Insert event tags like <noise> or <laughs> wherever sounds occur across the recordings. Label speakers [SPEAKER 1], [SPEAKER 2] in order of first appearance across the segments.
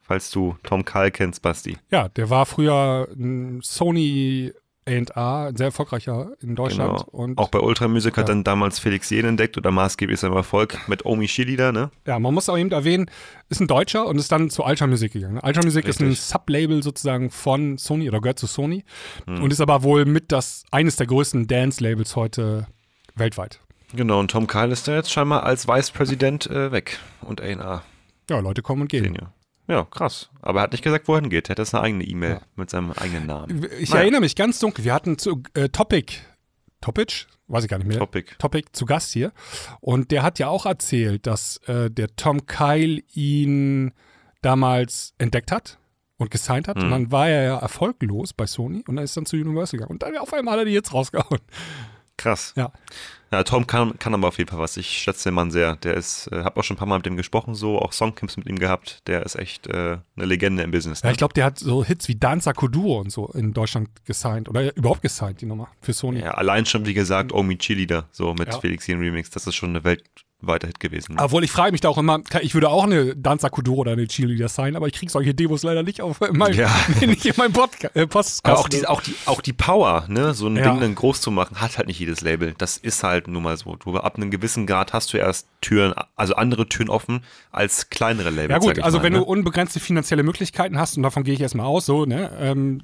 [SPEAKER 1] falls du Tom Kahl kennst, Basti.
[SPEAKER 2] Ja, der war früher ein Sony A&R, ein sehr erfolgreicher in Deutschland.
[SPEAKER 1] Genau.
[SPEAKER 2] Und
[SPEAKER 1] Auch bei Ultramusik hat
[SPEAKER 2] Ja.
[SPEAKER 1] dann damals Felix Jen entdeckt oder maßgeblich seinem Erfolg mit Omi Shili da, ne?
[SPEAKER 2] ja, man muss auch eben erwähnen, ist ein Deutscher und ist dann zu Ultra Music gegangen. Ultra Music ist ein
[SPEAKER 1] Richtig.
[SPEAKER 2] Sublabel sozusagen von Sony oder gehört zu Sony
[SPEAKER 1] Hm.
[SPEAKER 2] und ist aber wohl mit das eines der größten Dance-Labels heute weltweit.
[SPEAKER 1] Genau, und Tom Kahl ist da jetzt scheinbar als Vice President äh, weg und A&R.
[SPEAKER 2] Ja, Leute kommen und gehen.
[SPEAKER 1] Senior. Ja, krass. Aber er hat nicht gesagt, wohin geht. Er hat jetzt eine eigene E-Mail mit seinem eigenen Namen.
[SPEAKER 2] Ich
[SPEAKER 1] Naja.
[SPEAKER 2] erinnere mich ganz dunkel, wir hatten zu, äh, Topic, Topic, weiß ich gar nicht mehr.
[SPEAKER 1] Topic.
[SPEAKER 2] Topic zu Gast hier. Und der hat ja auch erzählt, dass äh, der Tom Kyle ihn damals entdeckt hat und gesigned hat. Und dann war er ja erfolglos bei Sony und dann ist dann zu Universal gegangen. Und dann auf einmal hat er die jetzt rausgehauen.
[SPEAKER 1] Krass.
[SPEAKER 2] Ja.
[SPEAKER 1] Ja, Tom kann, kann aber auf jeden Fall was. Ich schätze den Mann sehr. Der ist, äh, hab auch schon ein paar Mal mit dem gesprochen, so, auch Songcamps mit ihm gehabt. Der ist echt äh, eine Legende im Business.
[SPEAKER 2] Ja,
[SPEAKER 1] Ne?
[SPEAKER 2] ich glaube, der hat so Hits wie Danza Kuduro und so in Deutschland gesigned oder überhaupt gesigned, die Nummer für Sony.
[SPEAKER 1] Ja, allein schon, wie gesagt, Omi Chili da, so mit
[SPEAKER 2] Mhm. Ja.
[SPEAKER 1] Felix Jen Remix. Das ist schon eine weltweite Hit gewesen.
[SPEAKER 2] Obwohl, ich frage mich da auch immer, klar, ich würde auch eine Danza Kuduro oder eine Cheerleader sein, aber ich kriege solche Demos leider nicht auf meinem,
[SPEAKER 1] Ja.
[SPEAKER 2] <laughs> nicht in meinem Podca äh, Podcast.
[SPEAKER 1] aber auch die, auch, die, auch die Power, ne, so ein
[SPEAKER 2] Ja.
[SPEAKER 1] Ding dann groß zu machen, hat halt nicht jedes Label. Das ist halt nun mal so. Du, ab einem gewissen Grad hast du erst Türen, also andere Türen offen als kleinere Labels.
[SPEAKER 2] Ja
[SPEAKER 1] sag
[SPEAKER 2] gut,
[SPEAKER 1] ich
[SPEAKER 2] also
[SPEAKER 1] mal,
[SPEAKER 2] wenn
[SPEAKER 1] ne?
[SPEAKER 2] du unbegrenzte finanzielle Möglichkeiten hast, und davon gehe ich erstmal aus, so, ne? Ähm,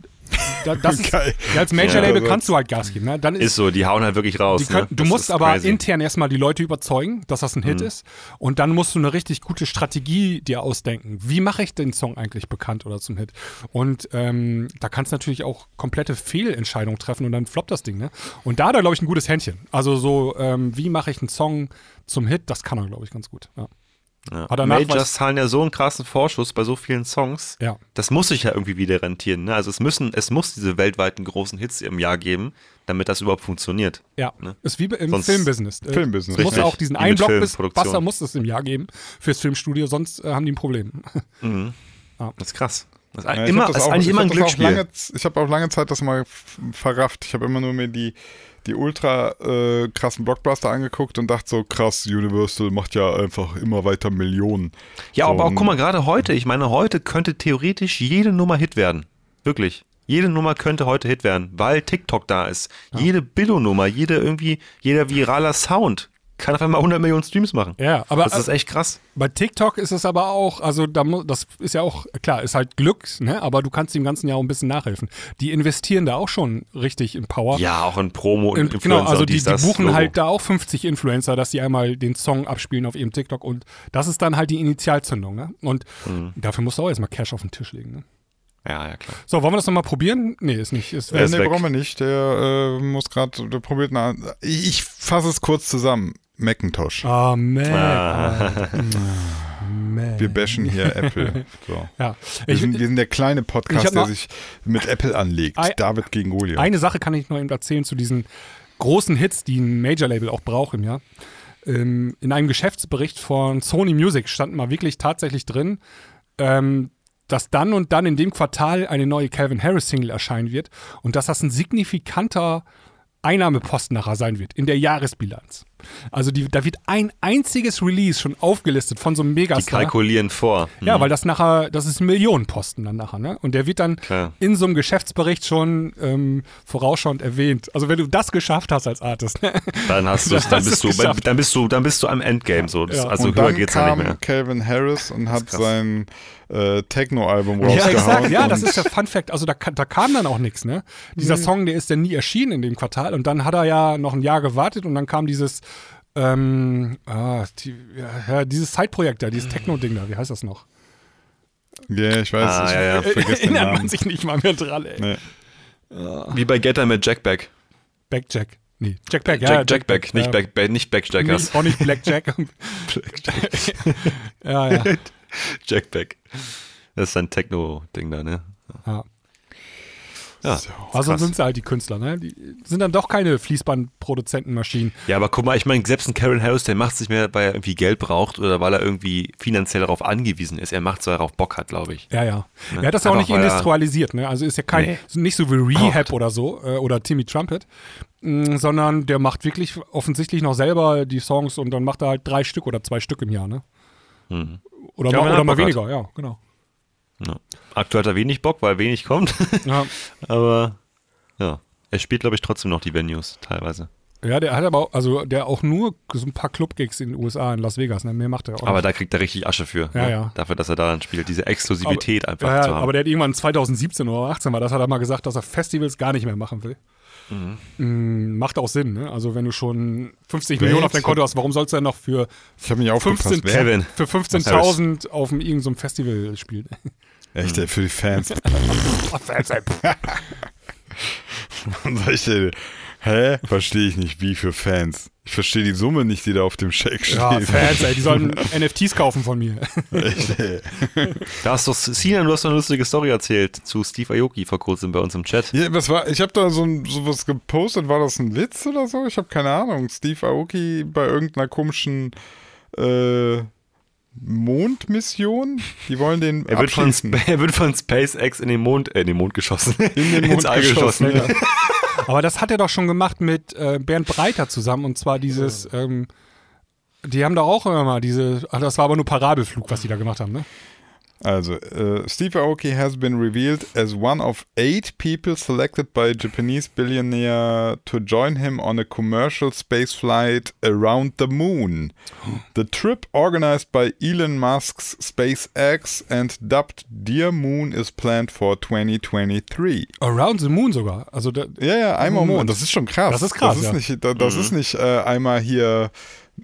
[SPEAKER 2] da, das
[SPEAKER 1] <laughs>
[SPEAKER 2] ist, ja,
[SPEAKER 3] Geil.
[SPEAKER 2] als Major-Label
[SPEAKER 3] Ja.
[SPEAKER 2] kannst du halt Gas geben, ne? Dann ist,
[SPEAKER 1] Ist so, die hauen halt wirklich raus.
[SPEAKER 2] die können,
[SPEAKER 1] ne?
[SPEAKER 2] du
[SPEAKER 1] Das
[SPEAKER 2] musst
[SPEAKER 1] ist
[SPEAKER 2] aber
[SPEAKER 1] crazy. Mhm.
[SPEAKER 2] intern erstmal die Leute überzeugen, dass das ein Hit ist. Und dann musst du eine richtig gute Strategie dir ausdenken. Wie mache ich den Song eigentlich bekannt oder zum Hit? Und ähm, da kannst du natürlich auch komplette Fehlentscheidungen treffen und dann floppt das Ding, ne? Und da hat er, glaube ich, ein gutes Händchen. Also so, ähm, wie mache ich einen Song zum Hit, das kann er, glaube ich, ganz gut. Ja.
[SPEAKER 1] ja.
[SPEAKER 2] hat er Nachweis-
[SPEAKER 1] Majors zahlen ja so einen krassen Vorschuss bei so vielen Songs.
[SPEAKER 2] Ja.
[SPEAKER 1] Das muss sich ja irgendwie wieder rentieren. Ne? Also es müssen, es muss diese weltweiten großen Hits im Jahr geben, damit das überhaupt funktioniert.
[SPEAKER 2] Ja,
[SPEAKER 1] Ne?
[SPEAKER 2] ist wie im
[SPEAKER 1] Sonst-
[SPEAKER 2] Filmbusiness. Äh,
[SPEAKER 3] Filmbusiness,
[SPEAKER 2] Es muss
[SPEAKER 1] richtig.
[SPEAKER 2] auch diesen
[SPEAKER 1] Wie
[SPEAKER 2] einen
[SPEAKER 1] mit
[SPEAKER 2] Block bis
[SPEAKER 1] Filmproduktion.
[SPEAKER 2] Buster muss es im Jahr geben fürs Filmstudio, sonst äh, haben die ein Problem. <laughs>
[SPEAKER 1] Das ist krass. Das ist
[SPEAKER 3] Ja,
[SPEAKER 1] ein-
[SPEAKER 3] ich
[SPEAKER 1] immer,
[SPEAKER 3] hab
[SPEAKER 1] das ist
[SPEAKER 3] auch-
[SPEAKER 1] eigentlich
[SPEAKER 3] ich
[SPEAKER 1] immer ein
[SPEAKER 3] hab das auch
[SPEAKER 1] Glücksspiel.
[SPEAKER 3] Lange, ich habe auch lange Zeit das mal f- verrafft. Ich habe immer nur mir die, die ultra äh, krassen Blockbuster angeguckt und dachte so, krass, Universal macht ja einfach immer weiter Millionen.
[SPEAKER 1] Ja,
[SPEAKER 3] so,
[SPEAKER 1] aber auch,
[SPEAKER 3] und-
[SPEAKER 1] guck mal, gerade heute, ich meine, heute könnte theoretisch jede Nummer Hit werden. Wirklich. Jede Nummer könnte heute Hit werden, weil TikTok da ist. Jede Billo-Nummer, jede irgendwie, jeder viraler Sound kann auf einmal 100 Millionen Streams machen.
[SPEAKER 2] Ja, aber äh,
[SPEAKER 1] Das ist echt krass.
[SPEAKER 2] bei TikTok ist es aber auch, also da mu- das ist ja auch, klar, ist halt Glück, ne? aber du kannst dem ganzen Jahr auch ein bisschen nachhelfen. Die investieren da auch schon richtig in Power.
[SPEAKER 1] Ja, auch in Promo und
[SPEAKER 2] Und
[SPEAKER 1] Influencer.
[SPEAKER 2] genau, also
[SPEAKER 1] und
[SPEAKER 2] die,
[SPEAKER 1] dies,
[SPEAKER 2] die
[SPEAKER 1] das
[SPEAKER 2] buchen
[SPEAKER 1] Logo.
[SPEAKER 2] halt da auch 50 Influencer, dass die einmal den Song abspielen auf ihrem TikTok und das ist dann halt die Initialzündung. Ne? Und
[SPEAKER 1] Mhm.
[SPEAKER 2] dafür musst du auch erstmal Cash auf den Tisch legen. Ne?
[SPEAKER 1] Ja, ja, klar.
[SPEAKER 2] So, wollen wir das nochmal probieren? Nee, ist nicht. Ist,
[SPEAKER 3] Äh,
[SPEAKER 1] ist
[SPEAKER 3] nee,
[SPEAKER 1] weg.
[SPEAKER 3] brauchen wir nicht. Der äh, muss gerade, der probiert eine. Ich, ich fasse es kurz zusammen. Macintosh.
[SPEAKER 2] Ah, Mac.
[SPEAKER 1] Ah.
[SPEAKER 2] Alter. Mac.
[SPEAKER 3] Wir
[SPEAKER 1] <laughs>
[SPEAKER 3] bashen hier Apple. So.
[SPEAKER 2] ja.
[SPEAKER 3] Wir,
[SPEAKER 2] Ich,
[SPEAKER 3] sind, wir sind der kleine
[SPEAKER 2] Ich hab
[SPEAKER 3] Podcast,
[SPEAKER 2] noch-
[SPEAKER 3] der sich mit Apple anlegt.
[SPEAKER 2] Ei-
[SPEAKER 3] David gegen Goliath.
[SPEAKER 2] eine Sache kann ich noch eben erzählen zu diesen großen Hits, die ein Major-Label auch braucht im Jahr. Ähm, in einem Geschäftsbericht von Sony Music stand mal wirklich tatsächlich drin, ähm, dass dann und dann in dem Quartal eine neue Calvin Harris-Single erscheinen wird und dass das ein signifikanter Einnahmeposten nachher sein wird in der Jahresbilanz. Also die, da wird ein einziges Release schon aufgelistet von so einem
[SPEAKER 1] Die
[SPEAKER 2] Megastar.
[SPEAKER 1] kalkulieren vor.
[SPEAKER 2] Ja,
[SPEAKER 1] Mhm.
[SPEAKER 2] weil das nachher, das ist ein Millionenposten dann nachher, ne? Und der wird dann
[SPEAKER 1] Klar.
[SPEAKER 2] in so einem Geschäftsbericht schon ähm, vorausschauend erwähnt. Also wenn du das geschafft hast als Artist, ne?
[SPEAKER 1] Dann hast du <laughs>
[SPEAKER 2] Das
[SPEAKER 1] dann
[SPEAKER 2] hast
[SPEAKER 1] bist
[SPEAKER 2] du's
[SPEAKER 1] du, dann,
[SPEAKER 2] geschafft.
[SPEAKER 1] dann bist du, dann bist du am Endgame so. Das,
[SPEAKER 2] Ja.
[SPEAKER 1] Also
[SPEAKER 3] und
[SPEAKER 1] höher
[SPEAKER 3] dann
[SPEAKER 1] geht's ja
[SPEAKER 3] kam
[SPEAKER 1] nicht mehr.
[SPEAKER 3] Calvin Harris und hat
[SPEAKER 1] krass.
[SPEAKER 3] sein äh, Techno-Album
[SPEAKER 2] Ja,
[SPEAKER 3] rausgehauen.
[SPEAKER 2] exakt. Ja, das
[SPEAKER 3] und
[SPEAKER 2] ist der Fun Fact. Also da, ka- da kam dann auch nichts, ne? Dieser Song, der ist dann nie erschienen in dem Quartal und dann hat er ja noch ein Jahr gewartet und dann kam dieses ähm, ah, die, ja, ja, dieses Zeitprojekt da, dieses Techno-Ding da, wie heißt das noch?
[SPEAKER 3] Ja, ich weiß,
[SPEAKER 1] Ah,
[SPEAKER 3] ich
[SPEAKER 1] ja, ja.
[SPEAKER 3] vergesse den
[SPEAKER 2] <laughs> Erinnert man
[SPEAKER 3] Namen.
[SPEAKER 2] sich nicht mal mehr dran, ey.
[SPEAKER 3] Nee.
[SPEAKER 1] Wie bei Getter mit Jackback.
[SPEAKER 2] Backjack. Nee, Jackback, ja.
[SPEAKER 1] Jack, Jackback, nicht,
[SPEAKER 2] ja.
[SPEAKER 1] Back, Back, nicht Backjackers.
[SPEAKER 2] Nicht, auch
[SPEAKER 1] <laughs>
[SPEAKER 2] nicht Blackjack. ja, ja.
[SPEAKER 1] Jackback. Das ist ein Techno-Ding da, ne?
[SPEAKER 2] Ja.
[SPEAKER 1] Ja,
[SPEAKER 2] Also
[SPEAKER 1] krass.
[SPEAKER 2] sind sie halt die Künstler, ne? Die sind dann doch keine Fließbandproduzentenmaschinen.
[SPEAKER 1] ja, aber guck mal, ich meine, selbst ein Karen Harris, der macht es nicht mehr, weil er irgendwie Geld braucht oder weil er irgendwie finanziell darauf angewiesen ist. Er macht es, weil er darauf Bock hat, glaube ich.
[SPEAKER 2] Ja, ja.
[SPEAKER 1] Ne?
[SPEAKER 2] Er hat das ja auch
[SPEAKER 1] Einfach
[SPEAKER 2] nicht
[SPEAKER 1] weil er-
[SPEAKER 2] industrialisiert, ne? Also ist ja kein,
[SPEAKER 1] Nee.
[SPEAKER 2] nicht so wie Rehab oder so, äh, oder Timmy Trumpet, mh, sondern der macht wirklich offensichtlich noch selber die Songs und dann macht er halt drei Stück oder zwei Stück im Jahr, ne? Oder,
[SPEAKER 1] Mhm. Ja,
[SPEAKER 2] mal,
[SPEAKER 1] wenn er
[SPEAKER 2] oder mal
[SPEAKER 1] Bock hat.
[SPEAKER 2] weniger, ja, genau.
[SPEAKER 1] Ja. Aktuell hat er wenig Bock, weil wenig kommt. <laughs>
[SPEAKER 2] Ja.
[SPEAKER 1] Aber ja, er spielt, glaube ich, trotzdem noch die Venues teilweise.
[SPEAKER 2] ja, der hat aber auch, also der auch nur so ein paar Club-Gigs in den USA, in Las Vegas, ne? mehr macht er auch
[SPEAKER 1] Aber
[SPEAKER 2] nicht.
[SPEAKER 1] da kriegt er richtig Asche für.
[SPEAKER 2] Ja,
[SPEAKER 1] ne?
[SPEAKER 2] ja.
[SPEAKER 1] Dafür, dass er da dann spielt. Diese Exklusivität einfach
[SPEAKER 2] ja,
[SPEAKER 1] zu
[SPEAKER 2] ja,
[SPEAKER 1] haben.
[SPEAKER 2] aber der hat irgendwann 2017 oder 18 war, das hat er mal gesagt, dass er Festivals gar nicht mehr machen will.
[SPEAKER 1] Mhm.
[SPEAKER 2] Mm, macht auch Sinn, ne? Also wenn du schon 50
[SPEAKER 3] Wer
[SPEAKER 2] Millionen auf
[SPEAKER 3] jetzt?
[SPEAKER 2] dein Konto hast, warum sollst du denn noch für
[SPEAKER 3] Ich habe mich aufgepasst.
[SPEAKER 2] 15
[SPEAKER 3] Wer?
[SPEAKER 1] Kevin.
[SPEAKER 2] für 15.000 auf einem- irgendeinem Festival spielen? <laughs> Oh,
[SPEAKER 3] Echt, ey, für die Fans.
[SPEAKER 1] <laughs>
[SPEAKER 3] Und sag ich dir, hä? Verstehe ich nicht, wie für Fans. Ich verstehe die Summe nicht, die da auf dem Shake steht.
[SPEAKER 2] ja, Fans, ey, die sollen NFTs kaufen
[SPEAKER 1] <laughs>
[SPEAKER 2] von mir.
[SPEAKER 3] Echt, ey.
[SPEAKER 1] Da hast du, Sinan, du hast doch eine lustige Story erzählt zu Steve Aoki vor kurzem bei uns im Chat.
[SPEAKER 3] Ja, was war, ich habe da so, ein- so was gepostet, war das ein Witz oder so? Ich habe keine Ahnung. Steve Aoki bei irgendeiner komischen äh, Mondmission? Die wollen den
[SPEAKER 1] Er wird, von,
[SPEAKER 3] abschießen.
[SPEAKER 1] Sp- <laughs> er wird von SpaceX in den Mond, äh, in den Mond
[SPEAKER 3] <laughs>
[SPEAKER 1] geschossen. In <laughs>
[SPEAKER 3] den Mond geschossen, ja.
[SPEAKER 2] Aber das hat er doch schon gemacht mit äh, Bernd Breiter zusammen und zwar dieses, ähm, die haben doch auch immer mal diese, ach, das war aber nur Parabelflug, was die da gemacht haben, ne?
[SPEAKER 3] Also, äh, Steve Aoki has been revealed as one of eight people selected by a Japanese billionaire to join him on a commercial space flight around the moon. The trip, organized by Elon Musk's SpaceX and dubbed Dear Moon, is planned for 2023.
[SPEAKER 2] Around the Moon sogar. Also da,
[SPEAKER 3] Ja, ja, einmal
[SPEAKER 2] Mond.
[SPEAKER 3] Mond. Das ist schon krass.
[SPEAKER 2] Das ist krass,
[SPEAKER 3] Das
[SPEAKER 2] ja.
[SPEAKER 3] ist nicht, da- das ist nicht äh, einmal hier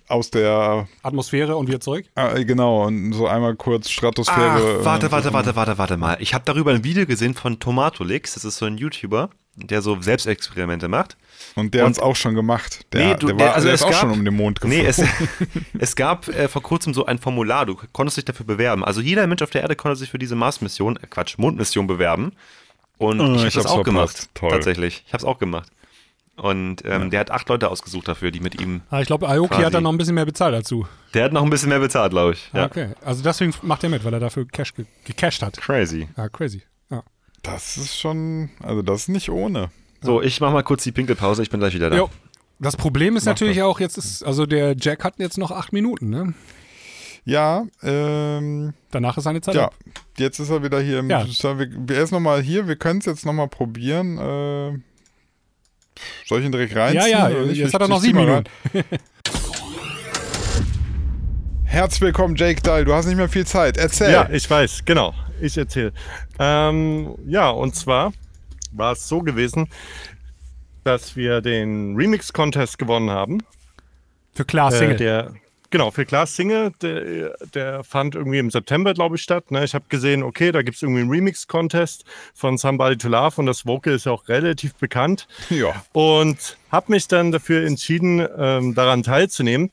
[SPEAKER 3] aus der,
[SPEAKER 2] Atmosphäre und wieder zurück.
[SPEAKER 3] äh, genau, und so einmal kurz
[SPEAKER 1] Ach,
[SPEAKER 3] Stratosphäre.
[SPEAKER 1] Ah,
[SPEAKER 3] äh,
[SPEAKER 1] warte, warte, warte, warte, warte mal. Ich habe darüber ein Video gesehen von Tomatolix. Das ist so ein YouTuber, der so Selbstexperimente macht.
[SPEAKER 3] Und der
[SPEAKER 1] Und-
[SPEAKER 3] hat es auch schon gemacht. Der,
[SPEAKER 1] du-
[SPEAKER 3] der, war,
[SPEAKER 1] also
[SPEAKER 3] der
[SPEAKER 1] es
[SPEAKER 3] ist auch
[SPEAKER 1] gab-
[SPEAKER 3] schon um den Mond geflogen.
[SPEAKER 1] Nee, es, <laughs> es gab äh, vor kurzem so ein Formular, du konntest dich dafür bewerben. Also jeder Mensch auf der Erde konnte sich für diese Mars-Mission, äh, Quatsch, Mondmission bewerben. Und ich habe
[SPEAKER 3] Ah, ich
[SPEAKER 1] das
[SPEAKER 3] hab's
[SPEAKER 1] auch gemacht,
[SPEAKER 3] verpasst. Toll.
[SPEAKER 1] tatsächlich. Ich habe es auch gemacht. Und ähm, der hat acht Leute ausgesucht dafür, die mit ihm.
[SPEAKER 2] Ah, ich glaube, Aoki
[SPEAKER 1] Quasi.
[SPEAKER 2] hat da noch ein bisschen mehr bezahlt dazu.
[SPEAKER 1] Der hat noch ein bisschen mehr bezahlt, glaube ich.
[SPEAKER 2] Ah,
[SPEAKER 1] Ja.
[SPEAKER 2] Okay. Also deswegen macht er mit, weil er dafür Cash ge gecashed hat.
[SPEAKER 1] Crazy.
[SPEAKER 2] Ja, crazy. Ah. Ja.
[SPEAKER 3] <laughs> Das ist schon, also das ist nicht ohne.
[SPEAKER 1] So, ich mache mal kurz die Pinkelpause. Ich bin gleich wieder da.
[SPEAKER 2] Jo. Das Problem ist
[SPEAKER 3] Mach
[SPEAKER 2] natürlich auch, jetzt ist, also der Jack hat jetzt noch acht Minuten, ne?
[SPEAKER 3] Ja, ähm,
[SPEAKER 2] Danach ist seine Zeit
[SPEAKER 3] ja,
[SPEAKER 2] ab.
[SPEAKER 3] jetzt ist er wieder hier. Im,
[SPEAKER 2] Ja.
[SPEAKER 3] Sollen wir, wir- er ist nochmal hier, wir können es jetzt nochmal probieren. Äh, soll ich ihn direkt reinziehen?
[SPEAKER 2] Ja, ja,
[SPEAKER 3] oder nicht?
[SPEAKER 2] jetzt
[SPEAKER 3] Ich-
[SPEAKER 2] hat er
[SPEAKER 3] ich
[SPEAKER 2] noch
[SPEAKER 3] zieh
[SPEAKER 2] sieben
[SPEAKER 3] mal
[SPEAKER 2] Minuten.
[SPEAKER 3] rein. Herzlich willkommen, Jake Dahl. Du hast nicht mehr viel Zeit. Erzähl.
[SPEAKER 4] Ja, ich weiß, genau. Ich erzähle. Ähm, ja, und zwar war es so gewesen, dass wir den Remix-Contest gewonnen haben.
[SPEAKER 2] Für Klaas
[SPEAKER 4] Äh,
[SPEAKER 2] Single.
[SPEAKER 4] Der, genau, für Klaas Single, der, der fand irgendwie im September, glaube ich, statt. Ne? Ich habe gesehen, okay, da gibt es irgendwie einen Remix-Contest von Somebody to Love und das Vocal ist ja auch relativ bekannt.
[SPEAKER 3] Ja.
[SPEAKER 4] Und habe mich dann dafür entschieden, ähm, daran teilzunehmen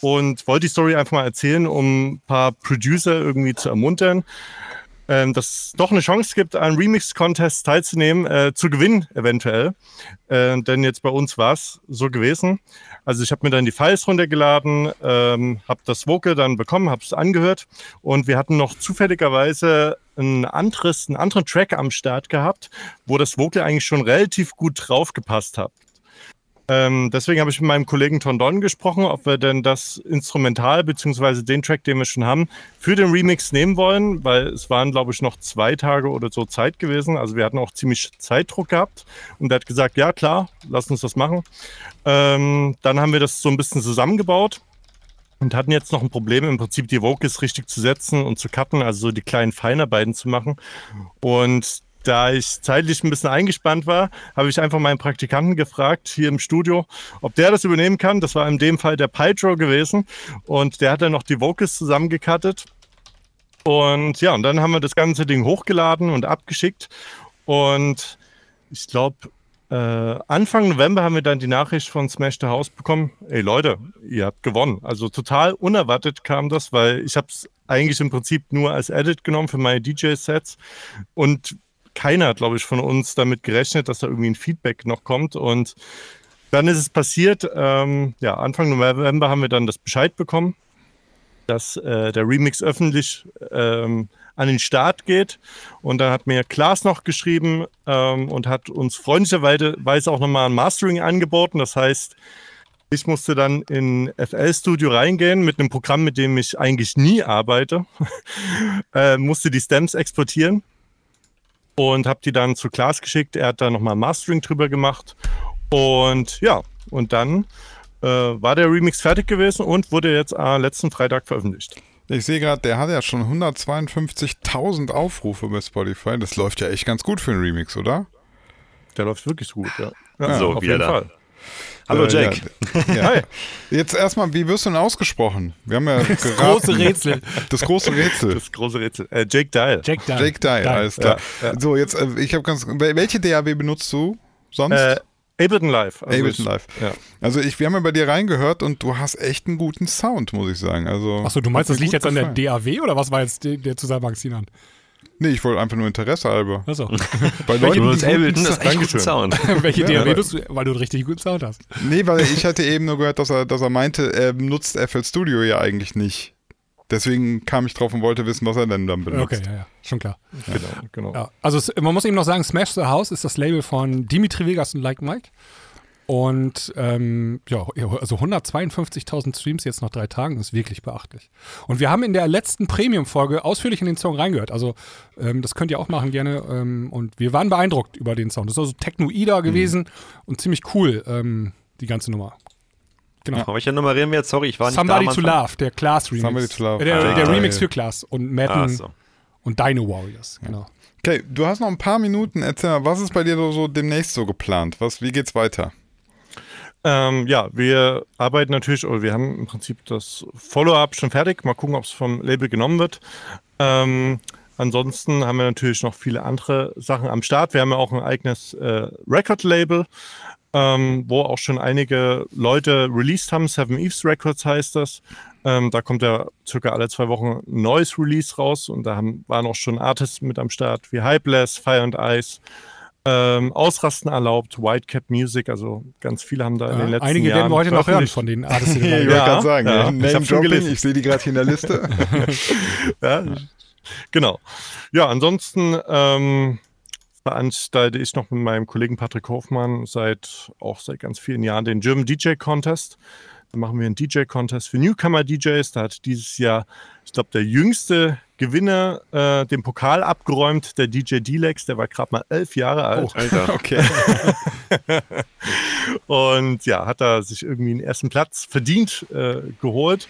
[SPEAKER 4] und wollte die Story einfach mal erzählen, um ein paar Producer irgendwie zu ermuntern, ähm, dass es doch eine Chance gibt, an Remix-Contests teilzunehmen, äh, zu gewinnen eventuell. Äh, denn jetzt bei uns war es so gewesen. Also ich habe mir dann die Files runtergeladen, ähm, habe das Vocal dann bekommen, habe es angehört und wir hatten noch zufälligerweise ein anderes, einen anderen Track am Start gehabt, wo das Vocal eigentlich schon relativ gut draufgepasst hat. Ähm, deswegen habe ich mit meinem Kollegen Tondon gesprochen, ob wir denn das Instrumental beziehungsweise den Track, den wir schon haben, für den Remix nehmen wollen, weil es waren, glaube ich, noch zwei Tage oder so Zeit gewesen. Also wir hatten auch ziemlich Zeitdruck gehabt und er hat gesagt, ja klar, lass uns das machen. Ähm, dann haben wir das so ein bisschen zusammengebaut und hatten jetzt noch ein Problem, im Prinzip die Vocals richtig zu setzen und zu cutten, also so die kleinen Feinarbeiten zu machen. Und da ich zeitlich ein bisschen eingespannt war, habe ich einfach meinen Praktikanten gefragt hier im Studio, ob der das übernehmen kann. Das war in dem Fall der Pytro gewesen und der hat dann noch die Vocals zusammengekattet. Und ja, und dann haben wir das ganze Ding hochgeladen und abgeschickt. Und ich glaube, äh, Anfang November haben wir dann die Nachricht von Smash the House bekommen, ey Leute, ihr habt gewonnen. Also total unerwartet kam das, weil ich habe es eigentlich im Prinzip nur als Edit genommen für meine DJ-Sets und keiner hat, glaube ich, von uns damit gerechnet, dass da irgendwie ein Feedback noch kommt und dann ist es passiert. Ähm, ja, Anfang November haben wir dann das Bescheid bekommen, dass äh, der Remix öffentlich ähm, an den Start geht. Und dann hat mir Klaas noch geschrieben ähm, und hat uns freundlicherweise auch nochmal ein Mastering angeboten. Das heißt, Ich musste dann in FL Studio reingehen mit einem Programm, mit dem ich eigentlich nie arbeite. <laughs> äh, musste die Stems exportieren und habe die dann zu Klaas geschickt. Er hat da nochmal Mastering drüber gemacht. Und ja, und dann äh, war der Remix fertig gewesen und wurde jetzt äh, letzten Freitag veröffentlicht.
[SPEAKER 3] Ich sehe gerade, der hat ja schon 152.000 Aufrufe bei Spotify. Das läuft ja echt ganz gut für einen Remix, oder?
[SPEAKER 4] Der läuft wirklich gut, ja.
[SPEAKER 1] Ja, so,
[SPEAKER 4] auf
[SPEAKER 1] wieder
[SPEAKER 4] jeden
[SPEAKER 1] da.
[SPEAKER 4] <laughs> Fall.
[SPEAKER 1] Hallo
[SPEAKER 3] Äh,
[SPEAKER 1] Jack.
[SPEAKER 3] <laughs> Ja. Ja.
[SPEAKER 4] Hi.
[SPEAKER 3] Jetzt erstmal, wie wirst du denn ausgesprochen? Wir haben ja das
[SPEAKER 2] Große Rätsel.
[SPEAKER 3] <laughs> Das große Rätsel.
[SPEAKER 4] Das große Rätsel. Äh, Jake Dial.
[SPEAKER 2] Jack Dye.
[SPEAKER 3] Jake Dye,
[SPEAKER 2] Dye.
[SPEAKER 3] alles klar. So, jetzt, äh, ich habe ganz. wel- Welche DAW benutzt du sonst?
[SPEAKER 4] Äh, Ableton Live. Also
[SPEAKER 3] Ableton
[SPEAKER 4] ich-
[SPEAKER 3] Live.
[SPEAKER 4] Ja.
[SPEAKER 3] Also, ich, wir haben ja bei dir reingehört und du hast echt einen guten Sound, muss ich sagen. Also,
[SPEAKER 2] Achso, du meinst,
[SPEAKER 3] hat
[SPEAKER 2] das
[SPEAKER 3] mir
[SPEAKER 2] liegt
[SPEAKER 3] gut
[SPEAKER 2] jetzt an der
[SPEAKER 3] gefallen.
[SPEAKER 2] DAW oder was war jetzt die- der Zusammenhang, Sinan?
[SPEAKER 3] Nee, ich wollte einfach nur Interesse halber. <laughs>
[SPEAKER 2] Achso.
[SPEAKER 3] Bei
[SPEAKER 1] Ich
[SPEAKER 3] Leuten,
[SPEAKER 1] benutze
[SPEAKER 3] die guten
[SPEAKER 1] Ableton, das ist echt
[SPEAKER 4] Dankeschön.
[SPEAKER 1] guter Sound.
[SPEAKER 2] <laughs> Welche
[SPEAKER 3] Ja,
[SPEAKER 2] DAW
[SPEAKER 3] aber-
[SPEAKER 2] bist du? Weil du einen richtig guten Sound hast.
[SPEAKER 3] Nee, weil ich hatte eben nur gehört, dass er, dass er meinte, er nutzt FL Studio ja eigentlich nicht. Deswegen kam ich drauf und wollte wissen, was er denn dann benutzt.
[SPEAKER 2] Okay, ja, ja, schon klar.
[SPEAKER 4] Genau, genau.
[SPEAKER 2] Ja, also es, man muss eben noch sagen, Smash the House ist das Label von Dimitri Vegas und Like Mike. Und ähm, ja, also 152.000 Streams jetzt nach drei Tagen ist wirklich beachtlich. Und wir haben in der letzten Premium-Folge ausführlich in den Song reingehört. Also ähm, das könnt ihr auch machen gerne. Ähm, und wir waren beeindruckt über den Sound. Das ist also Technoida gewesen und ziemlich cool, ähm, die ganze Nummer.
[SPEAKER 1] Von welcher Nummer reden wir jetzt? Sorry, ich war nicht
[SPEAKER 2] Genau. Somebody
[SPEAKER 1] da am
[SPEAKER 2] to
[SPEAKER 1] Anfang.
[SPEAKER 2] Love, der Class Remix.
[SPEAKER 3] Somebody to Love.
[SPEAKER 2] Äh, Der,
[SPEAKER 1] Ah,
[SPEAKER 2] der
[SPEAKER 1] geil.
[SPEAKER 2] Remix für Class und Madden
[SPEAKER 1] Ah, so.
[SPEAKER 2] und Dino Warriors. Genau.
[SPEAKER 3] Okay, du hast noch ein paar Minuten. Erzähl mal, was ist bei dir so, so demnächst so geplant? Was, wie geht's weiter?
[SPEAKER 4] Ähm, ja, wir arbeiten natürlich, oder wir haben im Prinzip das Follow-up schon fertig. Mal gucken, ob es vom Label genommen wird. Ähm, ansonsten haben wir natürlich noch viele andere Sachen am Start. Wir haben ja auch ein eigenes äh, Record-Label, ähm, wo auch schon einige Leute released haben. Seven Eves Records heißt das. Ähm, da kommt ja circa alle zwei Wochen ein neues Release raus und da haben, waren auch schon Artists mit am Start wie Hypeless, Fire and Ice. Ähm, Ausrasten erlaubt, Whitecap Music, also ganz viele haben da in
[SPEAKER 2] Ja,
[SPEAKER 4] den letzten
[SPEAKER 2] einige
[SPEAKER 4] Jahren
[SPEAKER 2] werden wir heute noch hören
[SPEAKER 4] veröffentlicht.
[SPEAKER 2] von den Artists. die
[SPEAKER 3] <laughs>
[SPEAKER 2] wir
[SPEAKER 3] Ja,
[SPEAKER 2] mal-
[SPEAKER 3] ich wollte
[SPEAKER 4] Ja,
[SPEAKER 3] gerade sagen, ne?
[SPEAKER 4] ja.
[SPEAKER 3] Name
[SPEAKER 4] Ich hab's schon
[SPEAKER 3] Dropping,
[SPEAKER 4] gelesen.
[SPEAKER 3] ich sehe die gerade hier in der Liste.
[SPEAKER 4] Ja, genau. Ja, ansonsten ähm, veranstalte ich noch mit meinem Kollegen Patrick Hofmann seit auch seit ganz vielen Jahren den German DJ Contest. Da machen wir einen DJ Contest für Newcomer DJs. Da hat dieses Jahr, ich glaube, der jüngste Gewinner äh, den Pokal abgeräumt, der DJ Dilex. Der war gerade mal elf Jahre
[SPEAKER 2] Oh. <laughs>
[SPEAKER 4] alt.
[SPEAKER 1] Alter.
[SPEAKER 3] Okay.
[SPEAKER 4] Und ja, hat da sich irgendwie einen ersten Platz verdient äh, geholt.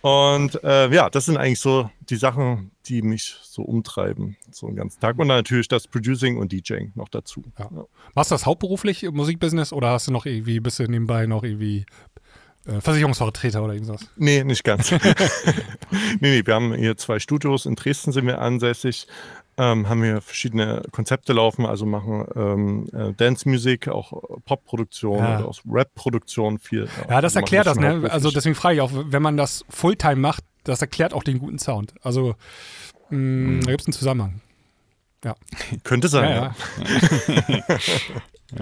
[SPEAKER 4] Und äh, ja, das sind eigentlich so die Sachen, die mich so umtreiben, so einen ganzen Tag. Und natürlich das Producing und DJing noch dazu.
[SPEAKER 2] Ja. Machst du das hauptberuflich im Musikbusiness oder hast du noch irgendwie, bist du nebenbei noch irgendwie äh, Versicherungsvertreter oder irgendwas?
[SPEAKER 4] Nee, nicht
[SPEAKER 2] <laughs>
[SPEAKER 4] ganz. <laughs> nee, nee, wir haben hier zwei Studios. In Dresden sind wir ansässig, ähm, haben hier verschiedene Konzepte laufen, also machen ähm, äh, Dance-Musik, auch Pop-Produktion,
[SPEAKER 2] Ja.
[SPEAKER 4] oder auch Rap-Produktion viel.
[SPEAKER 2] Ja, das
[SPEAKER 4] Also machen
[SPEAKER 2] erklärt das,
[SPEAKER 4] schon
[SPEAKER 2] ne? Also
[SPEAKER 4] hauptberuflich.
[SPEAKER 2] deswegen frage ich auch, wenn man das Fulltime macht, das erklärt auch den guten Sound. Also mh,
[SPEAKER 4] Mhm.
[SPEAKER 2] da gibt es einen Zusammenhang.
[SPEAKER 4] könnte sein.
[SPEAKER 2] Ja, ja. <laughs>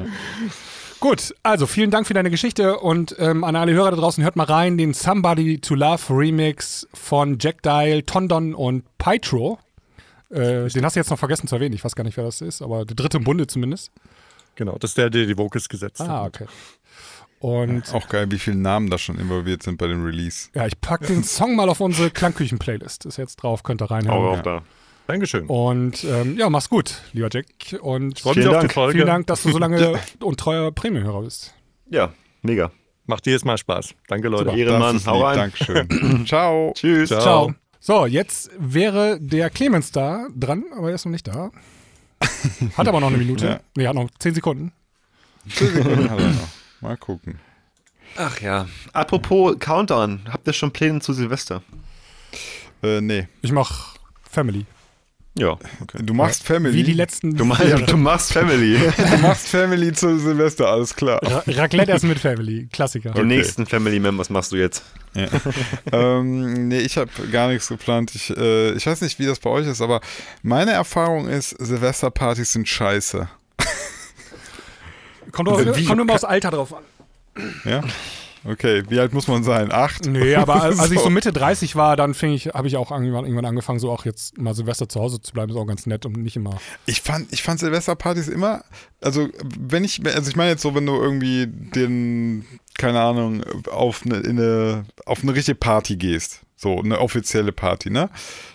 [SPEAKER 2] Gut, also vielen Dank für deine Geschichte und ähm, an alle Hörer da draußen, hört mal rein, den Somebody to Love Remix von Jack Dial, Tondon und Pytro. Äh, den hast du jetzt noch vergessen zu erwähnen, ich weiß gar nicht, wer das ist, aber der dritte im Bunde zumindest.
[SPEAKER 4] Genau, das ist der, der die Vocals gesetzt hat.
[SPEAKER 2] Ah, okay. Und
[SPEAKER 3] Auch geil, wie viele Namen da schon involviert sind bei dem Release.
[SPEAKER 2] ja, ich packe den Song mal auf unsere Klangküchen-Playlist. Ist jetzt drauf, könnt ihr
[SPEAKER 1] Auge
[SPEAKER 2] reinhören.
[SPEAKER 1] auf da.
[SPEAKER 4] Dankeschön.
[SPEAKER 2] Und ähm, ja, mach's gut, lieber Jack. Und
[SPEAKER 4] Freut
[SPEAKER 1] Vielen
[SPEAKER 4] mich auf
[SPEAKER 1] Dank.
[SPEAKER 4] die Folge.
[SPEAKER 2] vielen Dank, dass du so <laughs> lange und treuer Premium-Hörer bist.
[SPEAKER 1] Ja, mega.
[SPEAKER 4] Macht jedes Mal Spaß. Danke, Leute.
[SPEAKER 1] Ehrenmann,
[SPEAKER 3] Das ist
[SPEAKER 1] hau
[SPEAKER 3] lieb,
[SPEAKER 1] rein. <clears throat>
[SPEAKER 3] Dankeschön. Ciao.
[SPEAKER 1] Tschüss.
[SPEAKER 2] Ciao. Oh. So, jetzt wäre der Clemens da dran, aber er ist noch nicht da. Hat aber noch eine Minute.
[SPEAKER 3] Ja.
[SPEAKER 2] Nee, hat noch zehn Sekunden.
[SPEAKER 3] Zehn Sekunden hat er noch. Mal gucken.
[SPEAKER 1] Ach ja. Apropos Countdown, habt ihr schon Pläne zu Silvester?
[SPEAKER 3] Äh, nee.
[SPEAKER 2] Ich mach Family.
[SPEAKER 1] Ja.
[SPEAKER 3] Du machst Family.
[SPEAKER 2] Wie die letzten <laughs>
[SPEAKER 1] Du, meinst, du machst Family.
[SPEAKER 3] du machst Family zu Silvester, alles klar.
[SPEAKER 2] Ra Raclette essen mit Family. Klassiker.
[SPEAKER 1] Die nächsten Family Members machst du jetzt.
[SPEAKER 3] <laughs> ähm, nee, ich habe gar nichts geplant. Ich, äh, ich weiß nicht, wie das bei euch ist, aber meine Erfahrung ist, Silvesterpartys sind scheiße.
[SPEAKER 2] Kommt, doch-
[SPEAKER 3] Wie-
[SPEAKER 2] kommt immer aufs Alter drauf an.
[SPEAKER 3] Ja? Okay, wie alt muss man sein? Acht?
[SPEAKER 2] Nee,
[SPEAKER 3] <laughs>
[SPEAKER 2] aber als als ich so Mitte 30 war, dann fing ich, habe ich auch irgendwann, irgendwann angefangen, so auch jetzt mal Silvester zu Hause zu bleiben, ist auch ganz nett und nicht immer.
[SPEAKER 3] Ich fand, ich fand Silvesterpartys immer, also wenn ich, also ich meine jetzt so, wenn du irgendwie den, keine Ahnung, auf eine, in eine, auf eine richtige Party gehst, so eine offizielle Party, ne?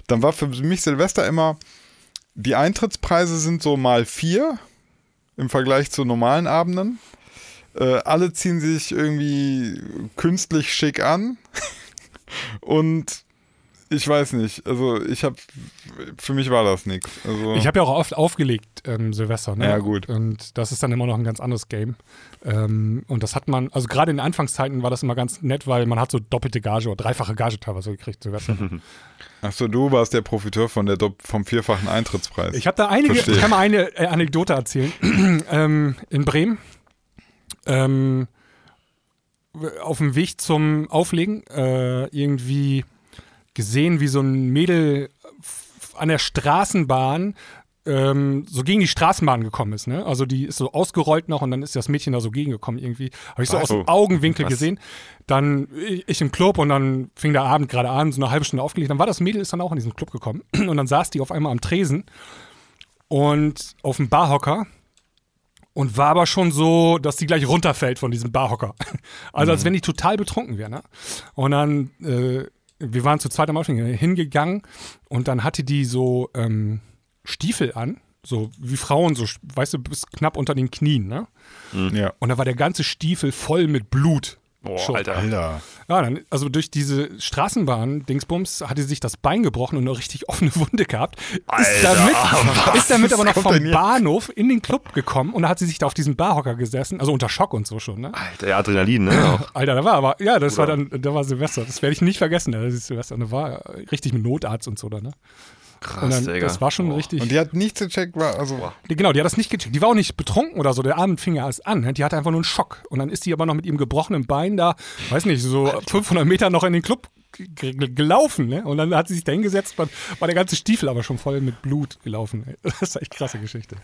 [SPEAKER 3] Dann war für mich Silvester immer, die Eintrittspreise sind so mal vier im Vergleich zu normalen Abenden. Äh, alle ziehen sich irgendwie künstlich schick an <laughs> und ich weiß nicht, also ich habe, für mich war das nichts. Also,
[SPEAKER 2] Ich habe ja auch oft aufgelegt, ähm, Silvester, ne?
[SPEAKER 3] Ja, gut.
[SPEAKER 2] Und das ist dann immer noch ein ganz anderes Game. Ähm, und das hat man, also gerade in den Anfangszeiten war das immer ganz nett, weil man hat so doppelte Gage oder dreifache Gage teilweise gekriegt, Silvester.
[SPEAKER 3] Achso, du warst der Profiteur von der, Dopp- vom vierfachen Eintrittspreis.
[SPEAKER 2] Ich habe da einige,
[SPEAKER 3] Äh, Verstehe.
[SPEAKER 2] ich kann mal eine äh, Anekdote erzählen. <clears throat> ähm, in Bremen, ähm, w- auf dem Weg zum Auflegen, äh, irgendwie gesehen, wie so ein Mädel f- an der Straßenbahn ähm, so gegen die Straßenbahn gekommen ist. Ne? Also die ist so ausgerollt noch und dann ist das Mädchen da so gegengekommen irgendwie. Habe ich so
[SPEAKER 3] Was?
[SPEAKER 2] aus dem
[SPEAKER 3] Oh.
[SPEAKER 2] Augenwinkel
[SPEAKER 3] Was?
[SPEAKER 2] gesehen. Dann ich ich im Club und dann fing der Abend gerade an, so eine halbe Stunde aufgelegt. Dann war das Mädel, ist dann auch in diesen Club gekommen <clears throat> und dann saß die auf einmal am Tresen und auf dem Barhocker und war aber schon so, dass die gleich runterfällt von diesem Barhocker. <laughs> Also
[SPEAKER 1] Mhm.
[SPEAKER 2] als wenn die total betrunken wäre. Ne? Und dann, äh, wir waren zu zweit am Anfang hingegangen und dann hatte die so ähm, Stiefel an, so wie Frauen, so, weißt du, bis knapp unter den Knien. Ne?
[SPEAKER 3] Hm, ja.
[SPEAKER 2] Und da war der ganze Stiefel voll mit Blut.
[SPEAKER 1] Boah,
[SPEAKER 2] Schon.
[SPEAKER 1] Alter.
[SPEAKER 3] Alter.
[SPEAKER 2] Ja, dann, also durch diese Straßenbahn-Dingsbums hatte sie sich das Bein gebrochen und eine richtig offene Wunde gehabt. Ist damit, ist damit aber noch
[SPEAKER 3] kommt denn
[SPEAKER 2] vom
[SPEAKER 3] jetzt?
[SPEAKER 2] Bahnhof in den Club gekommen und da hat sie sich da auf diesen Barhocker gesessen, also unter Schock und so schon, ne?
[SPEAKER 1] Alter, ja, Adrenalin, ne? Auch.
[SPEAKER 2] Alter, da war aber, ja, das war dann, da war Silvester. Das werde ich nicht vergessen, das ist Silvester. Und da war äh, richtig mit Notarzt und so, da, ne?
[SPEAKER 1] Krass,
[SPEAKER 2] Und dann,
[SPEAKER 1] Digga.
[SPEAKER 2] das war schon
[SPEAKER 1] Boah.
[SPEAKER 2] richtig.
[SPEAKER 3] Und die hat nichts gecheckt, war, also,
[SPEAKER 2] Die- Genau, die hat das nicht gecheckt. Die war auch nicht betrunken oder so. Der Abend fing ja erst an. ne? Die hatte einfach nur einen Schock. Und dann ist die aber noch mit ihrem gebrochenen Bein da, weiß nicht, so 500 Meter noch in den Club g- g- gelaufen. Ne? Und dann hat sie sich da hingesetzt, war, war der ganze Stiefel aber schon voll mit Blut gelaufen. ey. <laughs> Das ist echt krasse Geschichte.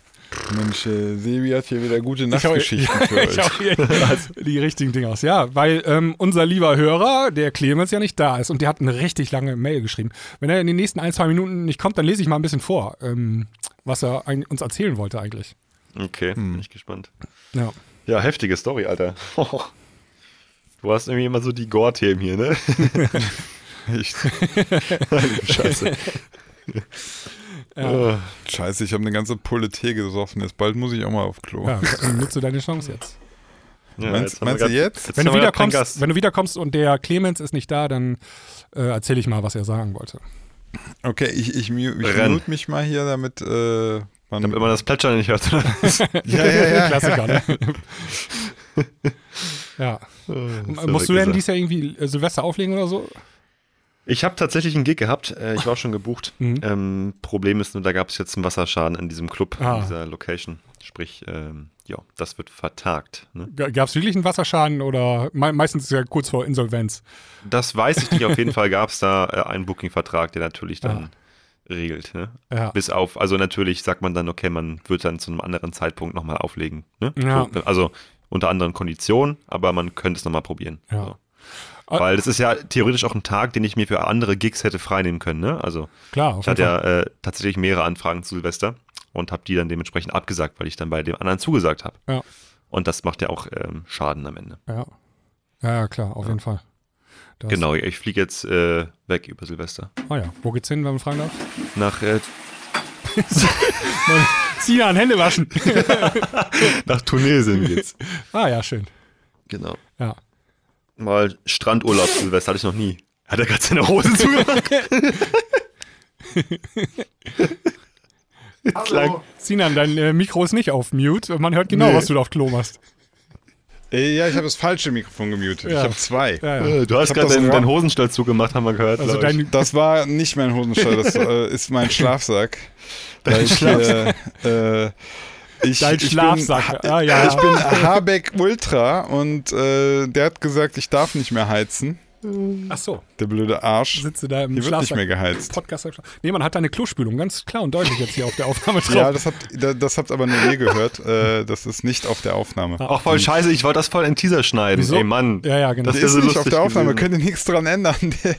[SPEAKER 3] Mensch, äh, Sebi hat hier wieder gute
[SPEAKER 2] Ich hau-
[SPEAKER 3] Nachtgeschichten <laughs> für
[SPEAKER 2] ich
[SPEAKER 3] euch.
[SPEAKER 2] hau hier <laughs> die richtigen Dinge aus. Ja, weil ähm, unser lieber Hörer, der Clemens, ja nicht da ist und der hat eine richtig lange Mail geschrieben. Wenn er in den nächsten ein, zwei Minuten nicht kommt, dann lese ich mal ein bisschen vor, ähm, was er ein, uns erzählen wollte eigentlich.
[SPEAKER 1] Okay,
[SPEAKER 2] Hm.
[SPEAKER 1] bin ich gespannt.
[SPEAKER 2] Ja.
[SPEAKER 1] Ja, heftige Story,
[SPEAKER 2] <laughs>
[SPEAKER 1] Alter. Du hast irgendwie immer so die Gore-Themen hier,
[SPEAKER 2] <laughs>
[SPEAKER 1] ne?
[SPEAKER 3] Ich,
[SPEAKER 2] <laughs>
[SPEAKER 1] Scheiße. Äh,
[SPEAKER 3] scheiße, ich habe eine ganze Pulle Tee gesoffen. Jetzt bald muss ich auch mal auf Klo.
[SPEAKER 2] Ja, dann nutzt du deine Chance jetzt.
[SPEAKER 1] ja,
[SPEAKER 3] Meinst-
[SPEAKER 1] haben wir
[SPEAKER 3] meinst du
[SPEAKER 1] grad-
[SPEAKER 3] jetzt?
[SPEAKER 2] Wenn du,
[SPEAKER 1] haben wir grad keinen
[SPEAKER 2] wiederkommst,
[SPEAKER 1] Gast.
[SPEAKER 2] wenn du wiederkommst und der Clemens ist nicht da, dann äh, erzähle ich mal, was er sagen wollte.
[SPEAKER 3] Okay, ich, ich, mu- ich
[SPEAKER 1] Renn.
[SPEAKER 3] mute mich mal hier, damit äh, man.
[SPEAKER 1] Damit man das Plätschern nicht hört.
[SPEAKER 2] <laughs>
[SPEAKER 3] <laughs> ja, ja,
[SPEAKER 1] <laughs>
[SPEAKER 3] ja.
[SPEAKER 2] Klassiker,
[SPEAKER 3] <laughs>
[SPEAKER 2] ne? ja.
[SPEAKER 3] Oh,
[SPEAKER 2] Musst du denn dies Jahr irgendwie äh, Silvester auflegen oder so?
[SPEAKER 1] Ich habe tatsächlich einen Gig gehabt. Äh, Ich war auch schon gebucht.
[SPEAKER 2] Mhm.
[SPEAKER 1] Ähm, Problem ist nur, da gab es jetzt einen Wasserschaden in diesem Club,
[SPEAKER 2] Ah.
[SPEAKER 1] in dieser Location. Sprich, ähm, ja, das wird vertagt. Ne?
[SPEAKER 2] Gab es wirklich einen Wasserschaden oder me meistens ist ja kurz vor Insolvenz?
[SPEAKER 1] Das weiß ich nicht. Auf jeden Fall gab es da äh, einen Booking-Vertrag, der natürlich
[SPEAKER 2] Ah.
[SPEAKER 1] dann regelt. Ne?
[SPEAKER 2] Ja.
[SPEAKER 1] Bis auf, also natürlich sagt man dann, okay, man wird dann zu einem anderen Zeitpunkt nochmal auflegen. Ne?
[SPEAKER 2] Ja.
[SPEAKER 1] So, also unter anderen Konditionen, aber man könnte es nochmal probieren.
[SPEAKER 2] Ja.
[SPEAKER 1] So.
[SPEAKER 2] Ah.
[SPEAKER 1] Weil das ist ja theoretisch auch ein Tag, den ich mir für andere Gigs hätte freinehmen können. Ne? Also
[SPEAKER 2] Klar, auf
[SPEAKER 1] ich hatte
[SPEAKER 2] jeden
[SPEAKER 1] ja äh, tatsächlich mehrere Anfragen zu Silvester und habe die dann dementsprechend abgesagt, weil ich dann bei dem anderen zugesagt habe.
[SPEAKER 2] Ja.
[SPEAKER 1] Und das macht ja auch ähm, Schaden am Ende.
[SPEAKER 2] Ja. ja, klar, auf jeden Fall. Das-
[SPEAKER 1] Genau, ich fliege jetzt äh, weg über Silvester.
[SPEAKER 2] Ah ja, wo geht's hin, wenn man fragen darf?
[SPEAKER 1] Nach äh,
[SPEAKER 2] Zieh an, Hände waschen.
[SPEAKER 1] Nach Tunesien geht's.
[SPEAKER 2] ah ja, schön.
[SPEAKER 1] Genau.
[SPEAKER 2] Ja.
[SPEAKER 1] Mal Strandurlaub, Silvester, hatte ich noch nie. Hat er gerade seine Hose <laughs> zugemacht? Hallo.
[SPEAKER 2] Sinan, dein äh, Mikro ist nicht auf Mute. Man hört genau,
[SPEAKER 3] Nee.
[SPEAKER 2] was du da auf Klo machst.
[SPEAKER 3] Äh, ja, ich habe das falsche Mikrofon gemutet.
[SPEAKER 2] Ja.
[SPEAKER 3] Ich habe zwei.
[SPEAKER 2] Ja, ja.
[SPEAKER 1] Äh, Du hast
[SPEAKER 3] hab
[SPEAKER 1] gerade
[SPEAKER 3] das
[SPEAKER 1] deinen,
[SPEAKER 3] im
[SPEAKER 1] deinen
[SPEAKER 3] Raum.
[SPEAKER 1] Hosenstall zugemacht, haben wir gehört.
[SPEAKER 2] Also
[SPEAKER 1] glaub ich.
[SPEAKER 2] dein,
[SPEAKER 3] Das war nicht mein Hosenstall, das äh, ist <laughs> mein Schlafsack. Dein ich,
[SPEAKER 1] Schlafsack.
[SPEAKER 3] Äh, äh, ich,
[SPEAKER 2] dein
[SPEAKER 3] ich
[SPEAKER 2] Schlafsack.
[SPEAKER 3] Bin,
[SPEAKER 2] ah, ja.
[SPEAKER 3] ich bin Habeck Ultra und äh, der hat gesagt, ich darf nicht mehr heizen.
[SPEAKER 2] Ach so,
[SPEAKER 3] Der blöde Arsch.
[SPEAKER 2] sitze da im
[SPEAKER 3] Hier wird nicht
[SPEAKER 2] Schlafsack-
[SPEAKER 3] mehr geheizt.
[SPEAKER 2] Podcast. Nee, man hat da eine Klospülung, ganz klar und deutlich jetzt hier auf der Aufnahme drauf.
[SPEAKER 3] <laughs> Ja, das habt, da- das habt aber nur ihr gehört. Äh, das ist nicht auf der Aufnahme.
[SPEAKER 2] Ah.
[SPEAKER 1] Auch voll scheiße, ich wollte das voll in Teaser schneiden.
[SPEAKER 2] Wieso?
[SPEAKER 1] Ey Mann.
[SPEAKER 2] Ja, ja,
[SPEAKER 1] Hm.
[SPEAKER 2] genau.
[SPEAKER 1] Das
[SPEAKER 3] Die
[SPEAKER 1] wäre
[SPEAKER 3] ist
[SPEAKER 1] so
[SPEAKER 3] nicht auf
[SPEAKER 1] lustig
[SPEAKER 3] der Aufnahme,
[SPEAKER 1] gewesen.
[SPEAKER 3] könnt ihr nichts dran ändern. Die,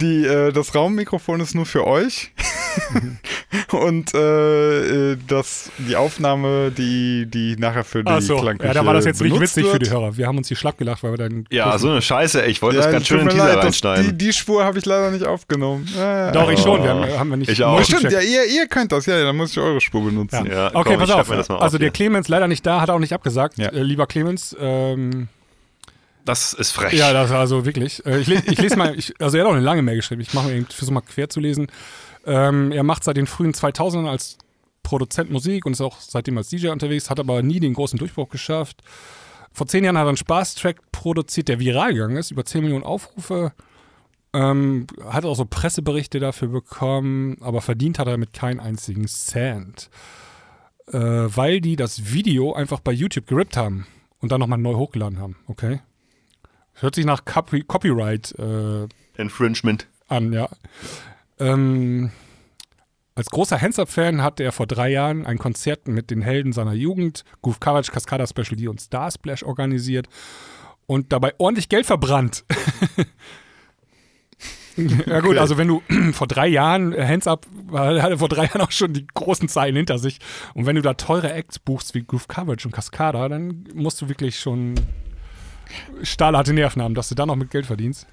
[SPEAKER 3] die, äh, das Raummikrofon ist nur für euch. <laughs> Und äh, äh, das, die Aufnahme, die, die nachher für die
[SPEAKER 2] Ach so,
[SPEAKER 3] Klangküche
[SPEAKER 2] ja, da war das jetzt nicht
[SPEAKER 3] benutzt
[SPEAKER 2] witzig
[SPEAKER 3] wird.
[SPEAKER 2] für die Hörer. Wir haben uns hier schlapp gelacht, weil wir dann.
[SPEAKER 1] Ja, so eine Scheiße, ey. Ich wollte das ganz schön in
[SPEAKER 3] tut
[SPEAKER 1] den
[SPEAKER 3] mir
[SPEAKER 1] Teaser
[SPEAKER 3] leid, das-
[SPEAKER 1] reinschneiden.
[SPEAKER 3] Die, die Spur habe ich leider nicht aufgenommen. Äh,
[SPEAKER 2] Doch, ich
[SPEAKER 3] äh,
[SPEAKER 2] schon. Wir haben, haben wir nicht.
[SPEAKER 1] Ich auch.
[SPEAKER 2] neu
[SPEAKER 3] Stimmt,
[SPEAKER 2] gecheckt.
[SPEAKER 3] ja, ihr, ihr könnt das. Ja, ja, dann muss ich eure Spur benutzen.
[SPEAKER 1] Ja,
[SPEAKER 2] okay,
[SPEAKER 1] komm, ich
[SPEAKER 2] pass
[SPEAKER 1] schreib
[SPEAKER 2] auf.
[SPEAKER 1] mir das mal auf
[SPEAKER 2] also der
[SPEAKER 1] hier.
[SPEAKER 2] Clemens leider nicht da, hat auch nicht abgesagt.
[SPEAKER 3] Ja.
[SPEAKER 2] Äh, lieber Clemens, ähm,
[SPEAKER 1] Das ist frech.
[SPEAKER 2] ja, das war so wirklich. Äh, ich, le ich lese mal, ich, also er hat auch eine lange Mail geschrieben. Ich mache mir eben- versuche mal quer zu lesen. Ähm, er macht seit den frühen 2000ern als Produzent Musik und ist auch seitdem als DJ unterwegs, hat aber nie den großen Durchbruch geschafft. Vor zehn Jahren hat er einen Spaßtrack produziert, der viral gegangen ist, über 10 Millionen Aufrufe. Ähm, hat auch so Presseberichte dafür bekommen, aber verdient hat er damit keinen einzigen Cent. Äh, weil die das Video einfach bei YouTube gerippt haben und dann nochmal neu hochgeladen haben, okay? Hört sich nach Copy Copyright äh,
[SPEAKER 1] Infringement.
[SPEAKER 2] an, ja. Ähm, als großer Hands-Up-Fan hatte er vor drei Jahren ein Konzert mit den Helden seiner Jugend, Groove Coverage, Cascada Special D und Star Splash organisiert und dabei ordentlich Geld verbrannt. <laughs> ja gut, also wenn du <clears throat> vor drei Jahren, äh, Hands Up, äh, hatte vor drei Jahren auch schon die großen Zeilen hinter sich und wenn du da teure Acts buchst wie Groove Coverage und Cascada, dann musst du wirklich schon stahlharte Nerven haben, dass du da noch mit Geld verdienst.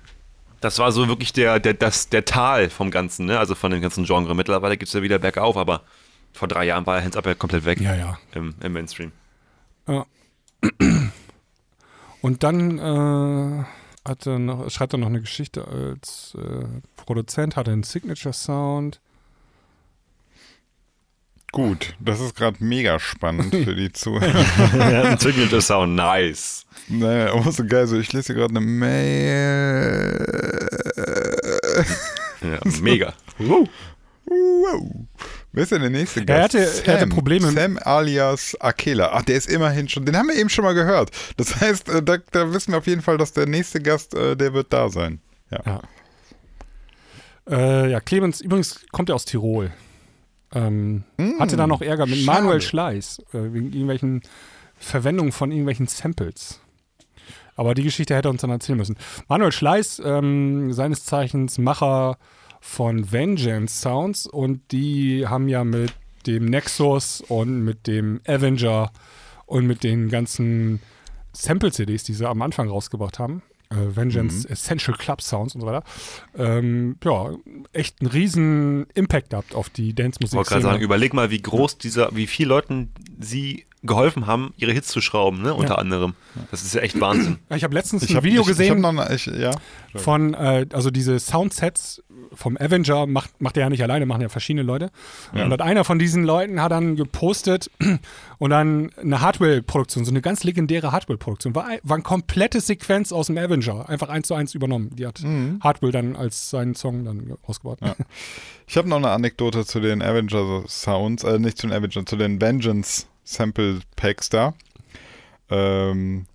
[SPEAKER 1] Das war so wirklich der, der, das, der Tal vom Ganzen, ne? also von dem ganzen Genre. Mittlerweile geht es ja wieder bergauf, aber vor drei Jahren war Hands Up ja komplett weg
[SPEAKER 2] Ja, ja,
[SPEAKER 1] im, im Mainstream. <laughs>
[SPEAKER 2] <clears throat> Und dann äh, hat er noch, schreibt er noch eine Geschichte als äh, Produzent, hat er einen Signature Sound.
[SPEAKER 3] Gut, das ist gerade
[SPEAKER 2] <laughs>
[SPEAKER 3] mega spannend für die Zuhörer.
[SPEAKER 1] Signature Sound, nice.
[SPEAKER 3] <laughs> Naja, aber so geil, so ich lese hier gerade eine Mail.
[SPEAKER 1] Ja, mega.
[SPEAKER 3] Wow. Wer ist denn der nächste
[SPEAKER 2] Ja, er
[SPEAKER 3] Gast?
[SPEAKER 2] hatte- er hatte Probleme mit-
[SPEAKER 3] Sam alias Akela. Ach, der ist immerhin schon, den haben wir eben schon mal gehört. Das heißt, äh, da, da wissen wir auf jeden Fall, dass der nächste Gast, äh, der wird da sein. Ja.
[SPEAKER 2] Ja. Äh, ja, Clemens, übrigens kommt er aus Tirol. Ähm, hatte da noch Ärger mit Manuel Schleiß äh, wegen irgendwelchen Verwendung von irgendwelchen Samples. Aber die Geschichte hätte er uns dann erzählen müssen. Manuel Schleiß, ähm, seines Zeichens Macher von Vengeance Sounds und die haben ja mit dem Nexus und mit dem Avenger und mit den ganzen Sample-CDs, die sie am Anfang rausgebracht haben. Äh, Vengeance Essential Club Sounds und so weiter. Ähm, ja, echt einen riesen Impact gehabt auf die
[SPEAKER 1] Ich wollte gerade sagen,
[SPEAKER 2] Dance-Musik.
[SPEAKER 1] überleg mal, wie groß dieser, wie viel Leuten sie geholfen haben, ihre Hits zu schrauben, ne? unter anderem. Das ist ja echt Wahnsinn.
[SPEAKER 2] Ich habe letztens ein
[SPEAKER 3] hab-
[SPEAKER 2] Video
[SPEAKER 3] ich,
[SPEAKER 2] gesehen.
[SPEAKER 3] Ich hab noch, eine- ich, ja.
[SPEAKER 2] von, äh, also diese Soundsets vom Avenger macht, macht er ja nicht alleine, machen ja verschiedene Leute. Und hat einer von diesen Leuten hat dann gepostet <clears throat> und dann eine Hardware-Produktion, so eine ganz legendäre Hardware-Produktion, war, ein- war eine komplette Sequenz aus dem Avenger, einfach eins zu eins übernommen. Die hat
[SPEAKER 3] Mhm.
[SPEAKER 2] Hardware dann als seinen Song dann ausgebaut. <laughs>
[SPEAKER 3] Ich habe noch eine Anekdote zu den Avenger Sounds, äh, nicht zu den Avenger, zu den Vengeance Sample Packs da. Ähm,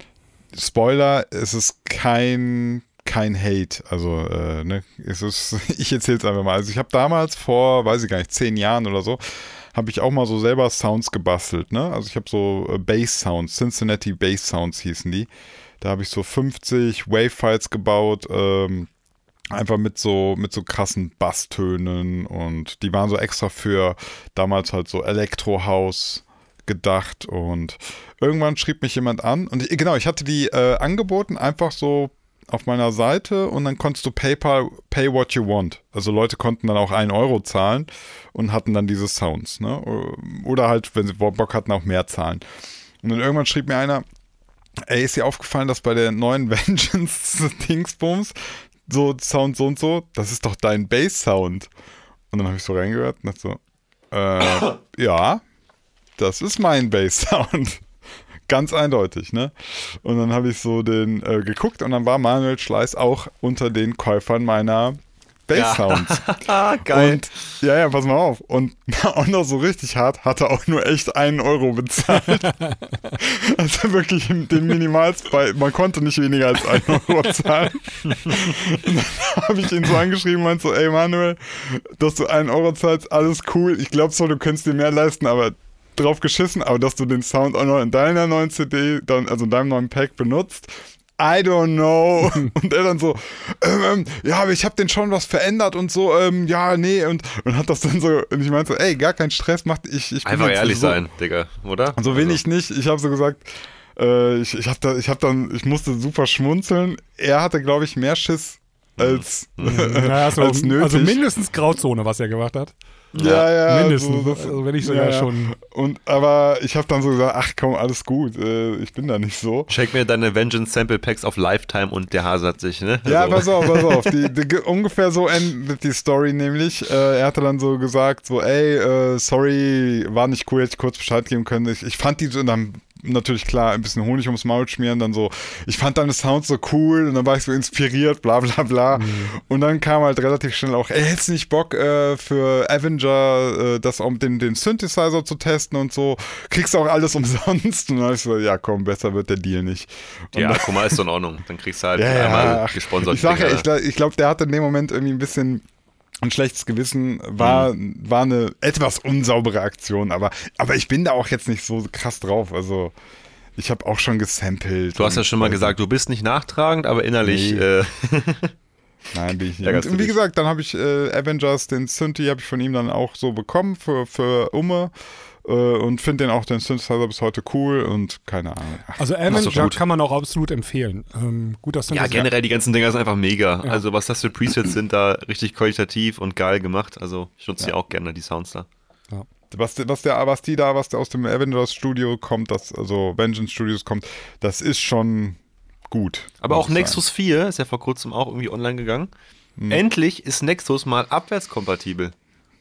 [SPEAKER 3] Spoiler, es ist kein kein Hate, also äh, ne, es ist, <laughs> ich erzähl's einfach mal. Also ich habe damals vor, weiß ich gar nicht, zehn Jahren oder so, habe ich auch mal so selber Sounds gebastelt, ne? Also ich habe so äh, Bass Sounds, Cincinnati Bass Sounds hießen die. Da habe ich so 50 Wavefiles gebaut, ähm, einfach mit so mit so krassen Basstönen und die waren so extra für damals halt so Elektrohaus gedacht und irgendwann schrieb mich jemand an und ich, genau, ich hatte die äh, angeboten einfach so auf meiner Seite und dann konntest du PayPal pay what you want. Also Leute konnten dann auch 1 Euro zahlen und hatten dann diese Sounds, ne? Oder halt, wenn sie Bock hatten, auch mehr zahlen. Und dann irgendwann schrieb mir einer, Ey, ist dir aufgefallen, dass bei der neuen <laughs> Vengeance-Dingsbums so Sound so und so, das ist doch dein Bass-Sound. Und dann habe ich so reingehört und dachte so, äh, ja, das ist mein Bass-Sound. <laughs> Ganz eindeutig, ne? Und dann habe ich so den äh, geguckt und dann war Manuel Schleiß auch unter den Käufern meiner Space Sounds.
[SPEAKER 1] Ah, <laughs> geil.
[SPEAKER 3] Und, ja, ja, pass mal auf. Und <laughs> auch noch so richtig hart, hat er auch nur echt einen Euro bezahlt. also wirklich den Minimalspreis. Man konnte nicht weniger als einen Euro zahlen. Und <laughs> dann habe ich ihn so angeschrieben, meinte so, ey Manuel, dass du einen Euro zahlst, alles cool. Ich glaube so, du könntest dir mehr leisten, aber drauf geschissen, aber dass du den Sound auch noch in deiner neuen CD, dann, also in deinem neuen Pack benutzt, I
[SPEAKER 1] <laughs>
[SPEAKER 3] don't know. Und er dann so, ähm, ähm, ja, aber ich habe den schon was verändert und so, ähm, ja, nee, und, und hat das dann so, und ich meinte so, ey, gar kein Stress, macht ich, ich bin
[SPEAKER 1] Einfach
[SPEAKER 3] jetzt
[SPEAKER 1] ehrlich
[SPEAKER 3] so,
[SPEAKER 1] sein, Digga, oder?
[SPEAKER 3] So
[SPEAKER 1] Also,
[SPEAKER 3] wenig nicht. Ich habe so gesagt, äh, ich, ich habe da, ich hab dann, ich musste super schmunzeln. Er hatte, glaube ich, mehr Schiss als, <laughs>
[SPEAKER 2] Naja, Mhm. also,
[SPEAKER 3] als nötig.
[SPEAKER 2] also mindestens Grauzone, was er gemacht hat.
[SPEAKER 3] Ja, ja.
[SPEAKER 2] Mindestens.
[SPEAKER 3] das-
[SPEAKER 2] Also wenn nicht sogar schon.
[SPEAKER 3] Und, aber ich habe dann so gesagt, ach komm, alles gut, äh, ich bin da nicht so.
[SPEAKER 1] Check Also, mir deine Vengeance Sample Packs auf Lifetime und der Hase hat sich, ne?
[SPEAKER 3] Ja,
[SPEAKER 1] Also-
[SPEAKER 3] pass auf, pass auf. Die, die, ge- ungefähr so endet die Story nämlich. Äh, er hatte dann so gesagt, so, ey, äh, sorry, war nicht cool, hätte ich kurz Bescheid geben können. Ich, ich fand die so, und dann natürlich klar, ein bisschen Honig ums Maul schmieren, dann so, ich fand deine Sounds so cool und dann war ich so inspiriert, bla bla bla.
[SPEAKER 1] Mhm.
[SPEAKER 3] Und dann kam halt relativ schnell auch, ey, hättest du nicht Bock äh, für Avenger äh, das auch mit den, den Synthesizer zu testen und so, kriegst du auch alles <laughs> umsonst. Und dann hab ich so, ja komm, besser wird der Deal nicht. Und
[SPEAKER 1] <laughs> Ja, guck mal, ist doch in Ordnung. Dann kriegst du halt
[SPEAKER 3] ja,
[SPEAKER 1] einmal
[SPEAKER 3] ja.
[SPEAKER 1] gesponsert.
[SPEAKER 3] Ich sag ja,
[SPEAKER 1] Dinger,
[SPEAKER 3] ich, glaub- ich glaube, der hatte in dem Moment irgendwie ein bisschen ein schlechtes Gewissen. War,
[SPEAKER 1] Hm.
[SPEAKER 3] war eine etwas unsaubere Aktion, aber, aber ich bin da auch jetzt nicht so krass drauf. Also, ich habe auch schon gesampelt.
[SPEAKER 1] Du hast ja
[SPEAKER 3] und-
[SPEAKER 1] schon mal gesagt, du bist nicht nachtragend, aber innerlich.
[SPEAKER 3] Nee.
[SPEAKER 1] Äh,
[SPEAKER 3] Nein, bin ich nicht.
[SPEAKER 1] Ärgerst
[SPEAKER 3] Und,
[SPEAKER 1] du
[SPEAKER 3] und wie
[SPEAKER 1] dich?
[SPEAKER 3] gesagt, dann habe ich äh, Avengers, den Synthi habe ich von ihm dann auch so bekommen für, für Umme. Äh, und finde den auch, den Synthesizer bis heute cool und keine Ahnung. Ach,
[SPEAKER 2] Also
[SPEAKER 1] doch
[SPEAKER 2] Avenger
[SPEAKER 1] gut.
[SPEAKER 2] kann man auch absolut empfehlen. Ähm, guter Synthesizer.
[SPEAKER 1] ja, generell, die ganzen Dinger sind einfach mega. Also, was das für Presets sind, da richtig qualitativ und geil gemacht. Also, ich nutze die auch gerne, die Sounds da.
[SPEAKER 3] Was, was, der, was die da, was da aus dem Avengers Studio kommt, das, also Vengeance Studios kommt, das ist schon gut.
[SPEAKER 1] Aber
[SPEAKER 3] muss
[SPEAKER 1] auch
[SPEAKER 3] ich sagen.
[SPEAKER 1] Nexus 4 ist ja vor kurzem auch irgendwie online gegangen.
[SPEAKER 3] Hm.
[SPEAKER 1] Endlich ist Nexus mal abwärtskompatibel.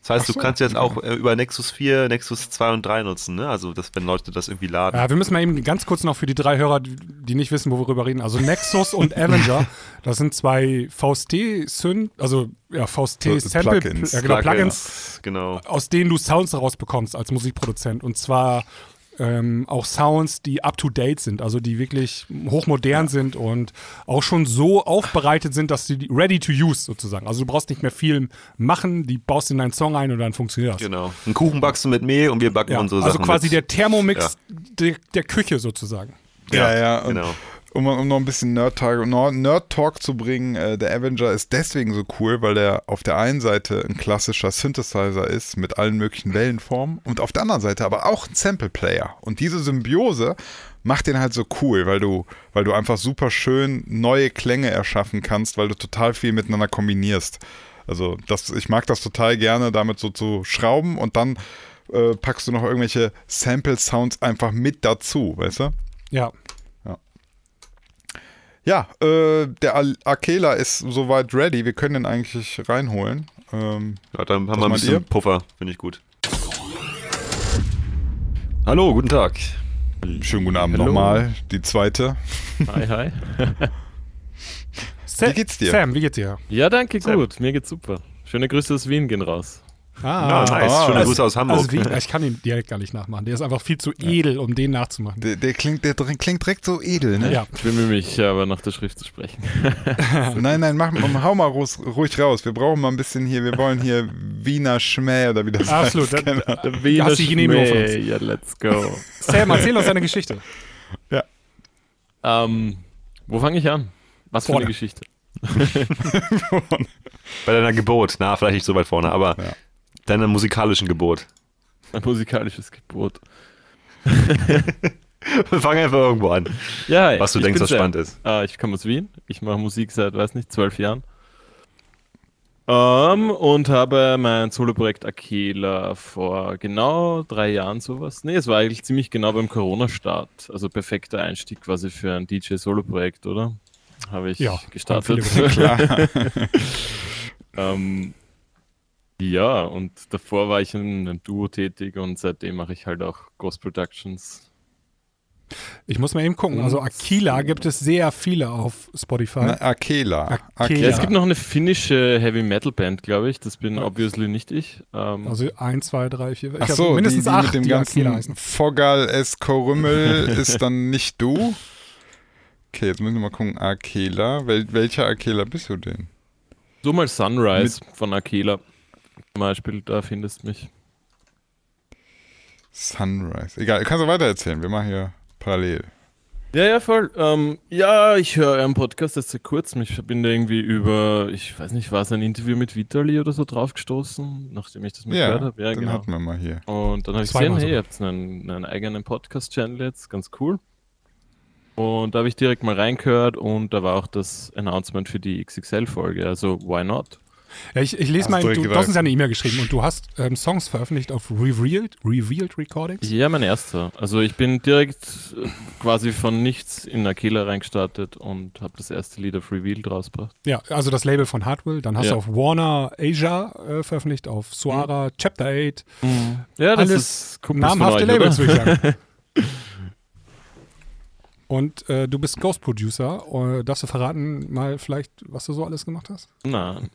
[SPEAKER 1] Das heißt, du kannst jetzt auch äh, über Nexus 4, Nexus 2 und 3 nutzen, ne? Also, das, wenn Leute das irgendwie laden.
[SPEAKER 2] Ja, Äh, wir müssen mal eben ganz kurz noch für die drei Hörer, die- die nicht wissen, worüber wir reden. Also Nexus und Avenger, das sind zwei VST-Synth, also ja,
[SPEAKER 3] So,
[SPEAKER 2] VST-Sample,
[SPEAKER 3] Plugins.
[SPEAKER 2] ja, genau, Plugins, Äh,
[SPEAKER 1] Genau.
[SPEAKER 2] aus denen du Sounds rausbekommst als Musikproduzent. Und zwar ähm, auch Sounds, die up-to-date sind, also die wirklich hochmodern sind und auch schon so aufbereitet sind, dass sie die- ready to use sozusagen. Also du brauchst nicht mehr viel machen, die baust in deinen Song ein und dann funktioniert das.
[SPEAKER 1] Genau. Einen Kuchen backst du mit Mehl und wir backen
[SPEAKER 2] Ja,
[SPEAKER 1] unsere
[SPEAKER 2] also
[SPEAKER 1] Sachen.
[SPEAKER 2] quasi
[SPEAKER 1] mit.
[SPEAKER 2] der Thermomix der, der Küche sozusagen.
[SPEAKER 3] Ja, ja. und
[SPEAKER 1] genau.
[SPEAKER 3] um, um noch ein bisschen Nerd-Talk Nerd -Talk zu bringen, äh, der Avenger ist deswegen so cool, weil der auf der einen Seite ein klassischer Synthesizer ist mit allen möglichen Wellenformen und auf der anderen Seite aber auch ein Sample-Player. Und diese Symbiose macht den halt so cool, weil du, weil du einfach super schön neue Klänge erschaffen kannst, weil du total viel miteinander kombinierst. Also das, ich mag das total gerne, damit so zu schrauben und dann äh, packst du noch irgendwelche Sample-Sounds einfach mit dazu, weißt du?
[SPEAKER 2] Ja.
[SPEAKER 3] Ja, äh, der Al- Akela ist soweit ready. Wir können ihn eigentlich reinholen. Ähm,
[SPEAKER 1] Ja, dann haben wir
[SPEAKER 3] Was
[SPEAKER 1] ein
[SPEAKER 3] meint
[SPEAKER 1] bisschen
[SPEAKER 3] ihr?
[SPEAKER 1] Puffer, finde ich gut. Hallo, guten Tag.
[SPEAKER 3] schönen guten Abend
[SPEAKER 5] Hallo.
[SPEAKER 3] nochmal. Die zweite.
[SPEAKER 5] Hi, hi.
[SPEAKER 2] Sa
[SPEAKER 3] Wie geht's dir?
[SPEAKER 2] Sam, wie geht's dir?
[SPEAKER 5] Ja, danke,
[SPEAKER 1] Sehr
[SPEAKER 5] gut. Mir geht's super. Schöne Grüße aus Wien gehen raus.
[SPEAKER 1] Ah, nice.
[SPEAKER 3] ah,
[SPEAKER 1] Schöne
[SPEAKER 3] also-
[SPEAKER 1] Grüße aus Hamburg.
[SPEAKER 2] Also wie, ich kann den Dialekt gar nicht nachmachen. Der ist einfach viel zu edel, um den nachzumachen.
[SPEAKER 3] Der, der, klingt, der dr- klingt direkt so edel, ne?
[SPEAKER 2] Ja.
[SPEAKER 3] <laughs>
[SPEAKER 5] Ich bemühe mich, aber nach der Schrift zu sprechen.
[SPEAKER 3] Nein, nein, mach, mal- hau mal ruhig, ruhig raus. Wir brauchen mal ein bisschen hier, wir wollen hier Wiener Schmäh oder wie das heißt.
[SPEAKER 2] Absolut.
[SPEAKER 3] Keine Ahnung.
[SPEAKER 5] Der Wiener
[SPEAKER 2] hast die Genehmigung von uns.
[SPEAKER 5] Schmäh. Ja, let's go.
[SPEAKER 2] Sam, erzähl uns deine Geschichte.
[SPEAKER 5] ähm, wo fange ich an? Was für
[SPEAKER 2] Vorne.
[SPEAKER 5] eine Geschichte?
[SPEAKER 1] Bei deiner Geburt. Na, vielleicht nicht so weit vorne, aber
[SPEAKER 3] Ja.
[SPEAKER 1] deiner musikalischen Geburt. <laughs>
[SPEAKER 5] Ein musikalisches Gebot.
[SPEAKER 1] Wir fangen einfach irgendwo an.
[SPEAKER 5] Ja, hi,
[SPEAKER 1] Was du
[SPEAKER 5] ich
[SPEAKER 1] denkst,
[SPEAKER 5] bin
[SPEAKER 1] was
[SPEAKER 5] Sam.
[SPEAKER 1] spannend ist. <laughs>
[SPEAKER 5] Äh, ich komme aus Wien. Ich mache Musik seit, weiß nicht, zwölf Jahren. Ähm, und habe mein Soloprojekt Akela vor genau drei Jahren sowas. Nee, es war eigentlich ziemlich genau beim Corona-Start. Also perfekter Einstieg quasi für ein DJ-Solo-Projekt, oder? Habe ich
[SPEAKER 2] Ja,
[SPEAKER 5] gestartet.
[SPEAKER 2] haben viele
[SPEAKER 5] <laughs> ähm, ja, und davor war ich in einem Duo tätig und seitdem mache ich halt auch Ghost Productions
[SPEAKER 2] Ich muss mal eben gucken. Also Aquila gibt es sehr viele auf Spotify.
[SPEAKER 3] Na, Akela.
[SPEAKER 2] Akela.
[SPEAKER 5] Ja,
[SPEAKER 3] Akela.
[SPEAKER 5] es gibt noch eine finnische Heavy Metal Band, glaube ich. Das bin obviously nicht ich. Ähm,
[SPEAKER 2] Also 1, 2, 3, 4, ich
[SPEAKER 3] Ach
[SPEAKER 2] hab
[SPEAKER 3] so,
[SPEAKER 2] mindestens
[SPEAKER 3] die, die
[SPEAKER 2] acht,
[SPEAKER 3] mit dem
[SPEAKER 2] die Aquila
[SPEAKER 3] ganzen
[SPEAKER 2] heißen.
[SPEAKER 3] Foggal S. Korümmel ist dann nicht du. Okay, jetzt müssen wir mal gucken. Akela. Wel welcher Akela bist du denn?
[SPEAKER 5] so mal Sunrise von Akela. Zum Beispiel, da findest du mich.
[SPEAKER 3] Sunrise. Egal, kannst du weiter erzählen. Wir machen hier parallel.
[SPEAKER 5] Ja, ja, voll. Ähm, ja, ich höre euren Podcast jetzt seit kurzem. Ich bin da irgendwie über, ich weiß nicht, war es ein Interview mit Vitali oder so draufgestoßen, nachdem ich das mal
[SPEAKER 3] Ja,
[SPEAKER 5] gehört habe. Ja,
[SPEAKER 3] den
[SPEAKER 5] genau.
[SPEAKER 3] hatten wir mal hier.
[SPEAKER 5] Und dann habe ich
[SPEAKER 2] Zweimal
[SPEAKER 5] gesehen, hey, ihr
[SPEAKER 2] sogar.
[SPEAKER 5] habt einen, einen eigenen Podcast-Channel jetzt, ganz cool. Und da habe ich direkt mal reingehört und da war auch das Announcement für die XXL-Folge, also why not?
[SPEAKER 2] Ja, ich, ich lese
[SPEAKER 3] Hast
[SPEAKER 2] mal,
[SPEAKER 3] du
[SPEAKER 2] eben- du,
[SPEAKER 3] direkt
[SPEAKER 2] du hast uns
[SPEAKER 3] gereift.
[SPEAKER 2] ja eine E-Mail geschrieben und du hast ähm, Songs veröffentlicht auf Revealed, Revealed Recordings.
[SPEAKER 5] Ja, mein erster. Also ich bin direkt äh, quasi von nichts in Akela reingestartet und habe das erste Lied auf Revealed rausgebracht.
[SPEAKER 2] Ja, also das Label von Hardwell. Dann hast
[SPEAKER 5] Ja.
[SPEAKER 2] du auf Warner Asia äh, veröffentlicht, auf Suara,
[SPEAKER 3] Mhm.
[SPEAKER 2] Chapter 8.
[SPEAKER 5] Ja, das
[SPEAKER 2] Alles
[SPEAKER 5] ist Kumpels von
[SPEAKER 2] namhafte
[SPEAKER 5] euch, oder?
[SPEAKER 2] Labels, würde ich sagen. <laughs> Und äh, du bist Ghost Producer. Äh, darfst du verraten, mal vielleicht, was du so alles
[SPEAKER 1] <laughs>
[SPEAKER 2] gemacht hast?
[SPEAKER 5] Nein.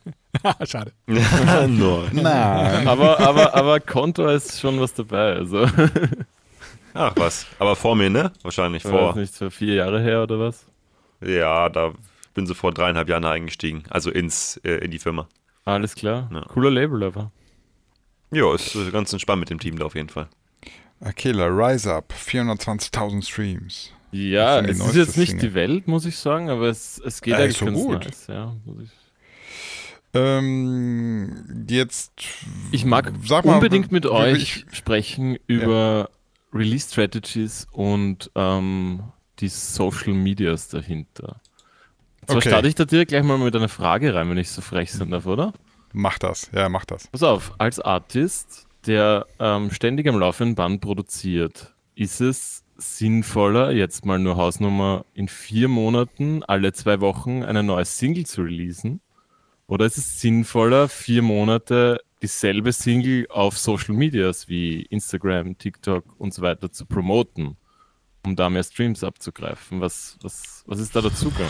[SPEAKER 2] Schade.
[SPEAKER 1] Nein.
[SPEAKER 3] Nein.
[SPEAKER 5] Aber, aber, aber Konto ist schon was dabei. Also <laughs>
[SPEAKER 1] Ach was. Aber vor mir, ne? Wahrscheinlich
[SPEAKER 5] war
[SPEAKER 1] vor.
[SPEAKER 5] nicht so vier Jahre her oder was?
[SPEAKER 1] Ja, da bin sie vor dreieinhalb Jahren eingestiegen. Also ins, äh, in die Firma.
[SPEAKER 5] Alles klar.
[SPEAKER 1] Ja.
[SPEAKER 5] Cooler Label aber.
[SPEAKER 1] Ja, ist äh, ganz entspannt mit dem Team da auf jeden Fall.
[SPEAKER 3] Akela, Rise Up. 420.000 Streams.
[SPEAKER 5] Ja,
[SPEAKER 3] Das ist die
[SPEAKER 5] es ist
[SPEAKER 3] neueste
[SPEAKER 5] jetzt nicht
[SPEAKER 3] Single.
[SPEAKER 5] die Welt, muss ich sagen, aber es, es geht
[SPEAKER 3] Äh,
[SPEAKER 5] eigentlich
[SPEAKER 3] so
[SPEAKER 5] ganz
[SPEAKER 3] gut.
[SPEAKER 5] nice. Ja, muss ich.
[SPEAKER 3] Ähm, jetzt.
[SPEAKER 5] ich mag
[SPEAKER 3] Sag mal,
[SPEAKER 5] unbedingt mit
[SPEAKER 3] wie-
[SPEAKER 5] euch sprechen über Release Strategies und ähm, die Social Medias dahinter. Zwar
[SPEAKER 3] Okay.
[SPEAKER 5] starte ich da direkt gleich mal mit einer Frage rein, wenn ich so frech sein darf, oder?
[SPEAKER 3] Mach das. Ja, mach das.
[SPEAKER 5] Pass auf, als Artist, der ähm, ständig am laufenden Band produziert, ist es sinnvoller, jetzt mal nur Hausnummer, in vier Monaten alle zwei Wochen eine neue Single zu releasen? Oder ist es sinnvoller, vier Monate dieselbe Single auf Social Medias wie Instagram, TikTok und so weiter zu promoten, um da mehr Streams abzugreifen? Was, was, was ist da der Zugang?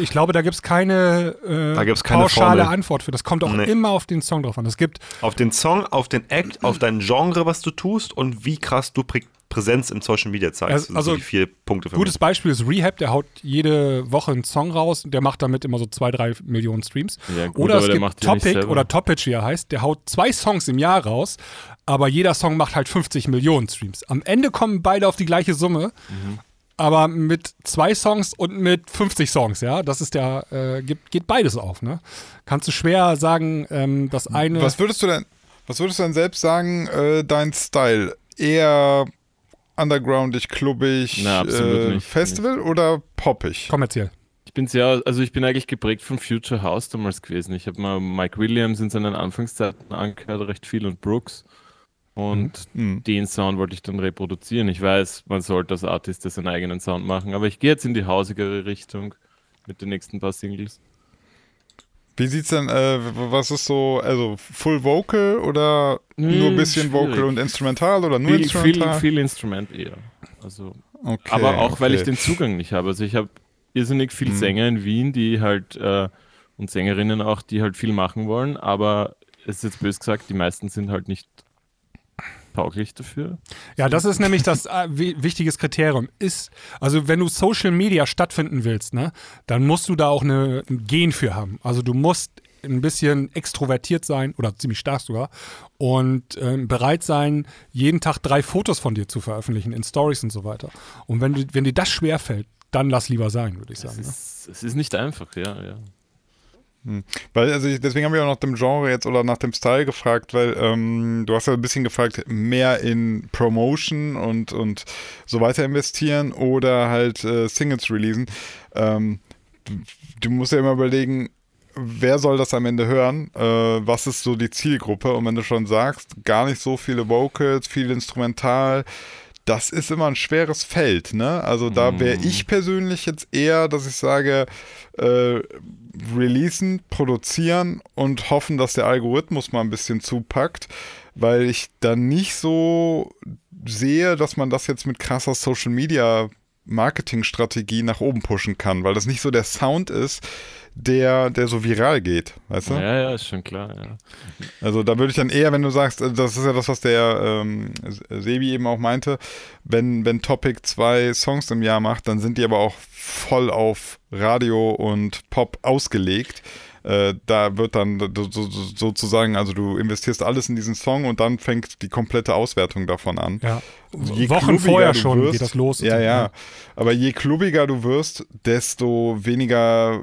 [SPEAKER 2] Ich glaube, da gibt es keine, äh,
[SPEAKER 1] Da gibt's keine
[SPEAKER 2] pauschale
[SPEAKER 1] Formel.
[SPEAKER 2] Antwort für. Das kommt auch
[SPEAKER 1] Nee.
[SPEAKER 2] immer auf den Song drauf an. Es gibt
[SPEAKER 1] Auf den Song, auf den Act, auf dein Genre, was du tust und wie krass du Prä Präsenz im Social Media zeigst.
[SPEAKER 2] Also-
[SPEAKER 1] Das sind
[SPEAKER 2] also,
[SPEAKER 1] so die vier Punkte für
[SPEAKER 2] Gutes Beispiel ist Rehab, der haut jede Woche einen Song raus und der macht damit immer so zwei, drei Millionen Streams.
[SPEAKER 5] Ja, gut,
[SPEAKER 2] oder
[SPEAKER 5] aber
[SPEAKER 2] es
[SPEAKER 5] der
[SPEAKER 2] gibt
[SPEAKER 5] macht die nicht
[SPEAKER 2] Topic
[SPEAKER 5] selber.
[SPEAKER 2] oder Topic, wie er heißt, der haut zwei Songs im Jahr raus, aber jeder Song macht halt 50 Millionen Streams. Am Ende kommen beide auf die gleiche Summe,
[SPEAKER 5] Mhm.
[SPEAKER 2] aber mit zwei Songs und mit 50 Songs, ja, das ist der, äh, gibt, geht beides auf, ne? Kannst du schwer sagen, ähm, das eine.
[SPEAKER 3] Was würdest du denn, was würdest du denn selbst sagen, äh, dein Style? Eher undergroundig, klubbig,
[SPEAKER 5] Na, absolut
[SPEAKER 3] äh,
[SPEAKER 5] nicht.
[SPEAKER 3] Festival oder poppig?
[SPEAKER 2] kommerziell?
[SPEAKER 5] Ich bin sehr, also ich bin eigentlich geprägt von Future House damals gewesen. Ich habe mal Mike Williams in seinen Anfangszeiten angehört, recht viel und Brooks. Und
[SPEAKER 3] Mhm.
[SPEAKER 5] den Sound wollte ich dann reproduzieren. Ich weiß, man sollte als Artist ja seinen eigenen Sound machen, aber ich gehe jetzt in die hausigere Richtung mit den nächsten paar Singles.
[SPEAKER 3] Wie sieht's denn, äh, w- was ist so, also Full Vocal oder nur ein
[SPEAKER 5] Hm,
[SPEAKER 3] bisschen Vocal
[SPEAKER 5] schwierig.
[SPEAKER 3] und Instrumental oder nur
[SPEAKER 5] Viel, viel,
[SPEAKER 3] Instrumental?
[SPEAKER 5] viel Instrument eher. Also
[SPEAKER 3] Okay,
[SPEAKER 5] Aber auch, weil ich
[SPEAKER 3] okay. Hm.
[SPEAKER 5] den Zugang nicht habe. Also ich habe irrsinnig viele Sänger in Wien, die halt, äh, und Sängerinnen auch, die halt viel machen wollen, aber es ist jetzt bös gesagt, die meisten sind halt nicht tauglich dafür.
[SPEAKER 2] Ja, das ist nämlich
[SPEAKER 3] <laughs>
[SPEAKER 2] das äh, wi- wichtiges Kriterium. Ist, also wenn du Social Media stattfinden willst, ne, dann musst du da auch eine, ein Gen für haben. Also du musst ein bisschen extrovertiert sein oder ziemlich stark sogar und ähm, bereit sein, jeden Tag drei Fotos von dir zu veröffentlichen in Stories und so weiter. Und wenn, du, wenn dir das schwerfällt, dann lass lieber sein, würde ich
[SPEAKER 5] Es
[SPEAKER 2] sagen. Ne?
[SPEAKER 5] ist, es ist nicht einfach, ja, ja.
[SPEAKER 3] Weil, also ich, deswegen haben wir auch nach dem Genre jetzt oder nach dem Style gefragt, weil ähm, du hast ja ein bisschen gefragt, mehr in Promotion und, und so weiter investieren oder halt äh, Singles releasen. Ähm, du, du musst ja immer überlegen, wer soll das am Ende hören? Äh, was ist so die Zielgruppe? Und wenn du schon sagst, gar nicht so viele Vocals, viel Instrumental, das ist immer ein schweres Feld, ne? Also da wäre ich persönlich jetzt eher, dass ich sage, äh, releasen, produzieren und hoffen, dass der Algorithmus mal ein bisschen zupackt, weil ich dann nicht so sehe, dass man das jetzt mit krasser Social Media Marketingstrategie nach oben pushen kann, weil das nicht so der Sound ist, der, der so viral geht, weißt du?
[SPEAKER 5] Ja, ja, ist schon klar. Ja.
[SPEAKER 3] Also da würde ich dann eher, wenn du sagst, äh, das ist ja das, was der ähm, Sebi eben auch meinte, wenn, wenn Topic zwei Songs im Jahr macht, dann sind die aber auch voll auf Radio und Pop ausgelegt. Äh, da wird dann so- so- so- sozusagen, also du investierst alles in diesen Song und dann fängt die komplette Auswertung davon an.
[SPEAKER 2] Ja.
[SPEAKER 3] Je
[SPEAKER 2] Wochen
[SPEAKER 3] klubbiger
[SPEAKER 2] vorher
[SPEAKER 3] du
[SPEAKER 2] schon
[SPEAKER 3] wirst,
[SPEAKER 2] geht das los. ne?
[SPEAKER 3] Ja, ja. Aber je klubbiger du wirst, desto weniger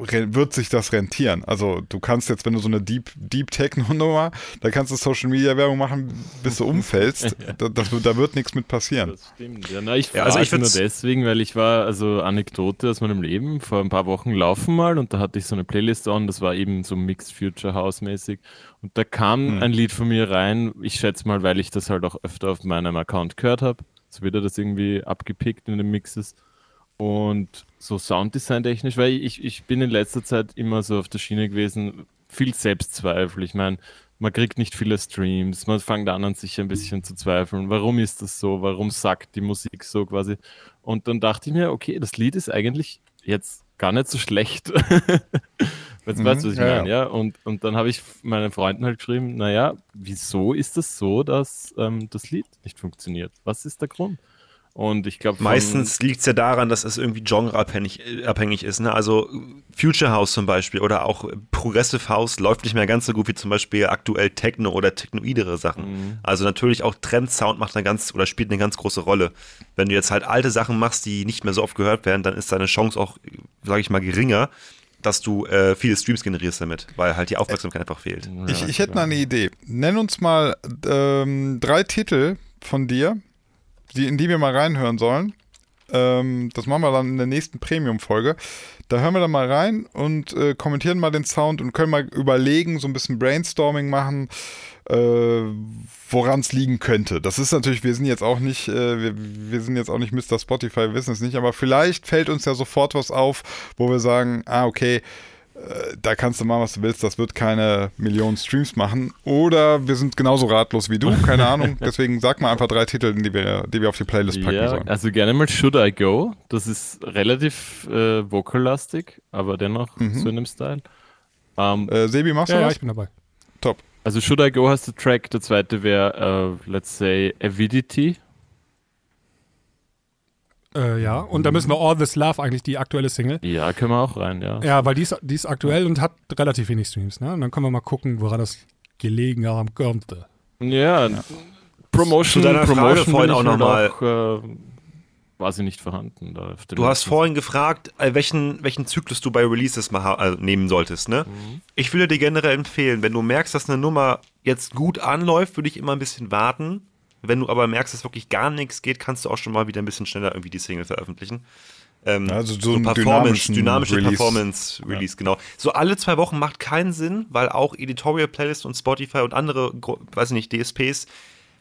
[SPEAKER 3] re- wird sich das rentieren. Also du kannst jetzt, wenn du so eine Deep, Deep Techno-Nummer, da kannst du Social Media Werbung machen, bis
[SPEAKER 2] <laughs>
[SPEAKER 3] du umfällst. da, das, da wird nichts mit passieren.
[SPEAKER 5] Das stimmt. Ja, na, ich
[SPEAKER 1] Ja, also
[SPEAKER 5] frage
[SPEAKER 1] ich
[SPEAKER 5] nur
[SPEAKER 1] würd's-
[SPEAKER 5] deswegen, weil ich war, also Anekdote aus meinem Leben, vor ein paar Wochen laufen mal und da hatte ich so eine Playlist on, das war eben so Mixed Future House mäßig und da kam
[SPEAKER 1] Hm.
[SPEAKER 5] ein Lied von mir rein, ich schätze mal, weil ich das halt auch öfter auf meinem Account gehört habe, so wird er das irgendwie abgepickt in den Mixes und so Sounddesign-technisch, weil ich, ich bin in letzter Zeit immer so auf der Schiene gewesen, viel Selbstzweifel. Ich meine, man kriegt nicht viele Streams, man fängt an, an sich ein bisschen zu zweifeln. Warum ist das so? Warum sagt die Musik so quasi? Und dann dachte ich mir, okay, das Lied ist eigentlich jetzt gar nicht so schlecht. <laughs> Jetzt weißt du, was ich
[SPEAKER 3] Mhm, ja,
[SPEAKER 5] meine, ja. Und, und dann habe ich meinen Freunden halt geschrieben, naja, wieso ist das so, dass ähm, das Lied nicht funktioniert? Was ist der Grund? Und ich glaube,
[SPEAKER 1] Meistens liegt es ja daran, dass es irgendwie genreabhängig äh, abhängig ist. Ne? Also Future House zum Beispiel oder auch Progressive House läuft nicht mehr ganz so gut wie zum Beispiel aktuell Techno oder technoidere Sachen. Also natürlich auch Trendsound macht eine ganz oder spielt eine ganz große Rolle. Wenn du jetzt halt alte Sachen machst, die nicht mehr so oft gehört werden, dann ist deine Chance auch, sage ich mal, geringer, dass du äh, viele Streams generierst damit, weil halt die Aufmerksamkeit einfach fehlt.
[SPEAKER 3] Ich, ich hätte noch eine Idee. Nenn uns mal ähm, drei Titel von dir, die, in die wir mal reinhören sollen. Ähm, das machen wir dann in der nächsten Premium-Folge. Da hören wir dann mal rein und äh, kommentieren mal den Sound und können mal überlegen, so ein bisschen Brainstorming machen, äh, woran es liegen könnte. Das ist natürlich, wir sind jetzt auch nicht, äh, wir, wir sind jetzt auch nicht Mr. Spotify, wir wissen es nicht, aber vielleicht fällt uns ja sofort was auf, wo wir sagen, ah, okay, äh, da kannst du machen, was du willst, das wird keine Millionen Streams machen. Oder wir sind genauso ratlos wie du, keine Ahnung. Deswegen sag mal einfach drei Titel, die wir, die wir auf die Playlist packen
[SPEAKER 5] Ja,
[SPEAKER 3] sollen.
[SPEAKER 5] also gerne mal Should I Go. Das ist relativ äh, vocal-lastig, aber dennoch
[SPEAKER 1] Mhm.
[SPEAKER 5] so in dem Style. Ähm,
[SPEAKER 3] Äh, Sebi, machst du
[SPEAKER 2] Ja, ja,
[SPEAKER 3] was?
[SPEAKER 2] ich bin dabei.
[SPEAKER 3] Top.
[SPEAKER 5] also Should I Go hast du Track, der zweite wäre, äh, let's say, Avidity.
[SPEAKER 2] Äh, ja, und da müssen wir All This Love eigentlich die aktuelle Single.
[SPEAKER 5] Ja, können wir auch rein, ja.
[SPEAKER 2] Ja, weil die ist, die ist aktuell und hat relativ wenig Streams. Ne? Und dann können wir mal gucken, woran das gelegen haben könnte.
[SPEAKER 5] Ja,
[SPEAKER 1] Zu
[SPEAKER 5] Promotion,
[SPEAKER 1] deiner Frage
[SPEAKER 5] Promotion bin
[SPEAKER 1] vorhin
[SPEAKER 5] ich
[SPEAKER 1] auch
[SPEAKER 5] halt
[SPEAKER 1] nochmal.
[SPEAKER 5] auch, äh, quasi nicht vorhanden. Da auf den
[SPEAKER 1] Du hast
[SPEAKER 5] letzten-
[SPEAKER 1] vorhin gefragt, äh, welchen, welchen Zyklus du bei Releases mal ha- äh, nehmen solltest, ne? Ich würde dir generell empfehlen, wenn du merkst, dass eine Nummer jetzt gut anläuft, würde ich immer ein bisschen warten. Wenn du aber merkst, dass wirklich gar nichts geht, kannst du auch schon mal wieder ein bisschen schneller irgendwie die Single veröffentlichen. Ähm,
[SPEAKER 3] Also so einen dynamischen
[SPEAKER 1] dynamische
[SPEAKER 3] Release.
[SPEAKER 1] Performance-Release, genau. So alle zwei Wochen macht keinen Sinn, weil auch Editorial-Playlists und Spotify und andere, gro- weiß ich nicht, DSPs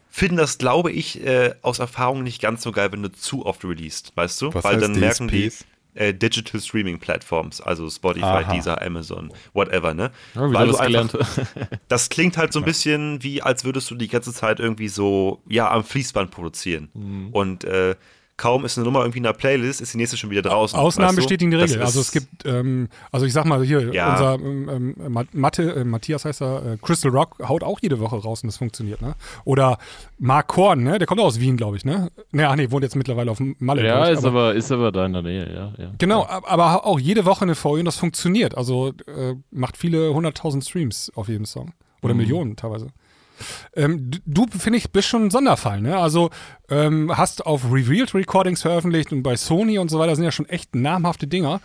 [SPEAKER 1] finden das, glaube ich, äh, aus Erfahrung nicht ganz so geil, wenn du zu oft released, weißt du?
[SPEAKER 3] Was
[SPEAKER 1] Weil
[SPEAKER 3] heißt
[SPEAKER 1] dann merken die
[SPEAKER 3] DSPs?
[SPEAKER 1] äh, Digital Streaming Platforms, also Spotify,
[SPEAKER 3] Aha.
[SPEAKER 1] Deezer, Amazon, whatever, ne?
[SPEAKER 5] Ja, wieder
[SPEAKER 1] Weil du
[SPEAKER 5] was
[SPEAKER 1] einfach,
[SPEAKER 5] gelernt.
[SPEAKER 1] das klingt halt so ein bisschen wie, als würdest du die ganze Zeit irgendwie so, ja, am Fließband produzieren. Und äh, kaum ist eine Nummer irgendwie in der Playlist, ist die nächste schon wieder draußen.
[SPEAKER 2] Ausnahmen
[SPEAKER 1] weißt du?
[SPEAKER 2] bestätigen die
[SPEAKER 1] Das
[SPEAKER 2] Regel. Also
[SPEAKER 1] ist-
[SPEAKER 2] es gibt, ähm, also ich sag mal hier,
[SPEAKER 1] Ja.
[SPEAKER 2] unser ähm, ähm, Ma- Mathe, äh, Matthias heißt er, äh, Crystal Rock haut auch jede Woche raus und das funktioniert, ne? Oder Mark Korn, ne? Der kommt auch aus Wien, glaube ich, ne? Ne, ach nee, wohnt jetzt mittlerweile auf Malle.
[SPEAKER 5] ja,
[SPEAKER 2] glaub ich,
[SPEAKER 5] ist aber, ist aber da in der Nähe, ja. ja.
[SPEAKER 2] Genau, ab- aber auch jede Woche eine For You und das funktioniert. Also äh, macht viele hunderttausend Streams auf jedem Song. Oder
[SPEAKER 1] Mhm.
[SPEAKER 2] Millionen teilweise. Ähm, d- du, finde ich, bist schon ein Sonderfall, ne? Also ähm, hast auf Revealed Recordings veröffentlicht und bei Sony und so weiter sind ja schon echt namhafte Dinger.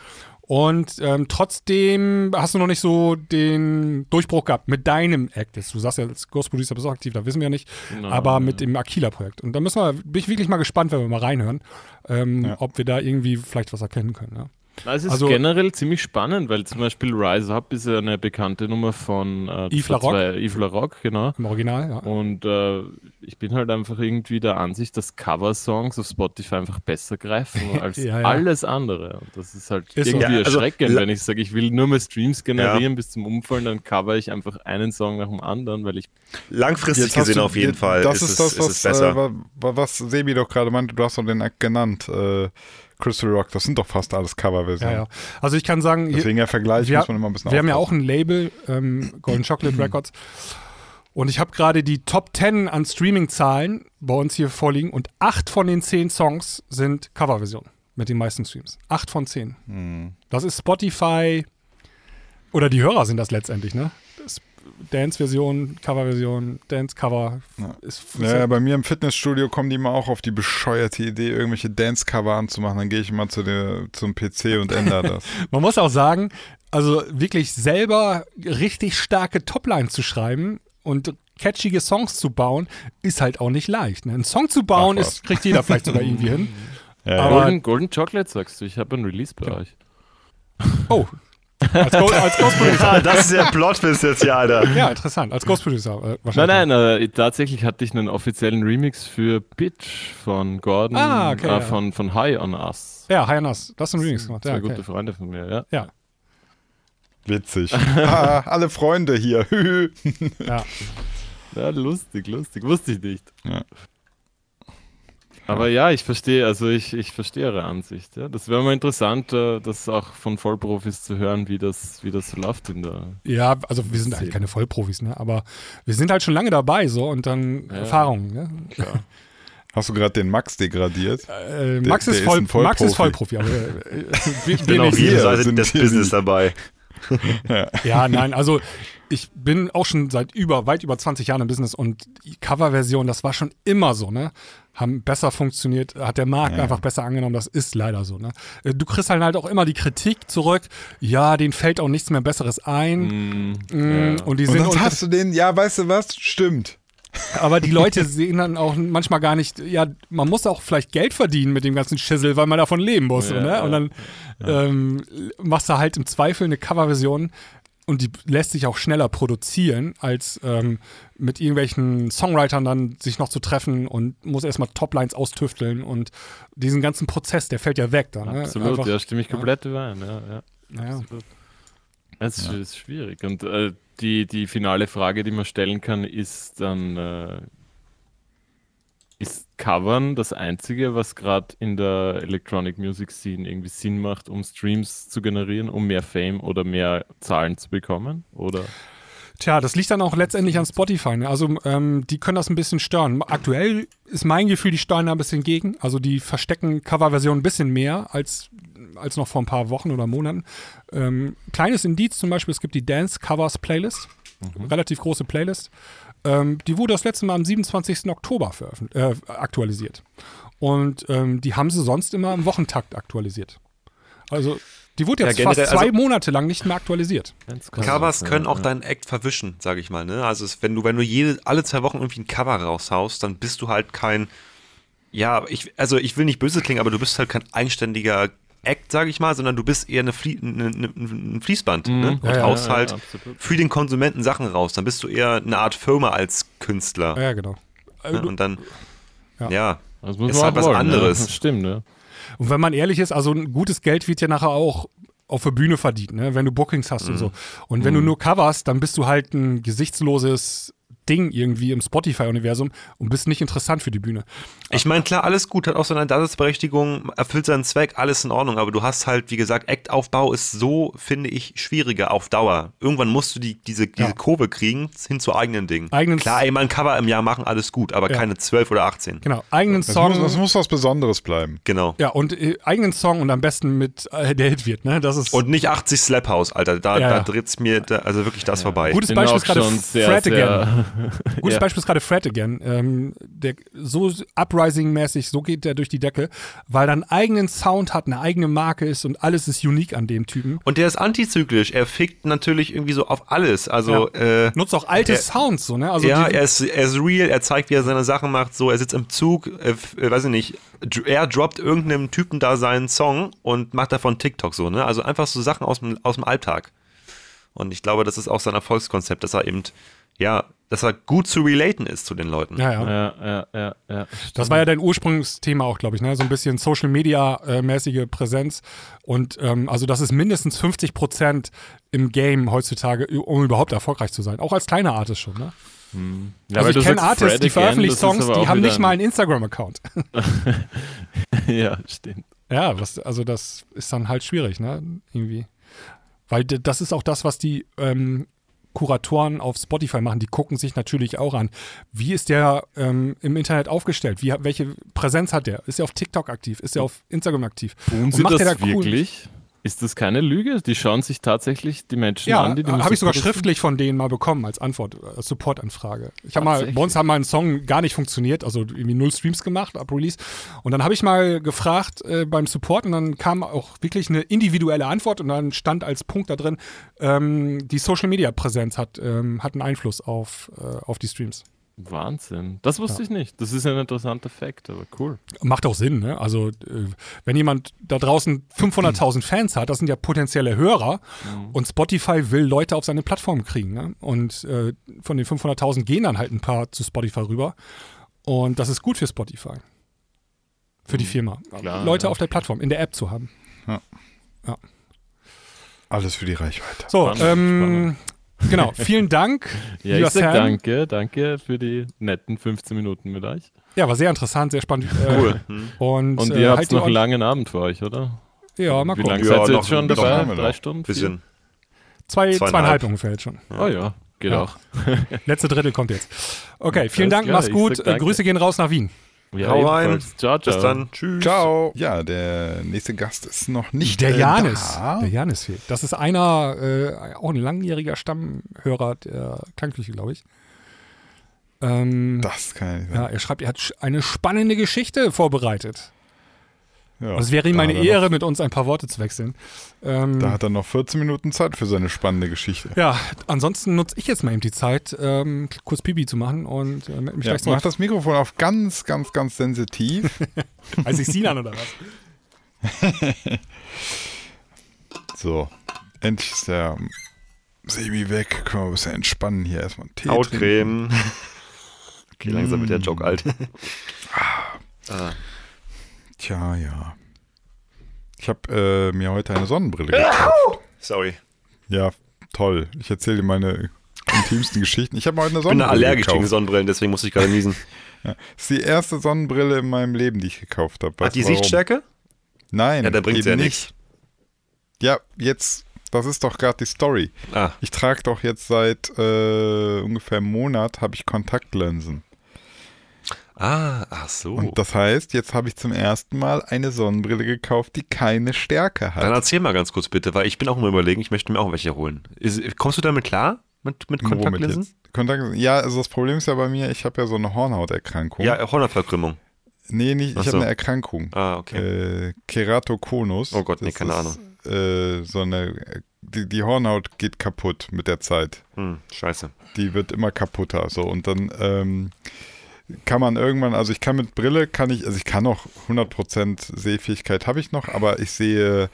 [SPEAKER 2] Und ähm, trotzdem hast du noch nicht so den Durchbruch gehabt mit deinem Act. Jetzt, Du sagst ja, als Ghost Producer bist du auch aktiv, da wissen wir ja nicht.
[SPEAKER 5] Genau,
[SPEAKER 2] aber
[SPEAKER 5] ja.
[SPEAKER 2] mit dem Aquila-Projekt. Und da müssen wir, bin ich wirklich mal gespannt, wenn wir mal reinhören, ähm, ob wir da irgendwie vielleicht was erkennen können. Ja?
[SPEAKER 5] Na, es ist
[SPEAKER 2] Also-
[SPEAKER 5] generell ziemlich spannend, weil zum Beispiel Rise Up ist ja eine bekannte Nummer von äh,
[SPEAKER 2] Yves La Rock.
[SPEAKER 5] zwei- Yves La Rock, genau.
[SPEAKER 2] Im Original, ja.
[SPEAKER 5] Und äh, ich bin halt einfach irgendwie der Ansicht, dass Cover-Songs auf Spotify einfach besser greifen
[SPEAKER 2] <laughs>
[SPEAKER 5] als
[SPEAKER 2] Ja, ja.
[SPEAKER 5] alles andere. Und das ist halt
[SPEAKER 2] Ist so.
[SPEAKER 5] irgendwie
[SPEAKER 1] Ja, also,
[SPEAKER 5] erschreckend,
[SPEAKER 1] la-
[SPEAKER 5] wenn ich sage, ich will nur mehr Streams generieren bis zum Umfallen, dann cover ich einfach einen Song nach dem anderen, weil ich
[SPEAKER 1] Langfristig
[SPEAKER 3] hast
[SPEAKER 1] gesehen
[SPEAKER 3] du-
[SPEAKER 1] auf jeden
[SPEAKER 3] jetzt-
[SPEAKER 1] Fall
[SPEAKER 3] Das
[SPEAKER 1] ist,
[SPEAKER 3] ist
[SPEAKER 1] es,
[SPEAKER 3] das,
[SPEAKER 1] ist es
[SPEAKER 3] was, äh,
[SPEAKER 1] besser.
[SPEAKER 3] wa- wa- was Sebi doch gerade meinte. Du hast doch den Act genannt. Äh, Crystal Rock, das sind doch fast alles
[SPEAKER 2] ja,
[SPEAKER 3] Coverversionen.
[SPEAKER 2] ja. Also ich kann sagen, hier,
[SPEAKER 3] Deswegen der Vergleich
[SPEAKER 2] wir,
[SPEAKER 3] muss man immer ein bisschen
[SPEAKER 2] wir haben ja auch
[SPEAKER 3] aufpassen.
[SPEAKER 2] ein Label, ähm, Golden Chocolate Records. Und ich habe gerade die Top 10 an Streaming-Zahlen bei uns hier vorliegen und acht von den zehn Songs sind Coverversionen mit den meisten Streams. Acht von zehn.
[SPEAKER 3] Hm.
[SPEAKER 2] Das ist Spotify oder die Hörer sind das letztendlich, ne? Das- Dance-Version, Coverversion, Dance-Cover
[SPEAKER 3] Ja.
[SPEAKER 2] ist
[SPEAKER 3] Ja, ja, bei mir im Fitnessstudio kommen die immer auch auf die bescheuerte Idee, irgendwelche Dance-Cover anzumachen. Dann gehe ich mal zu der, zum PC und
[SPEAKER 2] <laughs>
[SPEAKER 3] ändere das.
[SPEAKER 2] Man muss auch sagen, also wirklich selber richtig starke Topline zu schreiben und catchige Songs zu bauen, ist halt auch nicht leicht. Ne? Einen Song zu bauen,
[SPEAKER 3] Ach was.
[SPEAKER 2] ist, kriegt jeder vielleicht
[SPEAKER 3] <laughs>
[SPEAKER 2] sogar irgendwie hin.
[SPEAKER 3] Ja, ja.
[SPEAKER 2] Aber,
[SPEAKER 5] Golden, Golden Chocolate sagst du, ich habe ein Release bei euch.
[SPEAKER 2] oh, als, Go als Ghost Producer.
[SPEAKER 1] das ist der Plotwist jetzt hier, Alter.
[SPEAKER 2] Ja, interessant. Als Ghost Producer äh, wahrscheinlich.
[SPEAKER 5] Nein, nein, äh, tatsächlich hatte ich einen offiziellen Remix für Bitch von Gordon,
[SPEAKER 2] Ah, okay,
[SPEAKER 5] äh,
[SPEAKER 2] ja.
[SPEAKER 5] von, von High on Us.
[SPEAKER 2] Ja, Hyanas, das haben Remix gemacht.
[SPEAKER 5] Zwei
[SPEAKER 2] Ja,
[SPEAKER 5] gute
[SPEAKER 2] okay.
[SPEAKER 5] Freunde von mir, ja.
[SPEAKER 2] ja, <laughs>
[SPEAKER 3] Witzig. ah, alle Freunde hier. <laughs>
[SPEAKER 2] ja.
[SPEAKER 5] Ja, lustig, lustig. Wusste ich nicht.
[SPEAKER 3] Ja.
[SPEAKER 5] Aber ja, ich verstehe, also ich, ich verstehe Ihre Ansicht. Ja. Das wäre mal interessant, äh, das auch von Vollprofis zu hören, wie das, wie das so läuft in der.
[SPEAKER 2] ja, also wir sind eigentlich keine Vollprofis, ne? aber wir sind halt schon lange dabei so und dann
[SPEAKER 5] Ja.
[SPEAKER 2] Erfahrungen. Ne?
[SPEAKER 3] Hast du gerade den Max degradiert?
[SPEAKER 2] Äh,
[SPEAKER 3] Der-
[SPEAKER 2] Max,
[SPEAKER 3] der
[SPEAKER 2] ist
[SPEAKER 3] ist
[SPEAKER 2] voll,
[SPEAKER 3] ein Vollprofi.
[SPEAKER 2] Max ist Vollprofi, aber äh, äh, wir,
[SPEAKER 1] Ich bin auf jeder
[SPEAKER 3] hier
[SPEAKER 1] Seite
[SPEAKER 3] sind
[SPEAKER 1] des
[SPEAKER 3] wir
[SPEAKER 1] Business
[SPEAKER 3] nicht.
[SPEAKER 1] dabei.
[SPEAKER 2] Ja, nein, also ich bin auch schon seit über, weit über 20 Jahren im Business und die Coverversion, das war schon immer so, ne? Haben besser funktioniert, hat der Markt einfach besser angenommen, das ist leider so, ne? Äh, Du kriegst dann halt auch immer die Kritik zurück, ja, denen fällt auch nichts mehr Besseres ein. Mm, Und die
[SPEAKER 3] Und
[SPEAKER 2] sind
[SPEAKER 3] dann
[SPEAKER 2] uns-
[SPEAKER 3] hast du den, ja, weißt du was? Stimmt.
[SPEAKER 2] aber die Leute sehen dann auch manchmal gar nicht, ja, man muss auch vielleicht Geld verdienen mit dem ganzen Schissel, weil man davon leben muss.
[SPEAKER 5] Ja,
[SPEAKER 2] ne?
[SPEAKER 5] ja,
[SPEAKER 2] Und dann ähm, machst du halt im Zweifel eine Coverversion und die lässt sich auch schneller produzieren, als ähm, mit irgendwelchen Songwritern dann sich noch zu treffen und muss erstmal Toplines austüfteln und diesen ganzen Prozess, der fällt ja weg dann. Ne?
[SPEAKER 5] Absolut,
[SPEAKER 2] Einfach-
[SPEAKER 5] ja, stimme ich komplett überein. Ja, ja.
[SPEAKER 2] ja.
[SPEAKER 5] Es ist, ist schwierig. Und äh, die, die finale Frage, die man stellen kann, ist dann, äh, ist Covern das Einzige, was gerade in der Electronic Music Scene irgendwie Sinn macht, um Streams zu generieren, um mehr Fame oder mehr Zahlen zu bekommen? Oder?
[SPEAKER 2] Tja, das liegt dann auch letztendlich an Spotify. Ne? Also ähm, die können das ein bisschen stören. Aktuell ist mein Gefühl, die steuern da ein bisschen gegen. Also die verstecken Coverversionen ein bisschen mehr als, als noch vor ein paar Wochen oder Monaten. Ähm, kleines Indiz zum Beispiel, es gibt die Dance Covers Playlist.
[SPEAKER 1] Mhm.
[SPEAKER 2] Relativ große Playlist. Ähm, die wurde das letzte Mal am 27. Oktober veröffent- äh, aktualisiert. Und ähm, die haben sie sonst immer im Wochentakt aktualisiert. Also die wurde
[SPEAKER 1] Ja,
[SPEAKER 2] jetzt
[SPEAKER 1] generell,
[SPEAKER 2] fast zwei
[SPEAKER 1] also-
[SPEAKER 2] Monate lang nicht mehr aktualisiert.
[SPEAKER 1] Covers können auch deinen Act verwischen, sage ich mal. Ne? Also es, wenn du, wenn du jede, alle zwei Wochen irgendwie ein Cover raushaust, dann bist du halt kein, ja, ich, also ich will nicht böse klingen, aber du bist halt kein eigenständiger Act, sage ich mal, sondern du bist eher eine Flie eine, eine, ein Fließband ne? und
[SPEAKER 2] ja,
[SPEAKER 1] haust halt
[SPEAKER 5] ja, absolut.
[SPEAKER 1] für den Konsumenten Sachen raus. Dann bist du eher eine Art Firma als Künstler.
[SPEAKER 2] Ja, genau.
[SPEAKER 1] ne? Und dann,
[SPEAKER 2] Ja.
[SPEAKER 1] ja.
[SPEAKER 5] Das muss
[SPEAKER 1] Ist
[SPEAKER 5] man
[SPEAKER 1] halt
[SPEAKER 5] auch
[SPEAKER 1] was
[SPEAKER 5] wollen,
[SPEAKER 1] anderes.
[SPEAKER 5] Ne? Stimmt, ne?
[SPEAKER 2] Und wenn man ehrlich ist, also ein gutes Geld wird ja nachher auch auf der Bühne verdient, ne? wenn du Bookings hast
[SPEAKER 5] Mhm.
[SPEAKER 2] und so. Und wenn du nur coverst, dann bist du halt ein gesichtsloses Ding irgendwie im Spotify-Universum und bist nicht interessant für die Bühne.
[SPEAKER 1] Ich meine, klar, alles gut, hat auch seine Daseinsberechtigung, erfüllt seinen Zweck, alles in Ordnung, aber du hast halt, wie gesagt, Act-Aufbau ist so, finde ich, schwieriger auf Dauer. Irgendwann musst du die, diese, diese Kurve kriegen, hin zu eigenen Dingen.
[SPEAKER 2] Eigenen-
[SPEAKER 1] klar, ey, mal ein Cover im Jahr machen, alles gut, aber
[SPEAKER 2] Ja.
[SPEAKER 1] keine 12 oder 18.
[SPEAKER 2] Genau, eigenen
[SPEAKER 3] Das
[SPEAKER 2] Song.
[SPEAKER 3] muss, das muss was Besonderes bleiben.
[SPEAKER 1] Genau.
[SPEAKER 2] ja, und äh, eigenen Song und am besten mit äh, der Hit wird, ne? Das ist
[SPEAKER 1] Und nicht 80 Slap House, Alter, da,
[SPEAKER 2] Ja, ja.
[SPEAKER 1] da dreht's mir, da, also wirklich das vorbei.
[SPEAKER 2] gutes
[SPEAKER 5] Bin
[SPEAKER 2] Beispiel
[SPEAKER 5] auch
[SPEAKER 2] ist gerade
[SPEAKER 5] schon
[SPEAKER 2] F-
[SPEAKER 5] sehr,
[SPEAKER 2] Fred
[SPEAKER 5] sehr-
[SPEAKER 2] Again. <laughs> Gutes
[SPEAKER 5] Ja.
[SPEAKER 2] Beispiel ist gerade Fred again. Ähm, der so Uprising-mäßig, so geht der durch die Decke, weil er einen eigenen Sound hat, eine eigene Marke ist und alles ist unique an dem Typen.
[SPEAKER 1] Und der ist antizyklisch. Er fickt natürlich irgendwie so auf alles. Also, äh,
[SPEAKER 2] Nutzt auch alte
[SPEAKER 1] Er-
[SPEAKER 2] Sounds, so, ne? Also
[SPEAKER 1] ja,
[SPEAKER 2] die,
[SPEAKER 1] er ist, er ist real, er zeigt, wie er seine Sachen macht. So, er sitzt im Zug, äh, f- äh, weiß ich nicht, dr- er droppt irgendeinem Typen da seinen Song und macht davon TikTok so, ne? Also einfach so Sachen aus dem, aus dem Alltag. Und ich glaube, das ist auch sein Erfolgskonzept, dass er eben, ja, dass er gut zu relaten ist zu den Leuten.
[SPEAKER 2] ja, ja.
[SPEAKER 5] <laughs> Ja, ja, ja, ja.
[SPEAKER 2] Das war ja dein Ursprungsthema auch, glaube ich, ne? So ein bisschen Social Media äh, mäßige Präsenz. Und ähm, also das ist mindestens 50 Prozent im Game heutzutage, um überhaupt erfolgreich zu sein. Auch als kleiner Artist schon, ne?
[SPEAKER 5] Ja, weil
[SPEAKER 2] also
[SPEAKER 5] du
[SPEAKER 2] ich kenne
[SPEAKER 5] sagst
[SPEAKER 2] Artists,
[SPEAKER 5] Fred
[SPEAKER 2] die
[SPEAKER 5] again,
[SPEAKER 2] veröffentlichen
[SPEAKER 5] das ist
[SPEAKER 2] Songs,
[SPEAKER 5] aber
[SPEAKER 2] die
[SPEAKER 5] auch
[SPEAKER 2] haben
[SPEAKER 5] wieder
[SPEAKER 2] nicht mal einen Instagram-Account.
[SPEAKER 5] <laughs> ja, stimmt.
[SPEAKER 2] Ja, was, also das ist dann halt schwierig, ne? Irgendwie. Weil d- das ist auch das, was die ähm, Kuratoren auf Spotify machen. Die gucken sich natürlich auch an, wie ist der ähm, im Internet aufgestellt? Wie, welche Präsenz hat der? Ist er auf TikTok aktiv? Ist er auf Instagram aktiv?
[SPEAKER 5] Tun
[SPEAKER 2] Und
[SPEAKER 5] sie
[SPEAKER 2] macht
[SPEAKER 5] das
[SPEAKER 2] der da cool-
[SPEAKER 5] wirklich? Ist das keine Lüge? Die schauen sich tatsächlich die Menschen
[SPEAKER 2] Ja,
[SPEAKER 5] an, die die
[SPEAKER 2] habe
[SPEAKER 5] Musik
[SPEAKER 2] ich sogar
[SPEAKER 5] produzieren?
[SPEAKER 2] schriftlich von denen mal bekommen als Antwort, äh, als Support-Anfrage. Ich habe mal, bei
[SPEAKER 5] Tatsächlich?
[SPEAKER 2] uns haben mal ein Song gar nicht funktioniert, also irgendwie null Streams gemacht ab Release. Und dann habe ich mal gefragt äh, beim Support und dann kam auch wirklich eine individuelle Antwort und dann stand als Punkt da drin, ähm, die Social-Media-Präsenz hat, ähm, hat einen Einfluss auf, äh, auf die Streams.
[SPEAKER 5] Wahnsinn. Das wusste ich nicht. Das ist ein interessanter Fact, aber cool.
[SPEAKER 2] Macht auch Sinn, ne? Also, äh, wenn jemand da draußen 500.000 Fans hat, das sind ja potenzielle Hörer
[SPEAKER 5] Mhm.
[SPEAKER 2] und Spotify will Leute auf seine Plattform kriegen, ne? Und äh, von den 500.000 gehen dann halt ein paar zu Spotify rüber und das ist gut für Spotify. Für die Firma.
[SPEAKER 5] Mhm. Klar,
[SPEAKER 2] Leute
[SPEAKER 5] ja.
[SPEAKER 2] auf der Plattform, in der App zu haben.
[SPEAKER 3] Alles für die Reichweite.
[SPEAKER 2] So,
[SPEAKER 5] Spannend,
[SPEAKER 2] ähm, genau. Vielen Dank.
[SPEAKER 5] Ja,
[SPEAKER 2] lieber
[SPEAKER 5] ich sag
[SPEAKER 2] Sam.
[SPEAKER 5] danke, danke für die netten 15 Minuten mit euch.
[SPEAKER 2] Ja, war sehr interessant, sehr spannend. Äh,
[SPEAKER 1] Cool. Hm.
[SPEAKER 2] Und,
[SPEAKER 5] Mhm. Und
[SPEAKER 2] äh,
[SPEAKER 5] ihr habt
[SPEAKER 2] halt die
[SPEAKER 5] noch
[SPEAKER 2] Ohren-
[SPEAKER 5] einen langen Abend vor euch, oder?
[SPEAKER 2] Ja, mal
[SPEAKER 5] Wie
[SPEAKER 2] gucken.
[SPEAKER 5] lange
[SPEAKER 1] Ja,
[SPEAKER 5] seid ihr
[SPEAKER 1] noch
[SPEAKER 5] jetzt schon
[SPEAKER 1] ein bisschen
[SPEAKER 5] dabei?
[SPEAKER 3] haben wir noch.
[SPEAKER 5] Drei Stunden?
[SPEAKER 1] Bisschen.
[SPEAKER 2] Zwei,
[SPEAKER 1] Zweieinhalb.
[SPEAKER 2] zweieinhalb. ungefähr jetzt schon.
[SPEAKER 5] Vier? Oh ja, geht
[SPEAKER 2] Ja.
[SPEAKER 5] auch.
[SPEAKER 2] Letzte Drittel kommt jetzt. Okay, vielen
[SPEAKER 5] Alles
[SPEAKER 2] Dank,
[SPEAKER 5] klar,
[SPEAKER 2] mach's
[SPEAKER 5] ich
[SPEAKER 2] gut.
[SPEAKER 5] sag
[SPEAKER 2] Äh,
[SPEAKER 5] danke.
[SPEAKER 2] Grüße gehen raus nach Wien.
[SPEAKER 5] Ja,
[SPEAKER 1] Hau rein.
[SPEAKER 5] ebenfalls. Ciao, ciao.
[SPEAKER 1] Bis dann. Tschüss.
[SPEAKER 3] Ciao. Ja, der nächste Gast ist noch nicht
[SPEAKER 2] Der
[SPEAKER 3] äh,
[SPEAKER 2] Janis.
[SPEAKER 3] Da.
[SPEAKER 2] Der Janis fehlt. Das ist einer, äh, auch ein langjähriger Stammhörer der Klangküche, glaube ich. Ähm,
[SPEAKER 3] Das kann ja nicht
[SPEAKER 2] ja,
[SPEAKER 3] sein.
[SPEAKER 2] er schreibt, er hat sch- eine spannende Geschichte vorbereitet.
[SPEAKER 3] Ja,
[SPEAKER 2] Und es wäre ihm
[SPEAKER 3] da
[SPEAKER 2] eine
[SPEAKER 3] hat er
[SPEAKER 2] Ehre, mit uns ein paar Worte zu wechseln. Ähm,
[SPEAKER 3] Noch, da hat er noch 14 Minuten Zeit für seine spannende Geschichte.
[SPEAKER 2] ja, ansonsten nutze ich jetzt mal eben die Zeit, ähm, kurz Pipi zu machen und äh, melde mich
[SPEAKER 3] Ja,
[SPEAKER 2] gleich
[SPEAKER 3] mach
[SPEAKER 2] zurück.
[SPEAKER 3] das Mikrofon auf ganz, ganz, ganz sensitiv.
[SPEAKER 2] Weiß ich Sinan oder was?
[SPEAKER 3] so, endlich ist der ähm, Sebi weg. Können wir ein bisschen entspannen hier. Erstmal einen Tee trinken. <laughs>
[SPEAKER 1] Hautcreme. Okay, langsam wird der Joke alt.
[SPEAKER 3] Tja, ja. Ich habe äh, mir heute eine Sonnenbrille gekauft.
[SPEAKER 1] Sorry.
[SPEAKER 3] Ja, toll. Ich erzähle dir meine intimsten Geschichten. Ich habe heute eine
[SPEAKER 1] Ich bin
[SPEAKER 3] Sonnenbrille
[SPEAKER 1] allergisch gegen
[SPEAKER 3] gekauft.
[SPEAKER 1] Sonnenbrillen, deswegen musste ich gerade niesen.
[SPEAKER 3] Das ist die erste Sonnenbrille in meinem Leben, die ich gekauft habe.
[SPEAKER 1] Hat
[SPEAKER 3] Weißt
[SPEAKER 1] die
[SPEAKER 3] du warum?
[SPEAKER 1] Sichtstärke?
[SPEAKER 3] Nein,
[SPEAKER 1] Ja, da bringt's
[SPEAKER 3] eben
[SPEAKER 1] ja nichts.
[SPEAKER 3] Ja, jetzt, das ist doch gerade die Story.
[SPEAKER 1] Ah,
[SPEAKER 3] Ich trage doch jetzt seit äh, ungefähr einem Monat habe ich Kontaktlinsen.
[SPEAKER 1] ah, ach so.
[SPEAKER 3] Und das heißt, jetzt habe ich zum ersten Mal eine Sonnenbrille gekauft, die keine Stärke
[SPEAKER 1] Dann
[SPEAKER 3] hat.
[SPEAKER 1] erzähl mal ganz kurz bitte, weil ich bin auch immer überlegen, ich möchte mir auch welche holen. Ist, kommst du damit klar? Mit, mit
[SPEAKER 3] Womit
[SPEAKER 1] Kontaktlinsen?
[SPEAKER 3] jetzt? Kontaktlinsen. Ja, also das Problem ist ja bei mir, ich habe ja so eine Hornhauterkrankung.
[SPEAKER 1] Ja, Hornhautverkrümmung.
[SPEAKER 3] Nee, nicht, ich
[SPEAKER 1] Ach so.
[SPEAKER 3] habe eine Erkrankung.
[SPEAKER 1] Ah, okay.
[SPEAKER 3] Äh, Keratokonus.
[SPEAKER 1] Oh Gott, nee, keine
[SPEAKER 3] ist, Äh, so eine, die, die Hornhaut geht kaputt mit der Zeit.
[SPEAKER 1] Hm, scheiße.
[SPEAKER 3] die wird immer kaputter. So und dann ähm, kann man irgendwann, also ich kann mit Brille, kann ich, also ich kann noch 100% Sehfähigkeit habe ich noch, aber ich sehe,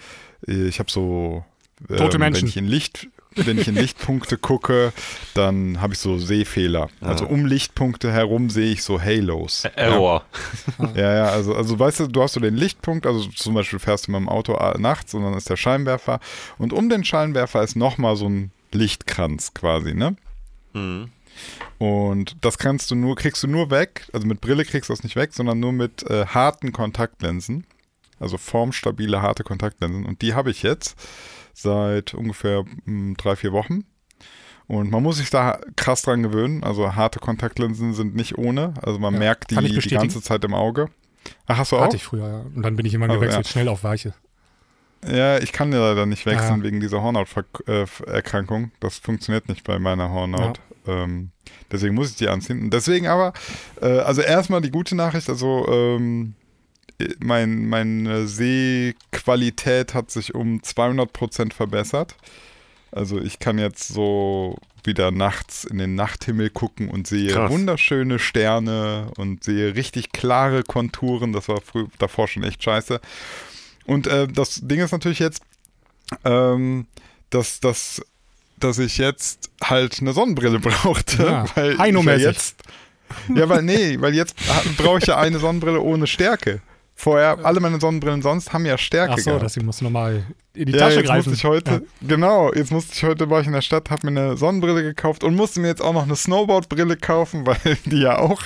[SPEAKER 3] äh, ich habe so, ähm,
[SPEAKER 2] Tote Menschen.
[SPEAKER 3] wenn ich in Licht, wenn ich in Lichtpunkte gucke, dann habe ich so Sehfehler. Also um Lichtpunkte herum sehe ich so Halos.
[SPEAKER 1] Error.
[SPEAKER 3] Ja, ja, also, also weißt du, du hast so den Lichtpunkt, also zum Beispiel fährst du mit dem Auto a- nachts und dann ist der Scheinwerfer und um den Scheinwerfer ist nochmal so ein Lichtkranz quasi, ne?
[SPEAKER 1] Hm,
[SPEAKER 3] Und das kannst du nur, kriegst du nur weg, also mit Brille kriegst du das nicht weg, sondern nur mit äh, harten Kontaktlinsen. Also formstabile, harte Kontaktlinsen. Und die habe ich jetzt seit ungefähr mm, drei, vier Wochen. Und man muss sich da krass dran gewöhnen. Also harte Kontaktlinsen sind nicht ohne. Also man
[SPEAKER 2] Ja,
[SPEAKER 3] merkt die,
[SPEAKER 2] kann ich
[SPEAKER 3] die
[SPEAKER 2] bestätigen.
[SPEAKER 3] ganze Zeit im Auge. Ach, hast du auch?
[SPEAKER 2] Hatte ich früher, ja. Und dann bin ich immer
[SPEAKER 3] Also,
[SPEAKER 2] gewechselt,
[SPEAKER 3] Oh. ja.
[SPEAKER 2] schnell auf Weiche.
[SPEAKER 3] Ja, ich kann ja leider nicht wechseln
[SPEAKER 2] Ah.
[SPEAKER 3] wegen dieser Hornhauterkrankung. Das funktioniert nicht bei meiner Hornhaut. Ähm, deswegen muss ich die anziehen. Und Deswegen aber, äh, also erstmal die gute Nachricht, also ähm, äh, mein, meine Sehqualität hat sich um 200% verbessert. Also ich kann jetzt so wieder nachts in den Nachthimmel gucken und sehe
[SPEAKER 1] Krass.
[SPEAKER 3] wunderschöne Sterne und sehe richtig klare Konturen. Das war früh, davor schon echt scheiße. Und äh, das Ding ist natürlich jetzt, ähm, dass, dass, dass ich jetzt halt eine Sonnenbrille <laughs> brauchte.
[SPEAKER 2] Ja,
[SPEAKER 3] Weil ich ja
[SPEAKER 2] Heino-mäßig.
[SPEAKER 3] jetzt. Ja, weil nee, weil jetzt ha- brauche ich ja eine Sonnenbrille ohne Stärke. Vorher, alle meine Sonnenbrillen sonst haben ja Stärke.
[SPEAKER 2] Ach so,
[SPEAKER 3] gehabt.
[SPEAKER 2] deswegen musst du nochmal in die
[SPEAKER 3] ja,
[SPEAKER 2] Tasche
[SPEAKER 3] jetzt
[SPEAKER 2] greifen.
[SPEAKER 3] musste ich heute, genau, jetzt musste ich heute, war ich in der Stadt, habe mir eine Sonnenbrille gekauft und musste mir jetzt auch noch eine Snowboardbrille kaufen, <laughs> weil die ja auch,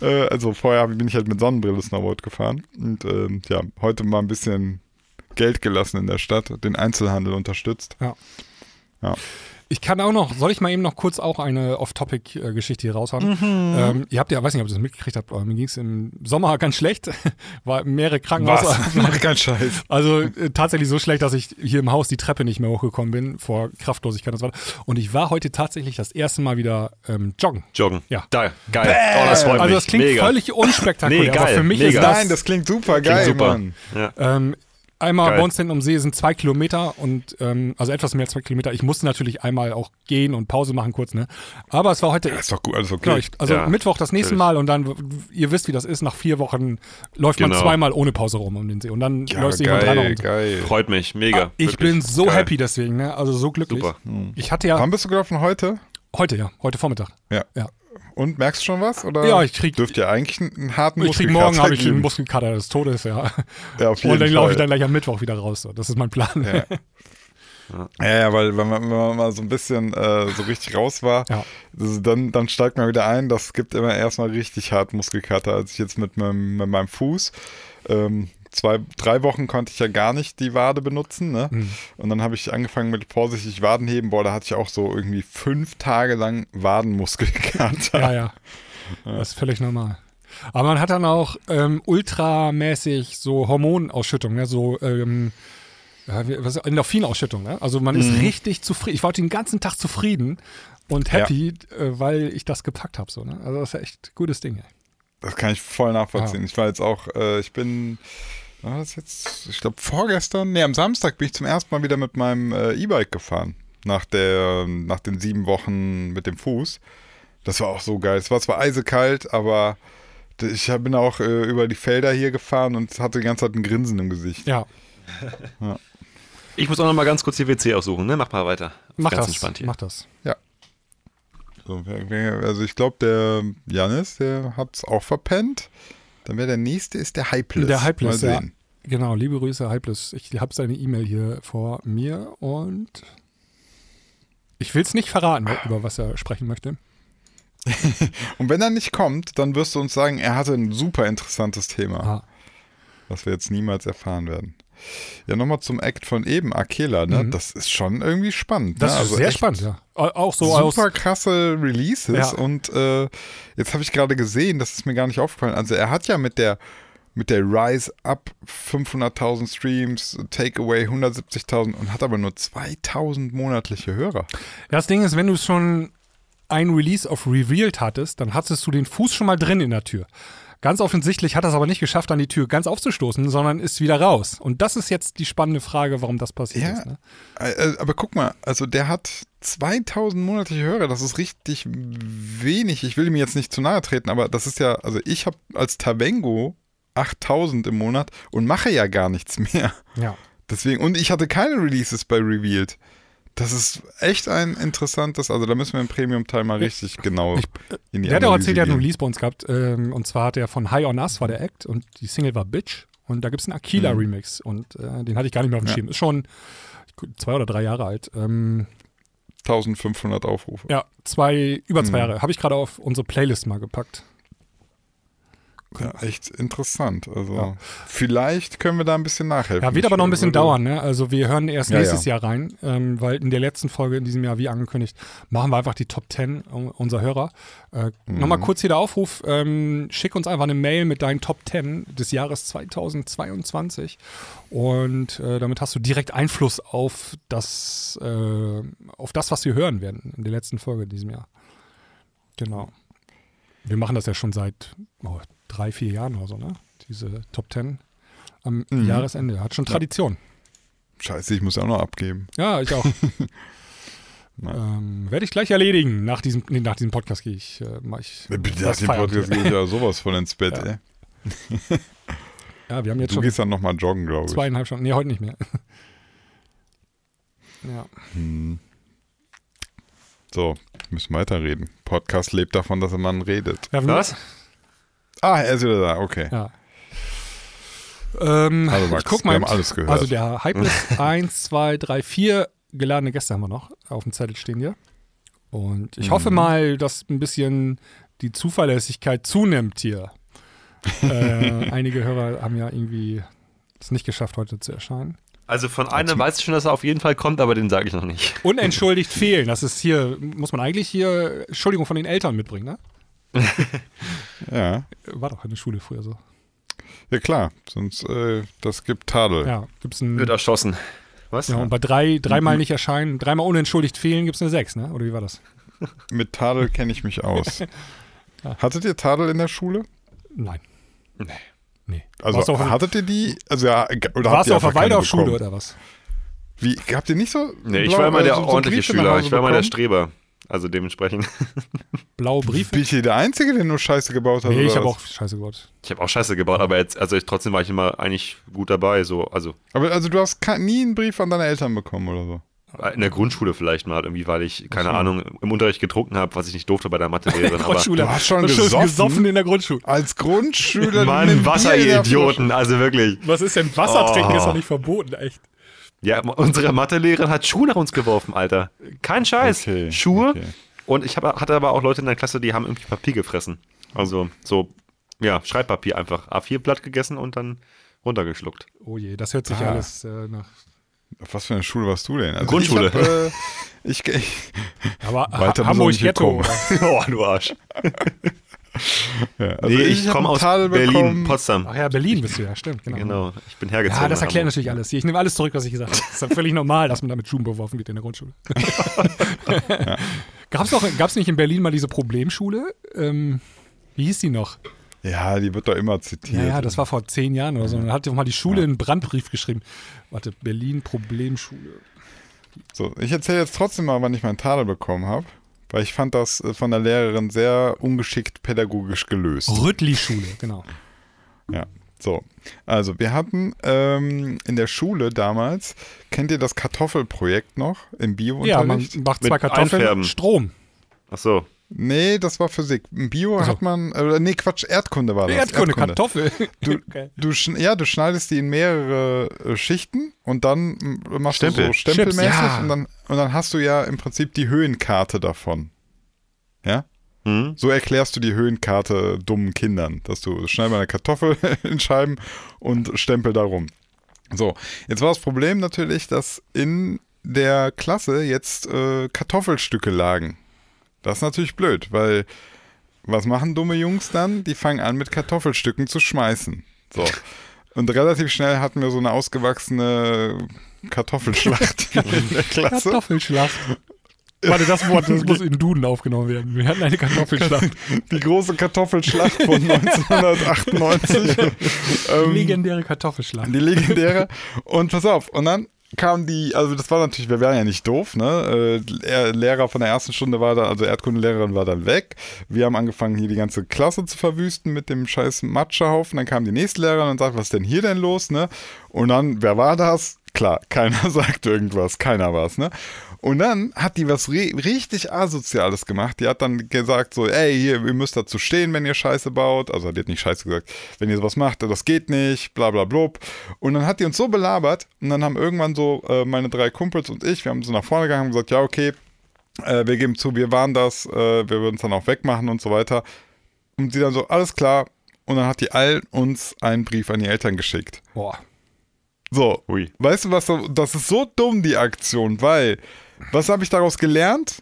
[SPEAKER 3] äh, also vorher bin ich halt mit Sonnenbrille Snowboard gefahren und ähm, ja, heute mal ein bisschen Geld gelassen in der Stadt, den
[SPEAKER 2] <laughs>
[SPEAKER 3] Einzelhandel unterstützt.
[SPEAKER 2] Ich kann auch noch, soll ich mal eben noch kurz auch eine Off-Topic-Geschichte hier
[SPEAKER 1] Mhm.
[SPEAKER 2] raushauen? Ähm, ihr habt ja, weiß nicht, ob ihr das mitgekriegt habt, aber mir ging es im Sommer <laughs> ganz schlecht. War mehrere Krankenhäuser.
[SPEAKER 3] Mach keinen Scheiß.
[SPEAKER 2] <laughs> Also äh, tatsächlich so schlecht, dass ich hier im Haus die Treppe nicht mehr hochgekommen bin vor Kraftlosigkeit und so weiter. Und ich war heute tatsächlich das erste Mal wieder ähm, joggen.
[SPEAKER 1] Joggen.
[SPEAKER 2] Ja.
[SPEAKER 1] Geil. Geil. Oh, das freut mich.
[SPEAKER 2] Also das klingt
[SPEAKER 1] Mega.
[SPEAKER 2] völlig unspektakulär,
[SPEAKER 1] Nee,
[SPEAKER 2] aber
[SPEAKER 1] geil,
[SPEAKER 2] für mich
[SPEAKER 1] mega.
[SPEAKER 2] ist das,
[SPEAKER 3] Nein, das klingt super geil,
[SPEAKER 1] super.
[SPEAKER 3] Mann.
[SPEAKER 1] Ja.
[SPEAKER 2] ähm, einmal
[SPEAKER 1] Geil.
[SPEAKER 2] bei uns hinten um See sind zwei Kilometer und ähm, also etwas mehr als zwei Kilometer. Ich musste natürlich einmal auch gehen und Pause machen kurz, ne? Aber es war heute
[SPEAKER 3] Ist doch gut, alles okay.
[SPEAKER 2] Genau, ich, also
[SPEAKER 1] Ja,
[SPEAKER 2] Mittwoch das nächste
[SPEAKER 1] natürlich.
[SPEAKER 2] Mal und dann, w- ihr wisst, wie das ist, nach vier Wochen läuft man
[SPEAKER 1] Genau.
[SPEAKER 2] zweimal ohne Pause rum um den See und dann
[SPEAKER 3] ja,
[SPEAKER 2] läufst du irgendwann dran
[SPEAKER 3] geil,
[SPEAKER 2] und so.
[SPEAKER 3] geil.
[SPEAKER 1] Freut mich. Mega.
[SPEAKER 2] um Ah, Ich
[SPEAKER 1] Wirklich.
[SPEAKER 2] bin so
[SPEAKER 1] Geil.
[SPEAKER 2] happy deswegen, ne? also so glücklich.
[SPEAKER 1] Super.
[SPEAKER 3] Hm.
[SPEAKER 2] Ich hatte ja
[SPEAKER 3] Wann bist du gelaufen heute?
[SPEAKER 2] heute, ja, heute Vormittag.
[SPEAKER 3] Ja.
[SPEAKER 2] Ja.
[SPEAKER 3] Und merkst du schon was? Oder
[SPEAKER 2] Ja, ich krieg-
[SPEAKER 3] Dürft ihr eigentlich einen, einen harten
[SPEAKER 2] Ich krieg
[SPEAKER 3] Muskelkater
[SPEAKER 2] morgen habe ich
[SPEAKER 3] geben?
[SPEAKER 2] einen Muskelkater des Todes, ja.
[SPEAKER 3] Ja, auf jeden
[SPEAKER 2] Und dann laufe ich dann
[SPEAKER 3] Fall.
[SPEAKER 2] gleich am Mittwoch wieder raus. So. Das ist mein Plan.
[SPEAKER 3] Ja. Ja, ja, weil wenn man, wenn man mal so ein bisschen äh, so richtig raus war,
[SPEAKER 2] Ja.
[SPEAKER 3] das ist- dann, dann steigt man wieder ein. Das gibt immer erstmal richtig hart Muskelkater. Als ich jetzt mit meinem, mit meinem Fuß, ähm, zwei, drei Wochen konnte ich ja gar nicht die Wade benutzen. Ne?
[SPEAKER 2] Mhm.
[SPEAKER 3] Und dann habe ich angefangen mit vorsichtig Wadenheben. Boah, da hatte ich auch so irgendwie fünf Tage lang Wadenmuskelkater.
[SPEAKER 2] Ja, ja. Das ist völlig normal. Aber man hat dann auch ähm, ultramäßig so Hormonausschüttung, ne? so ähm, ja, wie- was, Endorphinausschüttung. Ne? Also man ist richtig zufrieden. Ich war heute den ganzen Tag zufrieden und happy, äh, weil ich das gepackt habe. So, ne? Also das ist echt gutes Ding. Ey.
[SPEAKER 3] Das kann ich voll
[SPEAKER 2] Ah.
[SPEAKER 3] nachvollziehen. Ich war jetzt auch, äh, ich bin, war das jetzt, ich glaube vorgestern, nee, am Samstag bin ich zum ersten Mal wieder mit meinem äh, E-Bike gefahren. Nach, der, nach den sieben Wochen mit dem Fuß. Das war auch so geil. Es war zwar eisekalt, aber d- ich hab- bin auch äh, über die Felder hier gefahren und hatte die ganze Zeit ein Grinsen im Gesicht.
[SPEAKER 2] Ja,
[SPEAKER 1] Ich muss auch noch mal ganz kurz die WC aussuchen, ne? Mach mal weiter.
[SPEAKER 2] mach
[SPEAKER 1] ganz
[SPEAKER 2] das.
[SPEAKER 1] entspannt hier.
[SPEAKER 2] Mach das.
[SPEAKER 3] So, wer- wer- also ich glaube, der Janis, der hat es auch verpennt. Dann wäre der nächste, ist der Hypeless.
[SPEAKER 2] Der Hypeless,
[SPEAKER 3] Mal
[SPEAKER 2] ja.
[SPEAKER 3] sehen.
[SPEAKER 2] Genau, liebe Grüße, Hypeless. Ich habe seine E-Mail hier vor mir und ich will es nicht verraten, über was er sprechen möchte.
[SPEAKER 3] Und wenn er nicht kommt, dann wirst du uns sagen, er hatte ein super interessantes Thema.
[SPEAKER 2] Ah.
[SPEAKER 3] was wir jetzt niemals erfahren werden. Ja, nochmal zum Act von eben, Akela, ne? Das ist schon irgendwie spannend.
[SPEAKER 2] Mhm. Das
[SPEAKER 3] ne?
[SPEAKER 2] ist sehr
[SPEAKER 3] echt
[SPEAKER 2] spannend, ja. also Au- Auch so aus.
[SPEAKER 3] Super krasse
[SPEAKER 2] Ja.
[SPEAKER 3] Releases und äh, jetzt habe ich gerade gesehen, das ist mir gar nicht aufgefallen. Also er hat ja mit der mit der Rise Up 500.000 Streams, Takeaway 170.000 und hat aber nur 2.000 monatliche Hörer.
[SPEAKER 2] Das Ding ist, wenn du schon ein Release auf Revealed hattest, dann hattest du den Fuß schon mal drin in der Tür. Ganz offensichtlich hat er es aber nicht geschafft, an die Tür ganz aufzustoßen, sondern ist wieder raus. Und das ist jetzt die spannende Frage, warum das passiert
[SPEAKER 3] Ja,
[SPEAKER 2] ist. Ne?
[SPEAKER 3] äh, aber guck mal, also der hat 2000 monatliche Hörer, das ist richtig wenig. Ich will ihm jetzt nicht zu nahe treten, aber das ist ja, also ich habe als Tabengo 8000 im Monat und mache ja gar nichts mehr. <laughs>
[SPEAKER 2] Ja.
[SPEAKER 3] Deswegen, und ich hatte keine Releases bei Revealed. Das ist echt ein interessantes, also da müssen wir im Premium-Teil mal richtig genau
[SPEAKER 2] ich-
[SPEAKER 3] in die
[SPEAKER 2] Der hat auch
[SPEAKER 3] Analyse
[SPEAKER 2] erzählt, er hat einen
[SPEAKER 3] gehen.
[SPEAKER 2] Release bei uns gehabt. Ähm, und zwar hat er von High on Us war der Act und die Single war Bitch. Und da gibt es einen Aquila-Remix. Und äh, den hatte ich gar nicht mehr auf dem Schirm. Ist schon zwei oder drei Jahre alt. Ähm,
[SPEAKER 3] 1500 Aufrufe.
[SPEAKER 2] Mhm. ja, zwei, über zwei Jahre. Habe ich gerade auf unsere Playlist mal gepackt.
[SPEAKER 3] Ja, echt interessant. Also vielleicht können wir da ein bisschen nachhelfen.
[SPEAKER 2] Ja, wird aber noch ein bisschen
[SPEAKER 3] Ich würde-
[SPEAKER 2] dauern, ne? Also wir hören erst
[SPEAKER 3] Ja,
[SPEAKER 2] nächstes Jahr rein, ähm, weil in der letzten Folge in diesem Jahr, wie angekündigt, machen wir einfach die Top 10 un- unserer Hörer. Äh,
[SPEAKER 3] Mhm.
[SPEAKER 2] Nochmal kurz hier der Aufruf, ähm, schick uns einfach eine Mail mit deinen Top 10 des Jahres 2022 und äh, damit hast du direkt Einfluss auf das, äh, auf das, was wir hören werden in der letzten Folge in diesem Jahr. Genau. Wir machen das ja schon seit oh, drei, vier Jahren oder so, ne? Diese Top 10 am
[SPEAKER 3] Mhm.
[SPEAKER 2] Jahresende. Hat schon Tradition.
[SPEAKER 3] Scheiße, ich muss ja auch noch abgeben.
[SPEAKER 2] Ja,
[SPEAKER 3] <laughs>
[SPEAKER 2] ich auch. <laughs> ähm, Werde ich gleich erledigen. Nach diesem, nee, nach diesem Podcast gehe ich, äh, mach ich.
[SPEAKER 3] Nach
[SPEAKER 2] was
[SPEAKER 3] dem
[SPEAKER 2] feiern.
[SPEAKER 3] Podcast gehe ich ja sowas von ins Bett,
[SPEAKER 2] Ja.
[SPEAKER 3] ey.
[SPEAKER 2] Ja, wir haben jetzt
[SPEAKER 3] Du
[SPEAKER 2] schon
[SPEAKER 3] gehst dann nochmal joggen, glaube ich.
[SPEAKER 2] zweieinhalb Stunden. Nee, heute nicht mehr. <laughs> ja.
[SPEAKER 3] Hm. So, müssen weiterreden. Podcast lebt davon, dass man redet.
[SPEAKER 2] ja wir-
[SPEAKER 1] Was?
[SPEAKER 3] Ah, er ist wieder da, okay.
[SPEAKER 2] Ja. Ähm,
[SPEAKER 3] Hallo, Max.
[SPEAKER 2] ich guck mal.
[SPEAKER 3] Wir haben alles gehört.
[SPEAKER 2] Also der Hypelist 1, 2, 3, 4 geladene Gäste haben wir noch auf dem Zettel stehen hier. Und ich hoffe mal, dass ein bisschen die Zuverlässigkeit zunimmt hier. äh, einige Hörer haben ja irgendwie es nicht geschafft, heute zu erscheinen.
[SPEAKER 1] Also von einem weiß ich schon, dass er auf jeden Fall kommt, aber den sage ich noch
[SPEAKER 2] <laughs>
[SPEAKER 1] nicht.
[SPEAKER 2] Unentschuldigt fehlen, das ist hier, muss man eigentlich hier Entschuldigung von den Eltern mitbringen, ne?
[SPEAKER 3] Ja,
[SPEAKER 2] War doch in der Schule früher so.
[SPEAKER 3] ja klar, sonst äh, das gibt Tadel.
[SPEAKER 2] Ja, gibt's ein.
[SPEAKER 1] Wird erschossen. Was?
[SPEAKER 2] Ja, und bei drei, dreimal nicht erscheinen, dreimal unentschuldigt fehlen, gibt's eine Sechs, ne? Oder wie war das?
[SPEAKER 3] Mit Tadel kenne ich mich
[SPEAKER 2] <laughs>
[SPEAKER 3] aus. Hattet ihr Tadel in der Schule?
[SPEAKER 2] Nein.
[SPEAKER 1] Nee.
[SPEAKER 2] Nee.
[SPEAKER 3] Also
[SPEAKER 2] warst du auf,
[SPEAKER 3] hattet ihr die? Also ja, oder habt
[SPEAKER 2] warst
[SPEAKER 3] ihr
[SPEAKER 2] du auf der
[SPEAKER 3] einfach keine
[SPEAKER 2] Waldorfschule
[SPEAKER 3] bekommen?
[SPEAKER 2] oder was?
[SPEAKER 3] Wie habt ihr nicht so?
[SPEAKER 1] Nee, ich
[SPEAKER 3] blau-
[SPEAKER 1] war immer
[SPEAKER 3] äh,
[SPEAKER 1] der
[SPEAKER 3] so- so
[SPEAKER 1] ordentliche
[SPEAKER 3] Briefe nach
[SPEAKER 1] Schüler.
[SPEAKER 3] Hause
[SPEAKER 1] Ich war immer der
[SPEAKER 3] bekommen?
[SPEAKER 1] Streber. Also dementsprechend.
[SPEAKER 2] Blaue Briefe?
[SPEAKER 3] Bin ich hier der Einzige, der nur Scheiße gebaut hat?
[SPEAKER 2] nee, ich
[SPEAKER 3] oder
[SPEAKER 2] habe
[SPEAKER 3] was?
[SPEAKER 2] auch Scheiße gebaut.
[SPEAKER 1] Ich habe auch Scheiße gebaut, aber jetzt, also ich, trotzdem war ich immer eigentlich gut dabei. So, also
[SPEAKER 3] Aber also du hast ka- nie einen Brief an deine Eltern bekommen oder so.
[SPEAKER 1] in der Grundschule vielleicht mal irgendwie, weil ich, keine Ahnung, im Unterricht getrunken habe, was ich nicht durfte bei der
[SPEAKER 2] <laughs>
[SPEAKER 1] Mathelehrerin. aber
[SPEAKER 2] Grundschule.
[SPEAKER 3] du hast schon
[SPEAKER 2] gesoffen?
[SPEAKER 3] gesoffen?
[SPEAKER 2] in der Grundschule.
[SPEAKER 3] Als
[SPEAKER 1] <laughs>
[SPEAKER 3] Grundschüler.
[SPEAKER 1] Mann,
[SPEAKER 3] ein
[SPEAKER 1] Wasser,
[SPEAKER 3] Bier in
[SPEAKER 1] ihr
[SPEAKER 3] der
[SPEAKER 1] Idioten. Also wirklich.
[SPEAKER 2] Was ist denn Wasser
[SPEAKER 1] Oh.
[SPEAKER 2] trinken? Ist doch nicht verboten, echt.
[SPEAKER 1] Ja, unsere Mathelehrerin hat Schuhe nach uns geworfen, Alter. Kein Scheiß.
[SPEAKER 3] Okay,
[SPEAKER 1] Schuhe.
[SPEAKER 3] okay.
[SPEAKER 1] Und ich hab, hatte aber auch Leute in der Klasse, die haben irgendwie Papier gefressen. Also so, ja, Schreibpapier einfach. A4-Blatt gegessen und dann runtergeschluckt.
[SPEAKER 2] Oh je, das hört sich
[SPEAKER 3] Ah.
[SPEAKER 2] alles äh, nach.
[SPEAKER 3] Auf was für eine Schule warst du denn? Also
[SPEAKER 1] Grundschule.
[SPEAKER 3] Ich, hab,
[SPEAKER 1] <laughs>
[SPEAKER 3] äh, ich, ich
[SPEAKER 2] Aber
[SPEAKER 3] Weiter
[SPEAKER 2] ha
[SPEAKER 3] muss
[SPEAKER 2] Hamburg
[SPEAKER 3] man nicht
[SPEAKER 2] Ghetto.
[SPEAKER 3] kommen.
[SPEAKER 1] oh, du Arsch.
[SPEAKER 3] ja, also
[SPEAKER 1] nee, ich,
[SPEAKER 3] hab
[SPEAKER 1] komme
[SPEAKER 3] einen
[SPEAKER 1] aus
[SPEAKER 3] Tadel
[SPEAKER 1] Berlin,
[SPEAKER 3] bekommen.
[SPEAKER 1] Potsdam.
[SPEAKER 2] Ach ja, Berlin bist du ja, stimmt. Genau.
[SPEAKER 1] Genau, ich bin hergezogen.
[SPEAKER 2] Ja, das
[SPEAKER 1] nach
[SPEAKER 2] erklärt
[SPEAKER 1] Hamburg.
[SPEAKER 2] natürlich alles hier. Ich nehme alles zurück, was ich gesagt habe. Das ist ja völlig normal, dass man damit Schuhen beworfen wird in der
[SPEAKER 3] <laughs>
[SPEAKER 2] Grundschule. Gab's auch, gab's nicht in Berlin mal diese Problemschule? Ähm, wie hieß die noch?
[SPEAKER 3] Ja, die wird doch immer zitiert.
[SPEAKER 2] Ja, ja, das war vor zehn Jahren oder so. Und Dann hat doch mal die Schule einen Brandbrief geschrieben. Warte, Berlin Problemschule.
[SPEAKER 3] So, ich erzähle jetzt trotzdem mal, wann ich meinen Tadel bekommen habe, weil ich fand das äh, von der Lehrerin sehr ungeschickt pädagogisch gelöst.
[SPEAKER 1] Oh.
[SPEAKER 2] Rüttli-Schule, genau.
[SPEAKER 3] Ja. So, also wir hatten ähm, in der Schule damals, kennt ihr das Kartoffelprojekt noch im
[SPEAKER 2] Ja, man
[SPEAKER 3] Bio-Unterricht?
[SPEAKER 2] macht zwei
[SPEAKER 1] Mit
[SPEAKER 2] Kartoffeln,
[SPEAKER 1] Einfärben.
[SPEAKER 2] Strom.
[SPEAKER 1] Ach so.
[SPEAKER 3] nee, das war Physik. Im Bio
[SPEAKER 2] Ach so.
[SPEAKER 3] hat man, äh, nee, Quatsch, Erdkunde war das.
[SPEAKER 2] Erdkunde,
[SPEAKER 3] <laughs>
[SPEAKER 2] Kartoffel. <laughs>
[SPEAKER 3] Du, du, schn- ja, du schneidest die in mehrere äh, Schichten und dann m, machst
[SPEAKER 1] Stempel.
[SPEAKER 3] du so stempelmäßig
[SPEAKER 2] Chips, ja.
[SPEAKER 3] und, dann, und dann hast du ja im Prinzip die Höhenkarte davon. Ja?
[SPEAKER 1] Hm?
[SPEAKER 3] So erklärst du die Höhenkarte dummen Kindern, dass du schneid mal eine Kartoffel <laughs> in Scheiben und stempel da rum. So, jetzt war das Problem natürlich, dass in der Klasse jetzt äh, Kartoffelstücke lagen. Das ist natürlich blöd, weil was machen dumme Jungs dann? Die fangen an, mit Kartoffelstücken zu schmeißen. So. Und relativ schnell hatten wir so eine ausgewachsene Kartoffelschlacht in der Klasse.
[SPEAKER 2] Kartoffelschlacht. Warte, das Wort,
[SPEAKER 3] <laughs>
[SPEAKER 2] das muss in Duden aufgenommen werden. Wir hatten eine Kartoffelschlacht.
[SPEAKER 3] Die große Kartoffelschlacht von 1998. <laughs> Ähm,
[SPEAKER 2] Legendäre Kartoffelschlacht.
[SPEAKER 3] Die legendäre. Und pass auf, und dann kam die, also das war natürlich, wir wären ja nicht doof, ne? Äh, Er- Lehrer von der ersten Stunde war da, also Erdkundelehrerin war dann weg. Wir haben angefangen, hier die ganze Klasse zu verwüsten mit dem scheiß Matschehaufen. Dann kam die nächste Lehrerin und sagt, was ist denn hier denn los, ne? Und dann, wer war das? Klar, keiner <laughs> sagt irgendwas, keiner war's, ne? Und dann hat die was ri- richtig Asoziales gemacht. Die hat dann gesagt so, ey, hier, ihr müsst dazu stehen, wenn ihr Scheiße baut. Also die hat nicht Scheiße gesagt, wenn ihr sowas macht, das geht nicht, bla bla blub. Und dann hat die uns so belabert und dann haben irgendwann so äh, meine drei Kumpels und ich, wir haben so nach vorne gegangen und gesagt, ja, okay, äh, wir geben zu, wir waren das, äh, wir würden es dann auch wegmachen und so weiter. Und sie dann so, alles klar. und dann hat die all uns einen Brief an die Eltern geschickt.
[SPEAKER 2] Boah.
[SPEAKER 3] So,
[SPEAKER 1] Ui.
[SPEAKER 3] weißt du was, so- das ist so dumm, die Aktion, weil, was habe ich daraus gelernt?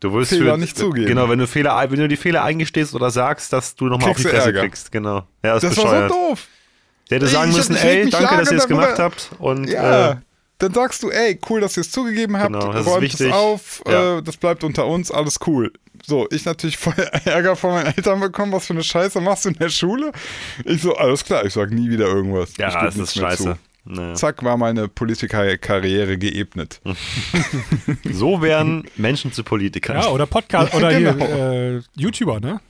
[SPEAKER 1] Du wirst
[SPEAKER 3] Fehler
[SPEAKER 1] für-
[SPEAKER 3] nicht zugeben.
[SPEAKER 1] Genau, wenn du Fehler, wenn du die Fehler eingestehst oder sagst, dass du nochmal auf die
[SPEAKER 3] Kriegst du
[SPEAKER 1] Fresse
[SPEAKER 3] Ärger.
[SPEAKER 1] kriegst. Genau. Ja, das,
[SPEAKER 3] Das
[SPEAKER 1] ist bescheuert.
[SPEAKER 3] war so doof.
[SPEAKER 1] Der hätte
[SPEAKER 3] Ey,
[SPEAKER 1] sagen
[SPEAKER 3] ich
[SPEAKER 1] müssen,
[SPEAKER 3] hab mich
[SPEAKER 1] ey,
[SPEAKER 3] richtig
[SPEAKER 1] danke, dass ihr es
[SPEAKER 3] darüber-
[SPEAKER 1] gemacht habt. Und
[SPEAKER 3] Ja.
[SPEAKER 1] äh,
[SPEAKER 3] dann sagst du, ey, cool, dass ihr es zugegeben habt,
[SPEAKER 1] Genau, das ist
[SPEAKER 3] räumt es
[SPEAKER 1] wichtig.
[SPEAKER 3] auf,
[SPEAKER 1] Ja.
[SPEAKER 3] äh, das bleibt unter uns, alles cool. So, ich natürlich voll <laughs> Ärger von meinen Eltern bekommen, was für eine Scheiße machst du in der Schule? Ich so, alles klar, ich sag nie wieder irgendwas. ich
[SPEAKER 1] ja,
[SPEAKER 3] geb
[SPEAKER 1] es
[SPEAKER 3] nichts
[SPEAKER 1] ist
[SPEAKER 3] mehr
[SPEAKER 1] scheiße.
[SPEAKER 3] zu. <laughs>
[SPEAKER 1] Naja.
[SPEAKER 3] Zack, war meine Politikerkarriere geebnet.
[SPEAKER 1] Mhm. So werden Menschen zu Politikern.
[SPEAKER 2] Ja, oder Podcast,
[SPEAKER 3] <laughs> Ja,
[SPEAKER 2] oder
[SPEAKER 3] genau.
[SPEAKER 2] hier, äh, YouTuber,
[SPEAKER 3] <laughs>
[SPEAKER 2] ne?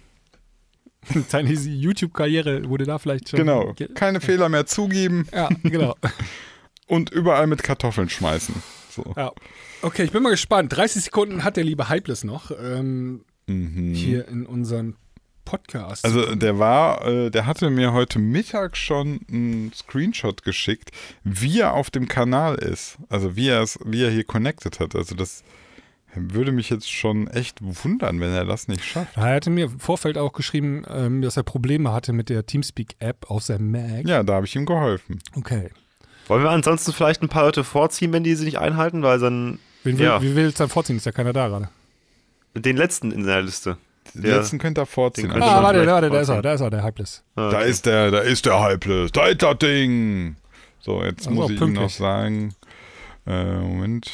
[SPEAKER 2] Deine YouTube-Karriere wurde da vielleicht schon.
[SPEAKER 3] Genau.
[SPEAKER 2] Ge-
[SPEAKER 3] Keine Fehler mehr zugeben
[SPEAKER 2] Ja, genau.
[SPEAKER 3] und überall mit Kartoffeln schmeißen. So.
[SPEAKER 2] Ja. Okay, ich bin mal gespannt. 30 Sekunden hat der liebe Hypeless noch ähm, hier in unserem Podcast.
[SPEAKER 3] Mhm. Also der war, äh, der hatte mir heute Mittag schon einen Screenshot geschickt, wie er auf dem Kanal ist. Also wie er es, wie er hier connected hat. Also das würde mich jetzt schon echt wundern, wenn er das nicht schafft.
[SPEAKER 2] er hatte mir im Vorfeld auch geschrieben, ähm, dass er Probleme hatte mit der Teamspeak-App auf seinem Mac.
[SPEAKER 3] Ja, da habe ich ihm geholfen.
[SPEAKER 2] Okay.
[SPEAKER 1] Wollen wir ansonsten vielleicht ein paar Leute vorziehen, wenn die sie nicht einhalten, weil dann
[SPEAKER 2] Wen will,
[SPEAKER 1] Ja.
[SPEAKER 2] Wie will es dann vorziehen? Ist ja keiner da gerade.
[SPEAKER 1] den letzten in der Liste.
[SPEAKER 3] Den
[SPEAKER 1] Ja.
[SPEAKER 3] letzten könnt ihr vorziehen.
[SPEAKER 1] Den
[SPEAKER 3] Also,
[SPEAKER 1] könnt
[SPEAKER 2] Ah,
[SPEAKER 1] schon
[SPEAKER 2] warte,
[SPEAKER 1] vielleicht
[SPEAKER 2] warte, da ist er,
[SPEAKER 1] vorziehen.
[SPEAKER 2] da ist er, der Hypeless.
[SPEAKER 1] Ah,
[SPEAKER 3] Da
[SPEAKER 1] okay.
[SPEAKER 3] ist der, da ist der Hypeless, da ist das Ding. So, jetzt
[SPEAKER 2] Also
[SPEAKER 3] muss ich ihm noch
[SPEAKER 2] pünktlich.
[SPEAKER 3] sagen. Äh, Moment.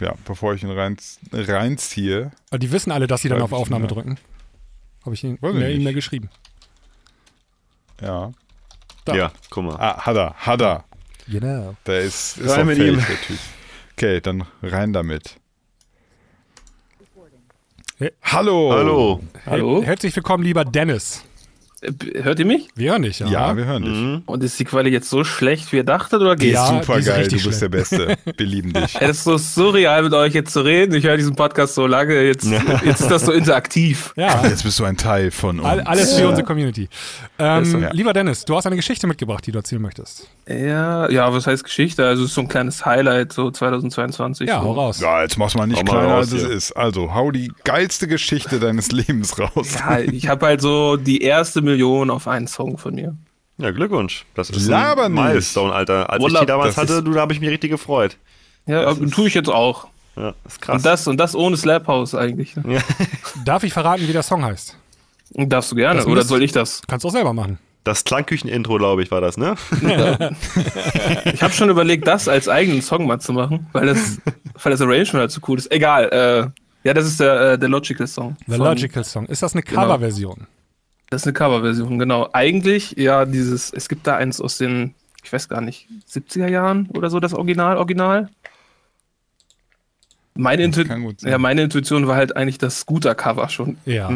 [SPEAKER 3] Ja, bevor ich ihn rein, reinziehe.
[SPEAKER 2] Aber Ah, die wissen alle, dass sie dann
[SPEAKER 3] Weiß
[SPEAKER 2] auf
[SPEAKER 3] ich
[SPEAKER 2] Aufnahme
[SPEAKER 3] nicht.
[SPEAKER 2] drücken. Habe ich ihnen
[SPEAKER 3] Weiß ich
[SPEAKER 2] mehr,
[SPEAKER 3] nicht.
[SPEAKER 2] mehr geschrieben.
[SPEAKER 3] Ja.
[SPEAKER 2] Da.
[SPEAKER 1] Ja, guck mal.
[SPEAKER 3] Ah, hat er, hat er.
[SPEAKER 2] Genau.
[SPEAKER 3] Der ist, ist
[SPEAKER 1] Rein
[SPEAKER 3] auch
[SPEAKER 1] mit
[SPEAKER 3] fähig,
[SPEAKER 1] ihm.
[SPEAKER 3] der Typ. Okay, dann rein damit.
[SPEAKER 2] Hey.
[SPEAKER 3] Hallo.
[SPEAKER 1] Hallo.
[SPEAKER 5] Hallo?
[SPEAKER 2] Herzlich willkommen, lieber Dennis.
[SPEAKER 6] Äh, Hört ihr mich?
[SPEAKER 2] Wir hören dich, ja?
[SPEAKER 3] Ja, wir hören dich.
[SPEAKER 2] Hm?
[SPEAKER 1] Mhm.
[SPEAKER 6] Und ist die Quali jetzt so schlecht, wie ihr dachtet, oder geht's?
[SPEAKER 2] Ja,
[SPEAKER 3] Super
[SPEAKER 2] die ist
[SPEAKER 3] geil, du
[SPEAKER 2] richtig
[SPEAKER 3] bist der Beste.
[SPEAKER 2] <laughs>
[SPEAKER 3] Wir lieben dich.
[SPEAKER 6] Ey, das ist so surreal, mit euch jetzt zu reden. Ich höre diesen Podcast so lange, jetzt, <laughs> jetzt ist das so interaktiv.
[SPEAKER 2] ja.
[SPEAKER 3] Ah, Jetzt bist du ein Teil von uns.
[SPEAKER 2] All, alles für unsere Community. Ähm,
[SPEAKER 3] Ja.
[SPEAKER 2] Lieber Dennis, du hast eine Geschichte mitgebracht, die du erzählen möchtest.
[SPEAKER 6] Ja, ja, was heißt Geschichte? Also es ist so ein kleines Highlight, so 2022.
[SPEAKER 2] Ja,
[SPEAKER 6] so.
[SPEAKER 2] hau raus.
[SPEAKER 3] ja, jetzt mach's mal nicht
[SPEAKER 1] Hau mal
[SPEAKER 3] kleiner,
[SPEAKER 1] raus
[SPEAKER 3] als es
[SPEAKER 1] hier.
[SPEAKER 3] ist. Also, hau die geilste Geschichte deines <laughs> Lebens raus.
[SPEAKER 6] Ja, ich habe halt so die erste Million auf einen Song von mir.
[SPEAKER 1] Ja, Glückwunsch. Das ist
[SPEAKER 3] Laber
[SPEAKER 1] ein
[SPEAKER 3] nicht.
[SPEAKER 1] Milestone, Alter. Als ich
[SPEAKER 6] Urlaub,
[SPEAKER 1] die damals
[SPEAKER 3] das
[SPEAKER 1] hatte,
[SPEAKER 3] ist-
[SPEAKER 1] du, da habe ich mich richtig gefreut.
[SPEAKER 6] Ja, und tue ich jetzt auch.
[SPEAKER 1] Ja, ist krass.
[SPEAKER 6] Und das, und das ohne Slap House eigentlich. ne?
[SPEAKER 2] Darf ich verraten, wie der Song heißt?
[SPEAKER 6] Und Darfst du gerne,
[SPEAKER 2] Das
[SPEAKER 6] oder
[SPEAKER 2] müsst-
[SPEAKER 6] soll ich das?
[SPEAKER 2] Kannst du auch selber machen.
[SPEAKER 1] Das Klangküchen-Intro, glaube ich, war das, ne?
[SPEAKER 6] Ich habe schon überlegt, das als eigenen Song mal zu machen, weil
[SPEAKER 2] <laughs>
[SPEAKER 6] das, weil das Arrangement halt so cool ist. Egal. Äh, ja, das ist der, äh, der Logical Song.
[SPEAKER 2] The
[SPEAKER 6] von- Genau.
[SPEAKER 2] Logical Song. Ist das eine Coverversion?
[SPEAKER 6] Das ist eine Coverversion, genau. Eigentlich, ja, dieses, es gibt da eins aus den, ich weiß gar nicht, 70er Jahren oder so, das Original, Original. Meine, Intu
[SPEAKER 3] kann gut sein.
[SPEAKER 6] ja, meine Intuition war halt eigentlich das Scooter-Cover schon.
[SPEAKER 2] Ja.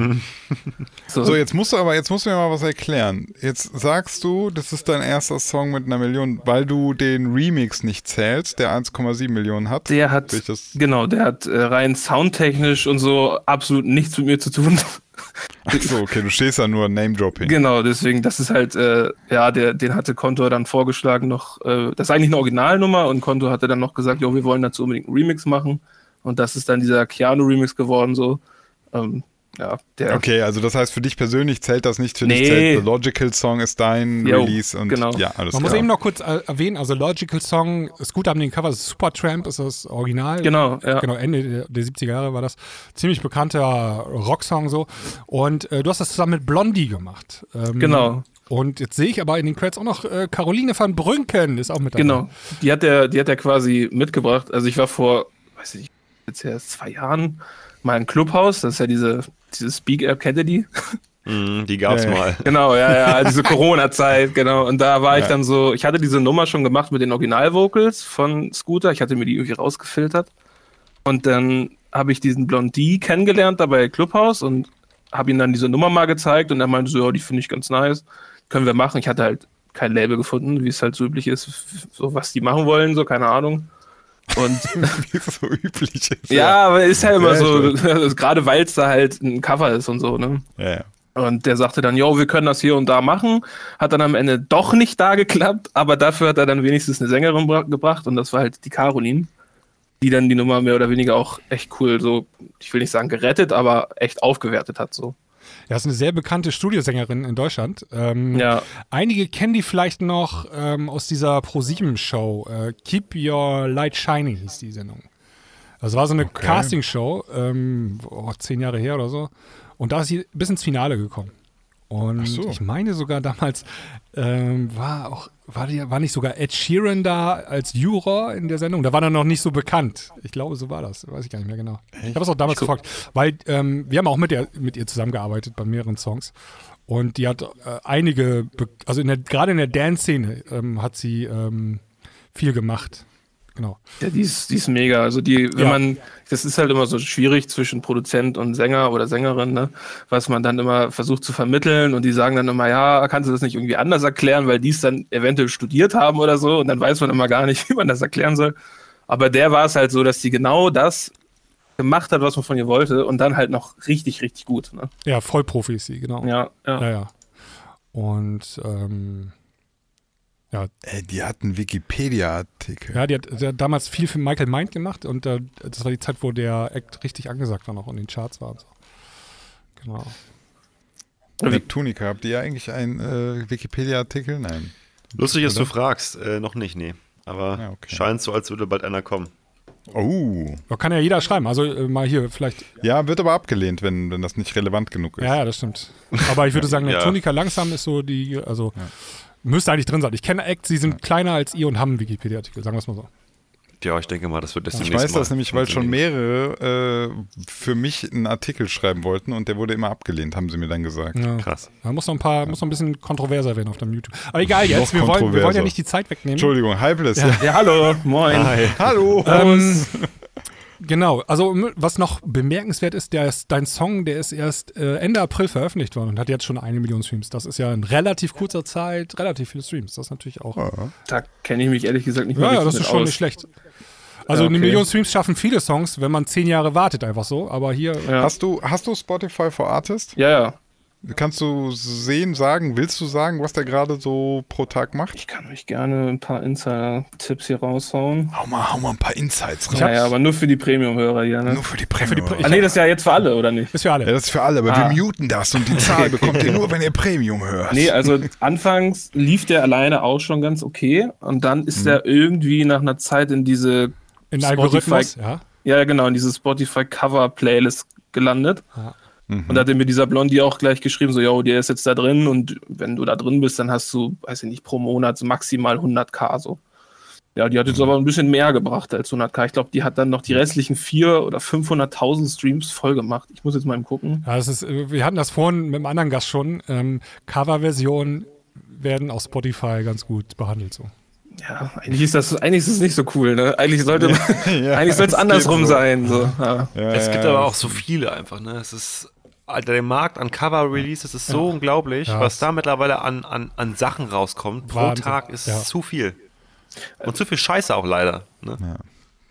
[SPEAKER 6] So,
[SPEAKER 3] So, jetzt musst du aber, jetzt musst du mir mal was erklären. Jetzt sagst du, das ist dein erster Song mit einer Million, weil du den Remix nicht zählst, der 1,7 Millionen hat.
[SPEAKER 6] der hat,
[SPEAKER 3] Durch das-
[SPEAKER 6] genau, der hat äh, rein soundtechnisch und so absolut nichts mit mir zu tun. <laughs>
[SPEAKER 3] Ach so, okay, du stehst ja nur Name-Dropping.
[SPEAKER 6] Genau, deswegen, das ist halt, äh, ja, der, den hatte Konto dann vorgeschlagen noch, äh, das ist eigentlich eine Originalnummer und Konto hatte dann noch gesagt, jo, wir wollen dazu unbedingt einen Remix machen und das ist dann dieser Keanu-Remix geworden, so. Ähm, ja, der.
[SPEAKER 3] Okay, also das heißt, für dich persönlich zählt das nicht, für
[SPEAKER 6] Nee.
[SPEAKER 3] dich zählt The Logical Song ist dein
[SPEAKER 6] Jo,
[SPEAKER 3] Release und
[SPEAKER 6] genau.
[SPEAKER 3] ja, alles
[SPEAKER 2] Man muss
[SPEAKER 3] klar.
[SPEAKER 2] eben noch kurz äh, erwähnen, also Logical Song, Scooter haben den Cover, Supertramp ist das Original.
[SPEAKER 6] Genau, ja.
[SPEAKER 2] Genau, Ende der, der 70er Jahre war das. Ziemlich bekannter Rocksong so. Und äh, du hast das zusammen mit Blondie gemacht. Ähm,
[SPEAKER 6] Genau.
[SPEAKER 2] Und jetzt sehe ich aber in den Credits auch noch äh, Caroline van Brünken ist auch mit dabei.
[SPEAKER 6] Genau. Die hat der, die hat er quasi mitgebracht. Also ich war vor, weiß ich nicht, jetzt erst zwei Jahren mal im Clubhaus. Das ist ja diese, diese Speak-App, kennt ihr die?
[SPEAKER 1] Mhm, die gab's
[SPEAKER 3] Ja, ja.
[SPEAKER 1] mal.
[SPEAKER 6] Genau, ja, ja, diese Corona-Zeit, genau. Und da war ich dann so, ich hatte diese Nummer schon gemacht mit den Original-Vocals von Scooter. Ich hatte mir die irgendwie rausgefiltert. Und dann habe ich diesen Blondie kennengelernt da bei Clubhouse und habe ihm dann diese Nummer mal gezeigt und er meinte so, ja, die finde ich ganz nice, können wir machen. Ich hatte halt kein Label gefunden, wie es halt so üblich ist, so was die machen wollen, so keine Ahnung. Und
[SPEAKER 3] <laughs>
[SPEAKER 6] <laughs>
[SPEAKER 3] wie es so üblich ist.
[SPEAKER 6] ja, aber ist ja immer
[SPEAKER 3] Ja,
[SPEAKER 6] so, <laughs> also gerade weil es da halt ein Cover ist und so, ne?
[SPEAKER 3] ja, ja.
[SPEAKER 6] Und der sagte dann, jo, wir können das hier und da machen. Hat dann am Ende doch nicht da geklappt, aber dafür hat er dann wenigstens eine Sängerin bra- gebracht und das war halt die Caroline, die dann die Nummer mehr oder weniger auch echt cool so, ich will nicht sagen gerettet, aber echt aufgewertet hat so.
[SPEAKER 2] Ja, ist eine sehr bekannte Studiosängerin in Deutschland. Ähm,
[SPEAKER 6] Ja.
[SPEAKER 2] Einige kennen die vielleicht noch ähm, aus dieser ProSieben-Show. Äh, Keep Your Light Shining hieß die Sendung. Das war so eine Castingshow, ähm, oh, zehn Jahre her oder so. Und da ist sie bis ins Finale gekommen. Und
[SPEAKER 3] so.
[SPEAKER 2] ich meine sogar damals ähm, war auch war, die, war nicht sogar Ed Sheeran da als Juror in der Sendung? Da war er noch nicht so bekannt. Ich glaube, so war das. Weiß ich gar nicht mehr genau. Ich habe es auch damals gefragt, weil ähm, wir haben auch mit, der, mit ihr zusammengearbeitet bei mehreren Songs. Und die hat äh, einige, be- also in der, gerade in der Dance-Szene ähm, hat sie ähm, viel gemacht. Genau.
[SPEAKER 6] Ja, die ist, die ist mega. Also die, wenn
[SPEAKER 2] Ja.
[SPEAKER 6] man, das ist halt immer so schwierig zwischen Produzent und Sänger oder Sängerin, ne? was man dann immer versucht zu vermitteln und die sagen dann immer, ja, kannst du das nicht irgendwie anders erklären, weil die es dann eventuell studiert haben oder so und dann weiß man immer gar nicht, <laughs> wie man das erklären soll. Aber der war es halt so, dass die genau das gemacht hat, was man von ihr wollte und dann halt noch richtig, richtig gut. Ne?
[SPEAKER 2] Ja, Vollprofi ist sie, genau.
[SPEAKER 6] Ja, ja.
[SPEAKER 2] Ja, ja. Und ähm,
[SPEAKER 3] Ey, Äh, die hat einen Wikipedia-Artikel.
[SPEAKER 2] ja, die hat, die hat damals viel für Michael Mind gemacht und äh, das war die Zeit, wo der Act richtig angesagt war noch und in den Charts war. Und so. Genau.
[SPEAKER 3] Neptunica, habt ihr eigentlich einen äh, Wikipedia-Artikel? Nein.
[SPEAKER 1] Lustig, dass du fragst. Äh, noch nicht, nee. Aber
[SPEAKER 3] Ja, okay.
[SPEAKER 1] scheint so, als würde bald einer kommen.
[SPEAKER 3] Oh.
[SPEAKER 2] Da kann ja jeder schreiben. Also äh, mal hier vielleicht.
[SPEAKER 3] Ja, wird aber abgelehnt, wenn, wenn das nicht relevant genug ist.
[SPEAKER 2] Ja, ja, das stimmt. Aber ich würde sagen,
[SPEAKER 1] Ja.
[SPEAKER 2] Neptunica langsam ist so die, also müsste eigentlich drin sein. Ich kenne Acts, die sind kleiner als ihr und haben einen Wikipedia-Artikel, sagen wir es mal so.
[SPEAKER 1] Ja, ich denke mal, das wird das
[SPEAKER 3] Ich
[SPEAKER 1] demnächst
[SPEAKER 3] weiß das
[SPEAKER 1] mal.
[SPEAKER 3] nämlich, weil schon mehrere äh, für mich einen Artikel schreiben wollten und der wurde immer abgelehnt, haben sie mir dann gesagt.
[SPEAKER 2] Ja.
[SPEAKER 1] Krass.
[SPEAKER 2] Man muss noch ein paar, muss noch ein bisschen kontroverser werden auf dem YouTube. Aber egal, jetzt,
[SPEAKER 3] Noch
[SPEAKER 2] wir wollen, wir wollen ja
[SPEAKER 3] kontroverser.
[SPEAKER 2] nicht die Zeit wegnehmen.
[SPEAKER 3] Entschuldigung, Hypeless. Ja.
[SPEAKER 6] Ja, hallo, moin.
[SPEAKER 3] Hallo.
[SPEAKER 2] Ähm, genau, also m- was noch bemerkenswert ist, der ist, dein Song, der ist erst äh, Ende April veröffentlicht worden und hat jetzt schon eine Million Streams. Das ist ja in relativ kurzer Zeit relativ viele Streams. Das ist natürlich auch. Ja,
[SPEAKER 6] Da kenne ich mich ehrlich gesagt nicht mehr
[SPEAKER 2] ja,
[SPEAKER 6] richtig
[SPEAKER 2] das ist
[SPEAKER 6] mit
[SPEAKER 2] schon
[SPEAKER 6] aus.
[SPEAKER 2] nicht schlecht. Also
[SPEAKER 6] Ja,
[SPEAKER 2] eine
[SPEAKER 6] okay.
[SPEAKER 2] Million Streams schaffen viele Songs, wenn man zehn Jahre wartet, einfach so. Aber hier, äh,
[SPEAKER 6] Ja.
[SPEAKER 3] Hast du, hast du Spotify for Artist?
[SPEAKER 6] Ja, ja.
[SPEAKER 3] Kannst du sehen, sagen, willst du sagen, was der gerade so pro Tag macht?
[SPEAKER 6] Ich kann euch gerne ein paar Insider-Tipps hier raushauen.
[SPEAKER 3] Hau mal, hau mal ein paar Insights raus.
[SPEAKER 6] Naja, aber nur für die Premium-Hörer hier, ne?
[SPEAKER 3] Nur für die Premium.
[SPEAKER 2] Pre-
[SPEAKER 6] Ah, nee, das ist ja jetzt für alle, oder nicht?
[SPEAKER 2] ist für alle.
[SPEAKER 3] ja, das ist für alle, aber
[SPEAKER 6] Ah.
[SPEAKER 3] wir muten das und die Zahl bekommt ihr nur, wenn ihr Premium hört.
[SPEAKER 6] Nee, also anfangs lief der alleine auch schon ganz okay und dann
[SPEAKER 3] Mhm.
[SPEAKER 6] ist er irgendwie nach einer Zeit in diese,
[SPEAKER 2] in
[SPEAKER 6] Spotify-
[SPEAKER 2] Algorithmus. Ja.
[SPEAKER 6] ja genau, in diese Spotify-Cover-Playlist gelandet.
[SPEAKER 3] Ah.
[SPEAKER 2] Ja.
[SPEAKER 3] Mhm.
[SPEAKER 6] Und da hat er mir dieser Blondie auch gleich geschrieben, so, yo, der ist jetzt da drin und wenn du da drin bist, dann hast du, weiß ich nicht, pro Monat so maximal 100k so. Ja, die hat
[SPEAKER 3] Mhm.
[SPEAKER 6] jetzt aber ein bisschen mehr gebracht als 100k. Ich glaube, die hat dann noch die restlichen 400.000 oder 500.000 Streams voll gemacht. Ich muss jetzt mal gucken.
[SPEAKER 2] Ja, das ist, äh, wir hatten das vorhin mit einem anderen Gast schon. Ähm, Coverversionen werden auf Spotify ganz gut behandelt. So.
[SPEAKER 6] Ja, eigentlich ist das, eigentlich ist es nicht so cool, ne? Eigentlich sollte man,
[SPEAKER 3] <laughs> ja,
[SPEAKER 6] eigentlich soll es
[SPEAKER 3] es
[SPEAKER 6] andersrum
[SPEAKER 3] geht so.
[SPEAKER 6] sein, so. Ja.
[SPEAKER 3] Ja,
[SPEAKER 1] Es
[SPEAKER 3] ja,
[SPEAKER 1] gibt
[SPEAKER 3] ja.
[SPEAKER 1] aber auch so viele einfach, ne? Es ist. Alter, der Markt an Cover-Releases ist so unglaublich,
[SPEAKER 2] Ja.
[SPEAKER 1] was da mittlerweile an, an, an Sachen rauskommt. Pro
[SPEAKER 2] Wahnsinn.
[SPEAKER 1] Tag ist
[SPEAKER 2] Ja.
[SPEAKER 1] zu viel. Und zu viel Scheiße auch leider. Ne?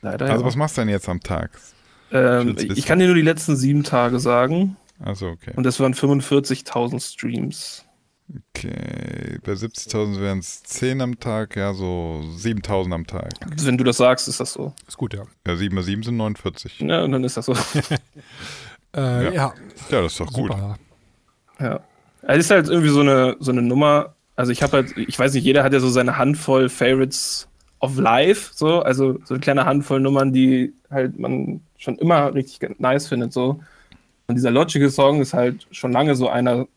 [SPEAKER 6] Leider.
[SPEAKER 3] Also,
[SPEAKER 6] ja.
[SPEAKER 3] was machst du denn jetzt am Tag?
[SPEAKER 6] ähm,
[SPEAKER 3] will's
[SPEAKER 6] ich
[SPEAKER 3] wissen.
[SPEAKER 6] kann dir nur die letzten sieben Tage sagen
[SPEAKER 3] Also, okay.
[SPEAKER 6] und das waren 45.000 Streams.
[SPEAKER 3] Okay, bei 70.000 wären es 10 am Tag, ja, so 7.000 am Tag.
[SPEAKER 6] Wenn du das sagst, ist das so.
[SPEAKER 2] Ist gut, ja.
[SPEAKER 3] Ja, 7 mal 7 sind 49.
[SPEAKER 6] Ja, und dann ist das so.
[SPEAKER 2] Äh, ja.
[SPEAKER 3] Ja.
[SPEAKER 2] ja,
[SPEAKER 3] Ja, das ist doch gut.
[SPEAKER 2] super. ja.
[SPEAKER 6] Ja. Es ist halt irgendwie so eine, so eine Nummer. Also ich habe halt, ich weiß nicht, jeder hat ja so seine Handvoll Favorites of Life, so, also so eine kleine Handvoll Nummern, die halt man schon immer richtig nice findet, so. Und dieser Logical Song ist halt schon lange so einer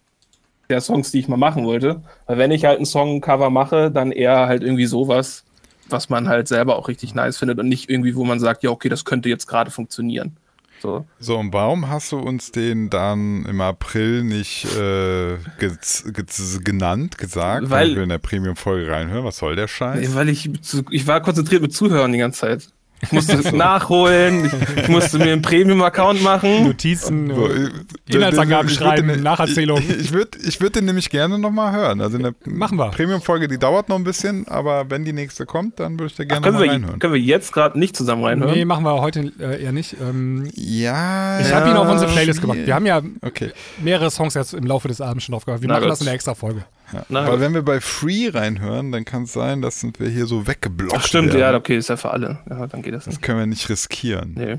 [SPEAKER 6] der Songs, die ich mal machen wollte. Weil wenn ich halt einen Songcover mache, dann eher halt irgendwie sowas, was man halt selber auch richtig nice findet und nicht irgendwie, wo man sagt, ja, okay, das könnte jetzt gerade funktionieren. So.
[SPEAKER 3] So, und warum hast du uns den dann im April nicht äh, gez, gez, genannt, gesagt?
[SPEAKER 6] Weil-
[SPEAKER 3] damit wir in der Premium-Folge reinhören. Was soll der Scheiß?
[SPEAKER 6] Nee, weil ich, zu, ich war konzentriert mit Zuhören die ganze Zeit. Ich musste nachholen, ich, ich musste mir einen Premium-Account machen.
[SPEAKER 2] Notizen,
[SPEAKER 3] So,
[SPEAKER 2] äh,
[SPEAKER 3] äh,
[SPEAKER 2] Inhaltsangaben
[SPEAKER 3] ich würd
[SPEAKER 2] schreiben,
[SPEAKER 3] den-
[SPEAKER 2] Nacherzählung.
[SPEAKER 3] Ich, ich würde ich würd den nämlich gerne nochmal hören. Also in der
[SPEAKER 2] Machen wir.
[SPEAKER 3] Premium-Folge, die dauert noch ein bisschen, aber wenn die nächste kommt, dann würde ich da gerne
[SPEAKER 6] Können
[SPEAKER 3] nochmal
[SPEAKER 6] wir,
[SPEAKER 3] reinhören.
[SPEAKER 6] können wir jetzt gerade nicht zusammen reinhören?
[SPEAKER 2] Nee, machen wir heute äh, eher nicht. Ähm,
[SPEAKER 3] Ja,
[SPEAKER 2] ich
[SPEAKER 3] ja,
[SPEAKER 2] habe ihn auf unsere Playlist gemacht. Wir haben ja
[SPEAKER 3] Okay.
[SPEAKER 2] mehrere Songs jetzt im Laufe des Abends schon aufgehört. Wir
[SPEAKER 6] Na
[SPEAKER 2] machen
[SPEAKER 6] gut.
[SPEAKER 2] das in der extra Folge.
[SPEAKER 6] Na,
[SPEAKER 3] Weil wenn wir bei Free reinhören, dann kann es sein, dass sind wir hier so weggeblockt.
[SPEAKER 6] ach stimmt, ja,
[SPEAKER 3] werden.
[SPEAKER 6] okay, ist ja für alle. Ja, dann geht das
[SPEAKER 3] Das
[SPEAKER 6] nicht.
[SPEAKER 3] können wir nicht riskieren.
[SPEAKER 6] Nee.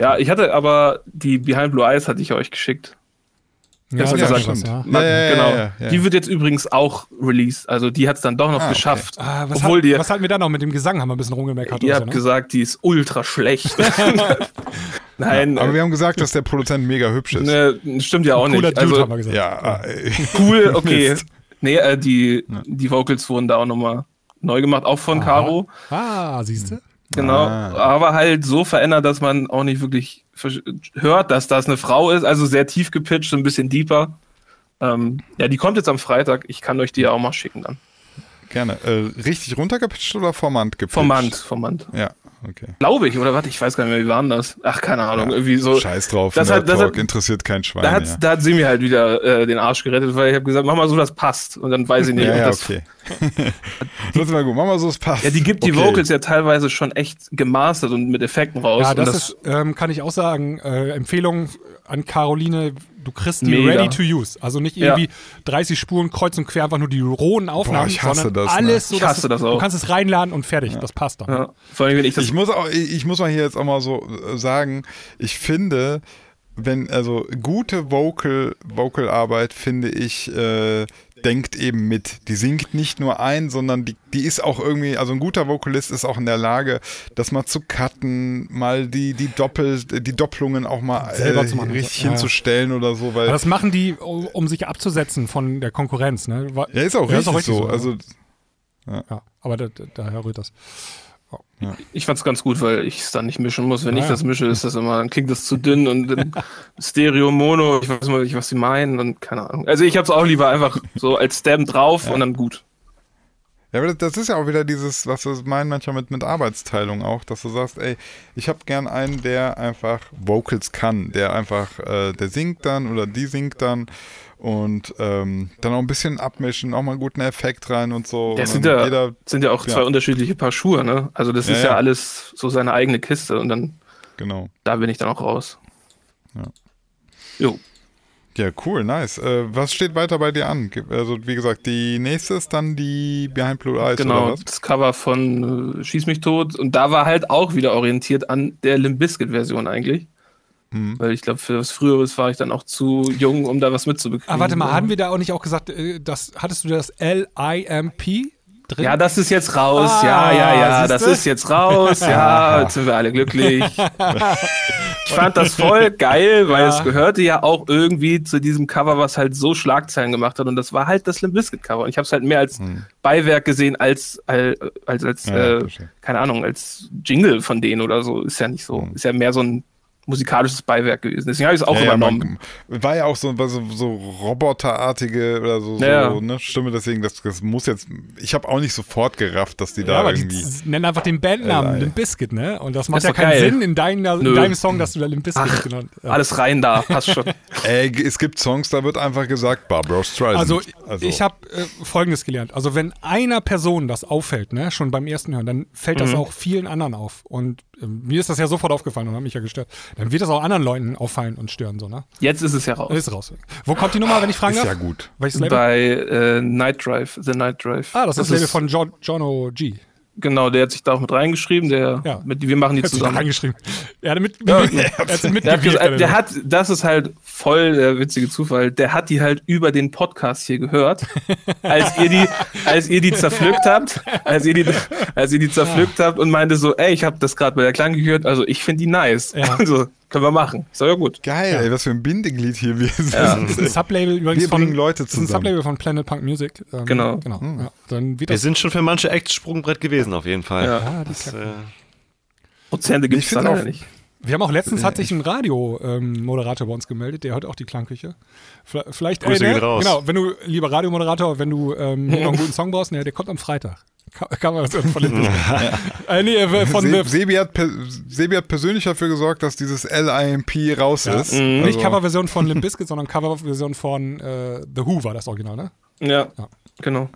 [SPEAKER 6] Ja, ich hatte aber die Behind Blue Eyes hatte ich euch geschickt.
[SPEAKER 2] Ja,
[SPEAKER 6] Besser
[SPEAKER 2] das
[SPEAKER 6] gesagt.
[SPEAKER 2] ist was, ja.
[SPEAKER 6] Macken,
[SPEAKER 3] Ja, ja, ja,
[SPEAKER 6] genau.
[SPEAKER 3] ja, ja.
[SPEAKER 6] Die wird jetzt übrigens auch released. Also die hat es dann doch noch
[SPEAKER 3] Ah, okay.
[SPEAKER 6] geschafft.
[SPEAKER 2] Ah, was,
[SPEAKER 6] Obwohl
[SPEAKER 2] hat, ne?
[SPEAKER 6] die,
[SPEAKER 2] was hatten wir da noch mit dem Gesang? Haben wir ein bisschen rumgemeckert.
[SPEAKER 6] ihr
[SPEAKER 2] oder
[SPEAKER 6] habt gesagt, die ist ultra schlecht. <laughs> Nein, äh,
[SPEAKER 3] Aber wir haben gesagt, dass der Produzent mega hübsch ist.
[SPEAKER 6] ne, stimmt ja auch
[SPEAKER 2] cooler
[SPEAKER 6] nicht.
[SPEAKER 2] Dude, haben wir gesagt.
[SPEAKER 3] Ja, äh, <laughs>
[SPEAKER 6] cool, okay.
[SPEAKER 3] Mist.
[SPEAKER 6] Nee, äh, die, die Vocals wurden da auch nochmal neu gemacht, auch von
[SPEAKER 2] Aha.
[SPEAKER 6] Caro.
[SPEAKER 2] Ah, siehst du?
[SPEAKER 6] Genau.
[SPEAKER 3] Ah.
[SPEAKER 6] Aber halt so verändert, dass man auch nicht wirklich versch- hört, dass das eine Frau ist. Also sehr tief gepitcht, so ein bisschen deeper. Ähm, ja, die kommt jetzt am Freitag. Ich kann euch die ja auch mal schicken dann.
[SPEAKER 3] gerne. Äh, richtig runtergepitcht oder formant gepitcht?
[SPEAKER 6] Vom Mand, vom Mand.
[SPEAKER 3] Ja, okay.
[SPEAKER 6] Glaube ich, oder was? Ich weiß gar nicht mehr, wie waren das? Ach, keine Ahnung. Irgendwie so.
[SPEAKER 3] Scheiß drauf,
[SPEAKER 6] Das
[SPEAKER 3] das
[SPEAKER 6] hat- das
[SPEAKER 3] Talk
[SPEAKER 6] hat-
[SPEAKER 3] interessiert kein Schwein.
[SPEAKER 6] Da hat, <laughs>
[SPEAKER 3] ja.
[SPEAKER 6] da hat sie mir halt wieder äh, den Arsch gerettet, weil ich habe gesagt, mach mal so, das passt. Und dann weiß ich nicht,
[SPEAKER 3] ja,
[SPEAKER 6] ob
[SPEAKER 3] ja,
[SPEAKER 6] das
[SPEAKER 3] okay. <laughs> Lass mal gut, machen wir so, es passt.
[SPEAKER 6] Ja, die gibt die
[SPEAKER 3] Okay.
[SPEAKER 6] Vocals ja teilweise schon echt gemastert und mit Effekten raus.
[SPEAKER 2] Ja,
[SPEAKER 6] und
[SPEAKER 2] das, ist, ähm, kann ich auch sagen, äh, Empfehlung an Caroline, du kriegst die
[SPEAKER 6] Mega.
[SPEAKER 2] ready to use. Also nicht
[SPEAKER 6] Ja.
[SPEAKER 2] irgendwie 30 Spuren kreuz und quer, einfach nur die rohen Aufnahmen,
[SPEAKER 3] ich hasse
[SPEAKER 2] sondern
[SPEAKER 3] das, ne?
[SPEAKER 2] alles so,
[SPEAKER 6] Ich
[SPEAKER 2] dass
[SPEAKER 6] hasse
[SPEAKER 2] du-
[SPEAKER 6] das auch.
[SPEAKER 2] du kannst es reinladen und fertig, das passt dann.
[SPEAKER 6] ja, vor allem, wenn ich das.
[SPEAKER 3] Ich muss, auch, ich ich muss mal hier jetzt auch mal so äh, sagen, ich finde, wenn, also gute Vocal, Vocalarbeit, finde ich, äh, denkt eben mit. Die singt nicht nur ein, sondern die, die ist auch irgendwie, also ein guter Vocalist ist auch in der Lage, das mal zu cutten, mal die, die, Doppel, die Doppelungen auch mal
[SPEAKER 2] Selber
[SPEAKER 3] äh,
[SPEAKER 2] zu machen,
[SPEAKER 3] richtig
[SPEAKER 2] ja.
[SPEAKER 3] hinzustellen oder so, weil
[SPEAKER 2] Aber das machen die, um, um sich abzusetzen von der Konkurrenz. Ne? Wa-
[SPEAKER 3] Ja, ist auch richtig, so. Also,
[SPEAKER 2] ne? ja, aber da, da, daher rührt das.
[SPEAKER 6] Ich fand's ganz gut, weil ich es dann nicht mischen muss. Wenn
[SPEAKER 2] Ah,
[SPEAKER 6] ich
[SPEAKER 2] ja.
[SPEAKER 6] das mische, ist das immer, dann klingt das zu dünn und dann Stereo Mono, ich weiß mal nicht, was sie meinen und keine Ahnung. Also ich hab's auch lieber einfach so als Stem drauf und dann gut.
[SPEAKER 3] ja, aber das- das ist ja auch wieder dieses, was wir meinen manchmal mit, mit Arbeitsteilung auch, dass du sagst, ey, ich habe gern einen, der einfach Vocals kann, der einfach, äh, der singt dann oder die singt dann und ähm, dann auch ein bisschen abmischen, auch mal einen guten Effekt rein und so.
[SPEAKER 6] Das
[SPEAKER 3] und
[SPEAKER 6] sind
[SPEAKER 3] dann
[SPEAKER 6] ja,
[SPEAKER 3] jeder,
[SPEAKER 6] sind ja auch
[SPEAKER 3] ja.
[SPEAKER 6] zwei unterschiedliche Paar Schuhe, ne? Also das
[SPEAKER 3] Ja,
[SPEAKER 6] ist ja,
[SPEAKER 3] ja.
[SPEAKER 6] alles so seine eigene Kiste und dann
[SPEAKER 3] genau.
[SPEAKER 6] da bin ich dann auch raus.
[SPEAKER 3] Ja.
[SPEAKER 6] Jo.
[SPEAKER 3] Ja, cool, nice. Äh, was steht weiter bei dir an? Ge- Also, wie gesagt, die nächste ist dann die Behind Blue Eyes oder
[SPEAKER 6] Genau,
[SPEAKER 3] was?
[SPEAKER 6] das Cover von äh, Schieß mich tot. Und da war halt auch wieder orientiert an der Limp Bizkit-Version eigentlich.
[SPEAKER 3] Mhm.
[SPEAKER 6] Weil ich glaube, für was Früheres war ich dann auch zu jung, um da was mitzubekommen.
[SPEAKER 2] Ah, warte mal, haben wir da auch nicht auch gesagt, äh, das, hattest du das L-I-M-P drin?
[SPEAKER 6] Ja, das ist jetzt raus.
[SPEAKER 2] Ah,
[SPEAKER 6] ja, ja,
[SPEAKER 2] siehste?
[SPEAKER 6] ja, das ist jetzt
[SPEAKER 2] <laughs>
[SPEAKER 6] raus. Ja, jetzt sind wir alle glücklich. Ich fand das voll geil, weil
[SPEAKER 2] Ja.
[SPEAKER 6] es gehörte ja auch irgendwie zu diesem Cover, was halt so Schlagzeilen gemacht hat. Und das war halt das Limp Bizkit-Cover. Und ich habe es halt mehr als
[SPEAKER 2] Hm.
[SPEAKER 6] Beiwerk gesehen, als, als, als, als
[SPEAKER 3] Ja,
[SPEAKER 6] äh,
[SPEAKER 3] verstehe.
[SPEAKER 6] keine Ahnung, als Jingle von denen oder so. Ist ja nicht so.
[SPEAKER 2] Hm.
[SPEAKER 6] Ist ja mehr so ein musikalisches Beiwerk gewesen. Deswegen habe ich es auch
[SPEAKER 3] ja, ja,
[SPEAKER 6] übernommen.
[SPEAKER 3] man, war ja auch so, war so, so roboterartige oder so,
[SPEAKER 6] Ja.
[SPEAKER 3] so ne, Stimme, deswegen, das, das muss jetzt, ich habe auch nicht sofort gerafft, dass die
[SPEAKER 2] Ja,
[SPEAKER 3] da
[SPEAKER 2] aber die
[SPEAKER 3] irgendwie.
[SPEAKER 2] z- nennen einfach den Bandnamen
[SPEAKER 3] Äh,
[SPEAKER 2] Limp Bizkit, ne? Und das macht
[SPEAKER 6] Ist
[SPEAKER 2] ja
[SPEAKER 6] doch
[SPEAKER 2] keinen
[SPEAKER 6] geil.
[SPEAKER 2] Sinn in, deiner, in
[SPEAKER 6] Nö.
[SPEAKER 2] deinem Song, dass du da Limp Bizkit genannt hast.
[SPEAKER 6] Alles rein da, passt
[SPEAKER 2] <laughs>
[SPEAKER 6] schon.
[SPEAKER 3] Ey, g- es gibt Songs, da wird einfach gesagt, Barbara Streisand.
[SPEAKER 2] Also, ich habe äh, Folgendes gelernt. Also, wenn einer Person das auffällt, ne, schon beim ersten Hören, dann fällt
[SPEAKER 6] Mhm.
[SPEAKER 2] das auch vielen anderen auf. Und äh, mir ist das ja sofort aufgefallen und hat mich ja gestört. Dann wird das auch anderen Leuten auffallen und stören, so, ne?
[SPEAKER 6] Jetzt ist es ja
[SPEAKER 2] Dann
[SPEAKER 6] raus.
[SPEAKER 2] ist raus. Wo kommt die Nummer, wenn ich fragen
[SPEAKER 3] Ist
[SPEAKER 2] darf?
[SPEAKER 3] ja gut.
[SPEAKER 2] Welches Label?
[SPEAKER 6] Bei äh, Night Drive, The Night Drive.
[SPEAKER 2] Ah, das, ist das Label von John, Jono G.
[SPEAKER 6] Genau, der hat sich da auch mit reingeschrieben. Der,
[SPEAKER 2] Ja.
[SPEAKER 6] mit, wir machen die
[SPEAKER 2] Hat sich da
[SPEAKER 6] zusammen.
[SPEAKER 2] reingeschrieben. Er hat mit, ja, er hat
[SPEAKER 6] Der hat,
[SPEAKER 2] mitgewirkt.
[SPEAKER 6] gesagt, der
[SPEAKER 2] Alter.
[SPEAKER 6] hat, das ist halt voll der witzige Zufall. Der hat die halt über den Podcast
[SPEAKER 2] <laughs>
[SPEAKER 6] hier gehört, als ihr die, als ihr die zerpflückt habt, als ihr die, als ihr die zerpflückt habt und meinte so, ey, ich habe das gerade bei der Klang gehört, also ich finde die nice.
[SPEAKER 2] Ja.
[SPEAKER 6] <laughs> Also können wir machen. Ist doch ja gut.
[SPEAKER 3] Geil, ey, was für ein Bindeglied hier wir sind.
[SPEAKER 2] Das ist ein Sublabel übrigens
[SPEAKER 3] Wir
[SPEAKER 2] von
[SPEAKER 3] bringen Leute
[SPEAKER 2] Das ist ein
[SPEAKER 3] zusammen.
[SPEAKER 2] Sublabel von Planet Punk Music. Ähm,
[SPEAKER 6] Genau.
[SPEAKER 2] genau. Ja, dann wird
[SPEAKER 1] Wir
[SPEAKER 2] das.
[SPEAKER 1] sind schon für manche Acts Sprungbrett gewesen, auf jeden Fall.
[SPEAKER 6] Ja.
[SPEAKER 2] Ah, die
[SPEAKER 1] Das,
[SPEAKER 2] Kacke.
[SPEAKER 1] äh,
[SPEAKER 6] Prozente gibt's
[SPEAKER 3] find
[SPEAKER 6] dann
[SPEAKER 3] auch-
[SPEAKER 6] auch nicht.
[SPEAKER 2] wir haben auch letztens hat sich ein Radio-Moderator bei uns gemeldet, der hört auch die Klangküche. Vla- Vielleicht
[SPEAKER 1] Grüße gehen raus.
[SPEAKER 2] Genau, wenn du, lieber Radiomoderator, wenn du ähm, noch einen guten Song brauchst, ne, der kommt am Freitag. Ka- Kann man das von den äh, nee, äh, von
[SPEAKER 3] Se
[SPEAKER 2] Lips.
[SPEAKER 3] Sebi, hat per Sebi hat persönlich dafür gesorgt, dass dieses LIMP raus ist.
[SPEAKER 2] Nicht Coverversion von Limp Bizkit, <laughs> sondern Coverversion von äh, The Who war das Original, ne?
[SPEAKER 6] Ja,
[SPEAKER 2] Ja.
[SPEAKER 6] genau.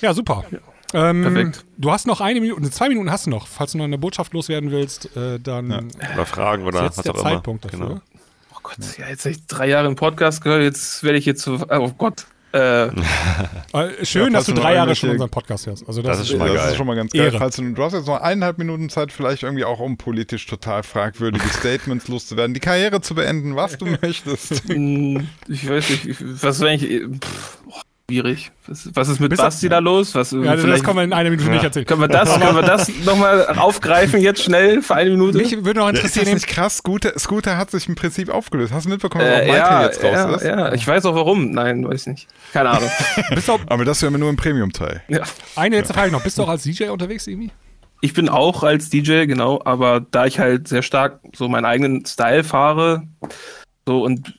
[SPEAKER 2] Ja, super. Ähm,
[SPEAKER 6] Perfekt.
[SPEAKER 2] Du hast noch eine Minute, zwei Minuten hast du noch. Falls du noch eine Botschaft loswerden willst, äh, dann
[SPEAKER 1] Oder Fragen oder
[SPEAKER 2] ist jetzt
[SPEAKER 1] was
[SPEAKER 2] der
[SPEAKER 1] auch
[SPEAKER 2] Zeitpunkt
[SPEAKER 1] immer.
[SPEAKER 2] dafür.
[SPEAKER 1] Genau.
[SPEAKER 6] Oh Gott, ja, jetzt habe ich drei Jahre im Podcast gehört, jetzt werde ich hier zu. Oh Gott. Äh,
[SPEAKER 2] Äh, schön,
[SPEAKER 3] Ja,
[SPEAKER 2] dass
[SPEAKER 3] falls
[SPEAKER 2] du
[SPEAKER 3] du
[SPEAKER 2] drei
[SPEAKER 3] noch
[SPEAKER 2] Jahre
[SPEAKER 3] irgendwelche-
[SPEAKER 2] schon unseren Podcast hörst. Also das,
[SPEAKER 1] Das ist
[SPEAKER 2] ist
[SPEAKER 1] schon mal
[SPEAKER 3] das
[SPEAKER 1] geil.
[SPEAKER 3] ist schon mal ganz geil.
[SPEAKER 2] Ehre.
[SPEAKER 3] Falls du, du hast jetzt noch eineinhalb Minuten Zeit, vielleicht irgendwie auch um politisch total
[SPEAKER 6] <laughs>
[SPEAKER 3] fragwürdige Statements loszuwerden, die Karriere zu beenden, was du möchtest.
[SPEAKER 6] Hm, Ich weiß nicht, ich- was ist eigentlich. Pff, oh, schwierig. Was, was ist mit
[SPEAKER 2] Bist du-
[SPEAKER 6] Basti da los? Was,
[SPEAKER 2] ja, das
[SPEAKER 6] vielleicht-
[SPEAKER 2] kann man in einer Minute nicht erzählen.
[SPEAKER 6] können wir das, können wir das nochmal aufgreifen jetzt schnell für eine Minute?
[SPEAKER 2] Mich würde noch
[SPEAKER 3] Ist das
[SPEAKER 2] interessieren,
[SPEAKER 3] nicht krass? Scooter, Scooter hat sich im Prinzip aufgelöst. Hast du mitbekommen, dass
[SPEAKER 6] äh,
[SPEAKER 3] auch Michael
[SPEAKER 6] ja,
[SPEAKER 3] jetzt raus
[SPEAKER 6] ja,
[SPEAKER 3] ist?
[SPEAKER 6] ja, ich weiß auch warum. Nein, weiß nicht. Keine Ahnung.
[SPEAKER 2] bist du auch,
[SPEAKER 3] Aber das hören wir nur im Premium-Teil.
[SPEAKER 6] ja.
[SPEAKER 2] eine letzte Frage noch. Bist du auch als DJ unterwegs irgendwie?
[SPEAKER 6] Ich bin auch als DJ, genau, aber da ich halt sehr stark so meinen eigenen Style fahre, so und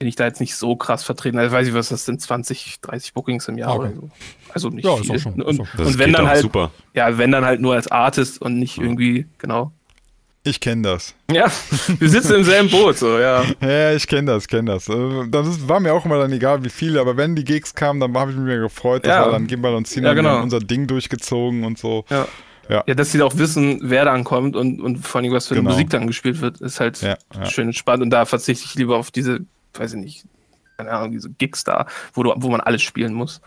[SPEAKER 6] bin ich da jetzt nicht so krass vertreten. Also weiß ich, was das sind, 20, 30 Bookings im Jahr
[SPEAKER 2] Okay.
[SPEAKER 6] oder so. Also nicht
[SPEAKER 2] Ja, ist
[SPEAKER 6] viel.
[SPEAKER 2] auch schon- ist
[SPEAKER 6] und
[SPEAKER 2] auch schon.
[SPEAKER 1] Das
[SPEAKER 6] und wenn
[SPEAKER 1] geht
[SPEAKER 6] dann
[SPEAKER 1] auch
[SPEAKER 6] halt,
[SPEAKER 1] super.
[SPEAKER 6] ja, wenn dann halt nur als Artist und nicht irgendwie, genau.
[SPEAKER 3] Ich kenne das.
[SPEAKER 6] Ja, <laughs> wir sitzen im selben Boot, so, ja.
[SPEAKER 3] Ja, ich kenne das, kenne das. Äh, Das ist, war mir auch immer dann egal, wie viele, aber wenn die Gigs kamen, dann habe ich mich gefreut, dass
[SPEAKER 6] Ja.
[SPEAKER 3] wir dann Gimbal und Cena
[SPEAKER 6] Ja, genau.
[SPEAKER 3] haben unser Ding durchgezogen und so.
[SPEAKER 6] Ja.
[SPEAKER 3] Ja.
[SPEAKER 6] Ja, dass sie auch wissen, wer da ankommt und, und vor allem, was für eine
[SPEAKER 3] Genau.
[SPEAKER 6] Musik dann gespielt wird, ist halt
[SPEAKER 3] Ja, ja.
[SPEAKER 6] schön entspannt. Und da verzichte ich lieber auf diese, weiß ich nicht, keine Ahnung, diese Gigs da, wo, du, wo man alles spielen muss.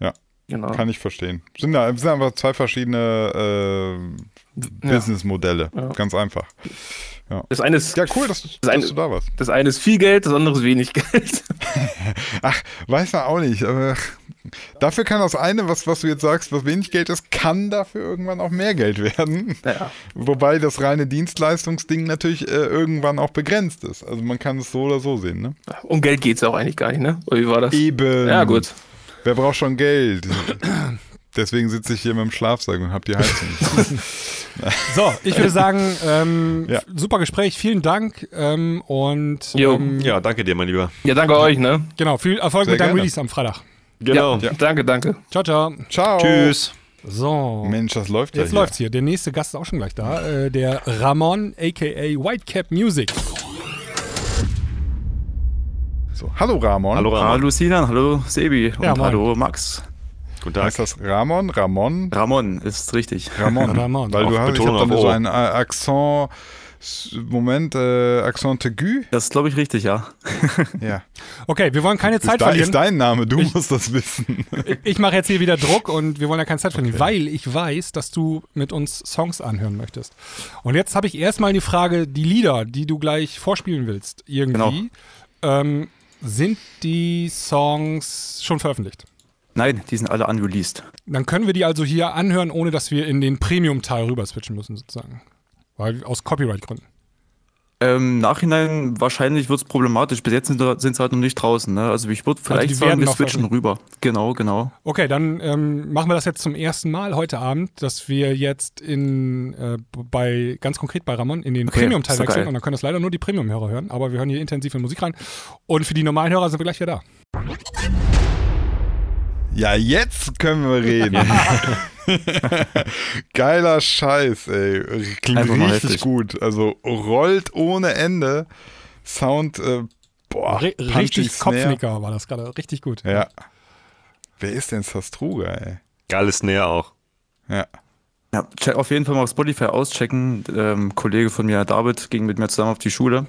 [SPEAKER 3] Ja.
[SPEAKER 6] Genau.
[SPEAKER 3] Kann ich verstehen. Sind, da, sind einfach zwei verschiedene äh,
[SPEAKER 6] Ja.
[SPEAKER 3] Businessmodelle.
[SPEAKER 6] Ja.
[SPEAKER 3] Ganz einfach.
[SPEAKER 6] Das eine ist,
[SPEAKER 3] Ja, cool, dass, du-
[SPEAKER 6] Das eine-
[SPEAKER 3] dass du da warst.
[SPEAKER 6] das eine ist viel Geld, das andere ist wenig <laughs> Geld.
[SPEAKER 3] Ach, weiß man auch nicht. Aber dafür kann das eine, was, was du jetzt sagst, was wenig Geld ist, kann dafür irgendwann auch mehr Geld werden.
[SPEAKER 6] naja.
[SPEAKER 3] Wobei das reine Dienstleistungsding natürlich äh, irgendwann auch begrenzt ist. Also man kann es so oder so sehen, ne?
[SPEAKER 6] Um Geld geht es auch eigentlich gar nicht, ne? Oder wie war das?
[SPEAKER 3] Eben.
[SPEAKER 6] Ja, gut.
[SPEAKER 3] Wer braucht schon Geld? Deswegen sitze ich hier mit dem Schlafsack und hab die Heizung. <laughs>
[SPEAKER 2] So, ich würde sagen, ähm,
[SPEAKER 3] Ja.
[SPEAKER 2] f- super Gespräch, vielen Dank ähm, und
[SPEAKER 6] Jo.
[SPEAKER 2] ähm,
[SPEAKER 1] Ja, danke dir, mein Lieber.
[SPEAKER 6] Ja, danke euch, ne?
[SPEAKER 2] genau, viel Erfolg
[SPEAKER 3] Sehr
[SPEAKER 2] mit deinem
[SPEAKER 3] gerne.
[SPEAKER 2] Release am Freitag.
[SPEAKER 1] Genau.
[SPEAKER 6] Ja, danke, danke.
[SPEAKER 2] Ciao, ciao.
[SPEAKER 3] Ciao.
[SPEAKER 1] Tschüss.
[SPEAKER 2] So,
[SPEAKER 3] Mensch, das läuft
[SPEAKER 2] jetzt
[SPEAKER 3] ja
[SPEAKER 2] läuft's hier. Der nächste Gast ist auch schon gleich da, äh, der Ramon, a.k.a. Whitecap Music.
[SPEAKER 3] hier. So. Hallo Ramon.
[SPEAKER 1] Hallo, Ramon.
[SPEAKER 7] Hallo Sinan, hallo Sebi und
[SPEAKER 2] Ja, moin.
[SPEAKER 7] hallo Max.
[SPEAKER 1] Guten
[SPEAKER 3] Heißt
[SPEAKER 1] Tag.
[SPEAKER 3] das Ramon? Ramon?
[SPEAKER 7] Ramon ist richtig.
[SPEAKER 3] Ramon.
[SPEAKER 2] Ramon.
[SPEAKER 3] Weil
[SPEAKER 1] Auf
[SPEAKER 3] du hast, ich
[SPEAKER 1] Betonung
[SPEAKER 3] hab dann
[SPEAKER 1] auf
[SPEAKER 3] so
[SPEAKER 1] O.
[SPEAKER 3] einen äh, Akzent. Moment, äh,
[SPEAKER 2] <laughs>
[SPEAKER 3] Akzent aigu?
[SPEAKER 7] Das ist, glaube ich, richtig, ja.
[SPEAKER 3] Ja.
[SPEAKER 2] Okay, wir wollen keine
[SPEAKER 3] Ist,
[SPEAKER 2] Zeit
[SPEAKER 3] de ist
[SPEAKER 2] verlieren.
[SPEAKER 3] dein Name, du musst das wissen.
[SPEAKER 2] Ich mache jetzt hier wieder Druck und wir wollen ja keine Zeit verlieren, weil ich weiß, dass du mit uns Songs anhören möchtest. Und jetzt habe ich erstmal die Frage, die Lieder, die du gleich vorspielen willst, irgendwie,
[SPEAKER 3] Genau.
[SPEAKER 2] ähm, sind die Songs schon veröffentlicht?
[SPEAKER 7] Nein, die sind alle unreleased.
[SPEAKER 2] Dann können wir die also hier anhören, ohne dass wir in den Premium-Teil rüber switchen müssen, sozusagen. Weil aus Copyright-Gründen.
[SPEAKER 7] Ähm, Im Nachhinein wahrscheinlich wird es problematisch. Bis jetzt sind es halt noch nicht draußen. Ne? Also ich würde vielleicht
[SPEAKER 2] die
[SPEAKER 7] sagen,
[SPEAKER 2] werden
[SPEAKER 7] wir
[SPEAKER 2] noch
[SPEAKER 7] switchen rüber. Genau, genau.
[SPEAKER 2] Okay, dann ähm, machen wir das jetzt zum ersten Mal heute Abend, dass wir jetzt in äh, bei ganz konkret bei Ramon in den
[SPEAKER 7] Okay,
[SPEAKER 2] Premium-Teil
[SPEAKER 7] ist doch
[SPEAKER 2] wechseln
[SPEAKER 7] geil.
[SPEAKER 2] und dann können das leider nur die Premium-Hörer hören, aber wir hören hier intensiv in Musik rein. Und für die normalen Hörer sind wir gleich wieder da.
[SPEAKER 3] Ja, jetzt können wir reden. <laughs> Geiler Scheiß, ey. Klingt
[SPEAKER 7] Einfach mal
[SPEAKER 3] richtig
[SPEAKER 7] heftig.
[SPEAKER 3] gut. Also rollt ohne Ende. Sound, äh, boah,
[SPEAKER 2] Ri-
[SPEAKER 3] punchy
[SPEAKER 2] richtig
[SPEAKER 3] Snare.
[SPEAKER 2] Kopfnicker war das gerade, richtig gut.
[SPEAKER 3] Ja. Wer ist denn Sastruga, ey?
[SPEAKER 1] Geiles Näher auch.
[SPEAKER 3] Ja.
[SPEAKER 7] Ja, check auf jeden Fall mal auf Spotify auschecken. Ähm, Kollege von mir, David, ging mit mir zusammen auf
[SPEAKER 2] <laughs>
[SPEAKER 7] die Schule.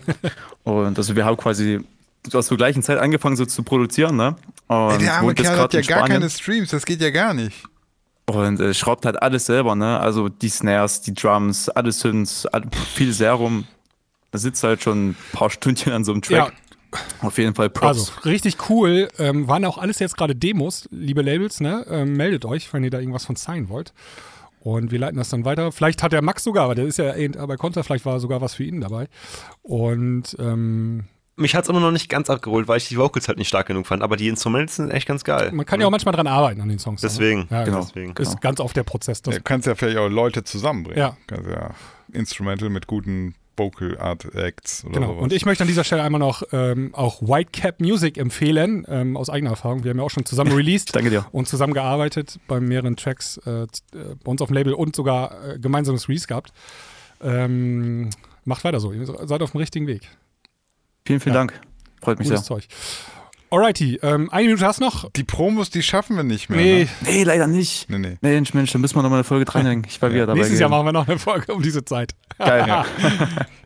[SPEAKER 7] und also wir haben quasi aus der gleichen Zeit angefangen so zu produzieren. Ne? Und
[SPEAKER 3] Ey, der arme
[SPEAKER 7] wohnt jetzt
[SPEAKER 3] Kerl hat
[SPEAKER 7] gerade
[SPEAKER 3] ja
[SPEAKER 7] in
[SPEAKER 3] gar
[SPEAKER 7] Spanien.
[SPEAKER 3] keine Streams, das geht ja gar nicht.
[SPEAKER 7] Und äh, schraubt halt alles selber, ne? Also die Snares, die Drums, alle Synths, all, pff, viel Serum. Da sitzt halt schon ein paar Stündchen an so einem Track. Auf jeden Fall Props.
[SPEAKER 2] Also, richtig cool. Ähm, waren auch alles jetzt gerade Demos, liebe Labels, ne? Ähm, meldet euch, wenn ihr da irgendwas von sein wollt. Und wir leiten das dann weiter. Vielleicht hat der Max sogar, aber der ist ja eh bei Konter, vielleicht war sogar was für ihn dabei. Und ähm,
[SPEAKER 1] Mich hat's immer noch nicht ganz abgeholt, weil ich die Vocals halt nicht stark genug fand, aber die Instrumente sind echt ganz geil.
[SPEAKER 2] man kann ja auch manchmal dran arbeiten an den Songs.
[SPEAKER 1] Deswegen,
[SPEAKER 2] aber- Ja,
[SPEAKER 7] genau.
[SPEAKER 2] das
[SPEAKER 1] Deswegen.
[SPEAKER 2] Ist ganz auf der Prozess. Das,
[SPEAKER 3] Du Äh, kannst ja vielleicht auch Leute zusammenbringen.
[SPEAKER 2] Ja.
[SPEAKER 3] Kannst ja Instrumental mit guten Vocal Art Acts oder
[SPEAKER 2] Genau.
[SPEAKER 3] sowas.
[SPEAKER 2] Und ich möchte an dieser Stelle einmal noch ähm, auch Whitecap Music empfehlen, ähm, aus eigener Erfahrung. Wir haben ja auch schon
[SPEAKER 7] <laughs>
[SPEAKER 2] zusammen released
[SPEAKER 7] danke dir.
[SPEAKER 2] und zusammen gearbeitet bei mehreren Tracks äh, t- äh, bei uns auf dem Label und sogar äh, gemeinsames Release gehabt. Ähm, macht weiter so. Ihr seid auf dem richtigen Weg.
[SPEAKER 7] Vielen, vielen
[SPEAKER 2] Ja.
[SPEAKER 7] Dank. Freut mich
[SPEAKER 2] Gutes
[SPEAKER 7] sehr.
[SPEAKER 2] Zeug. Alrighty, ähm, eine Minute hast noch.
[SPEAKER 3] Die Promos, die schaffen wir nicht mehr.
[SPEAKER 2] Nee,
[SPEAKER 3] Ne?
[SPEAKER 7] Nee, leider nicht.
[SPEAKER 3] Nee, nee.
[SPEAKER 7] Mensch, Mensch, da müssen wir nochmal eine Folge dranhängen. Ich war wieder dabei.
[SPEAKER 2] nächstes Jahr
[SPEAKER 7] gewesen.
[SPEAKER 2] machen wir noch eine Folge um diese Zeit.
[SPEAKER 7] Geil.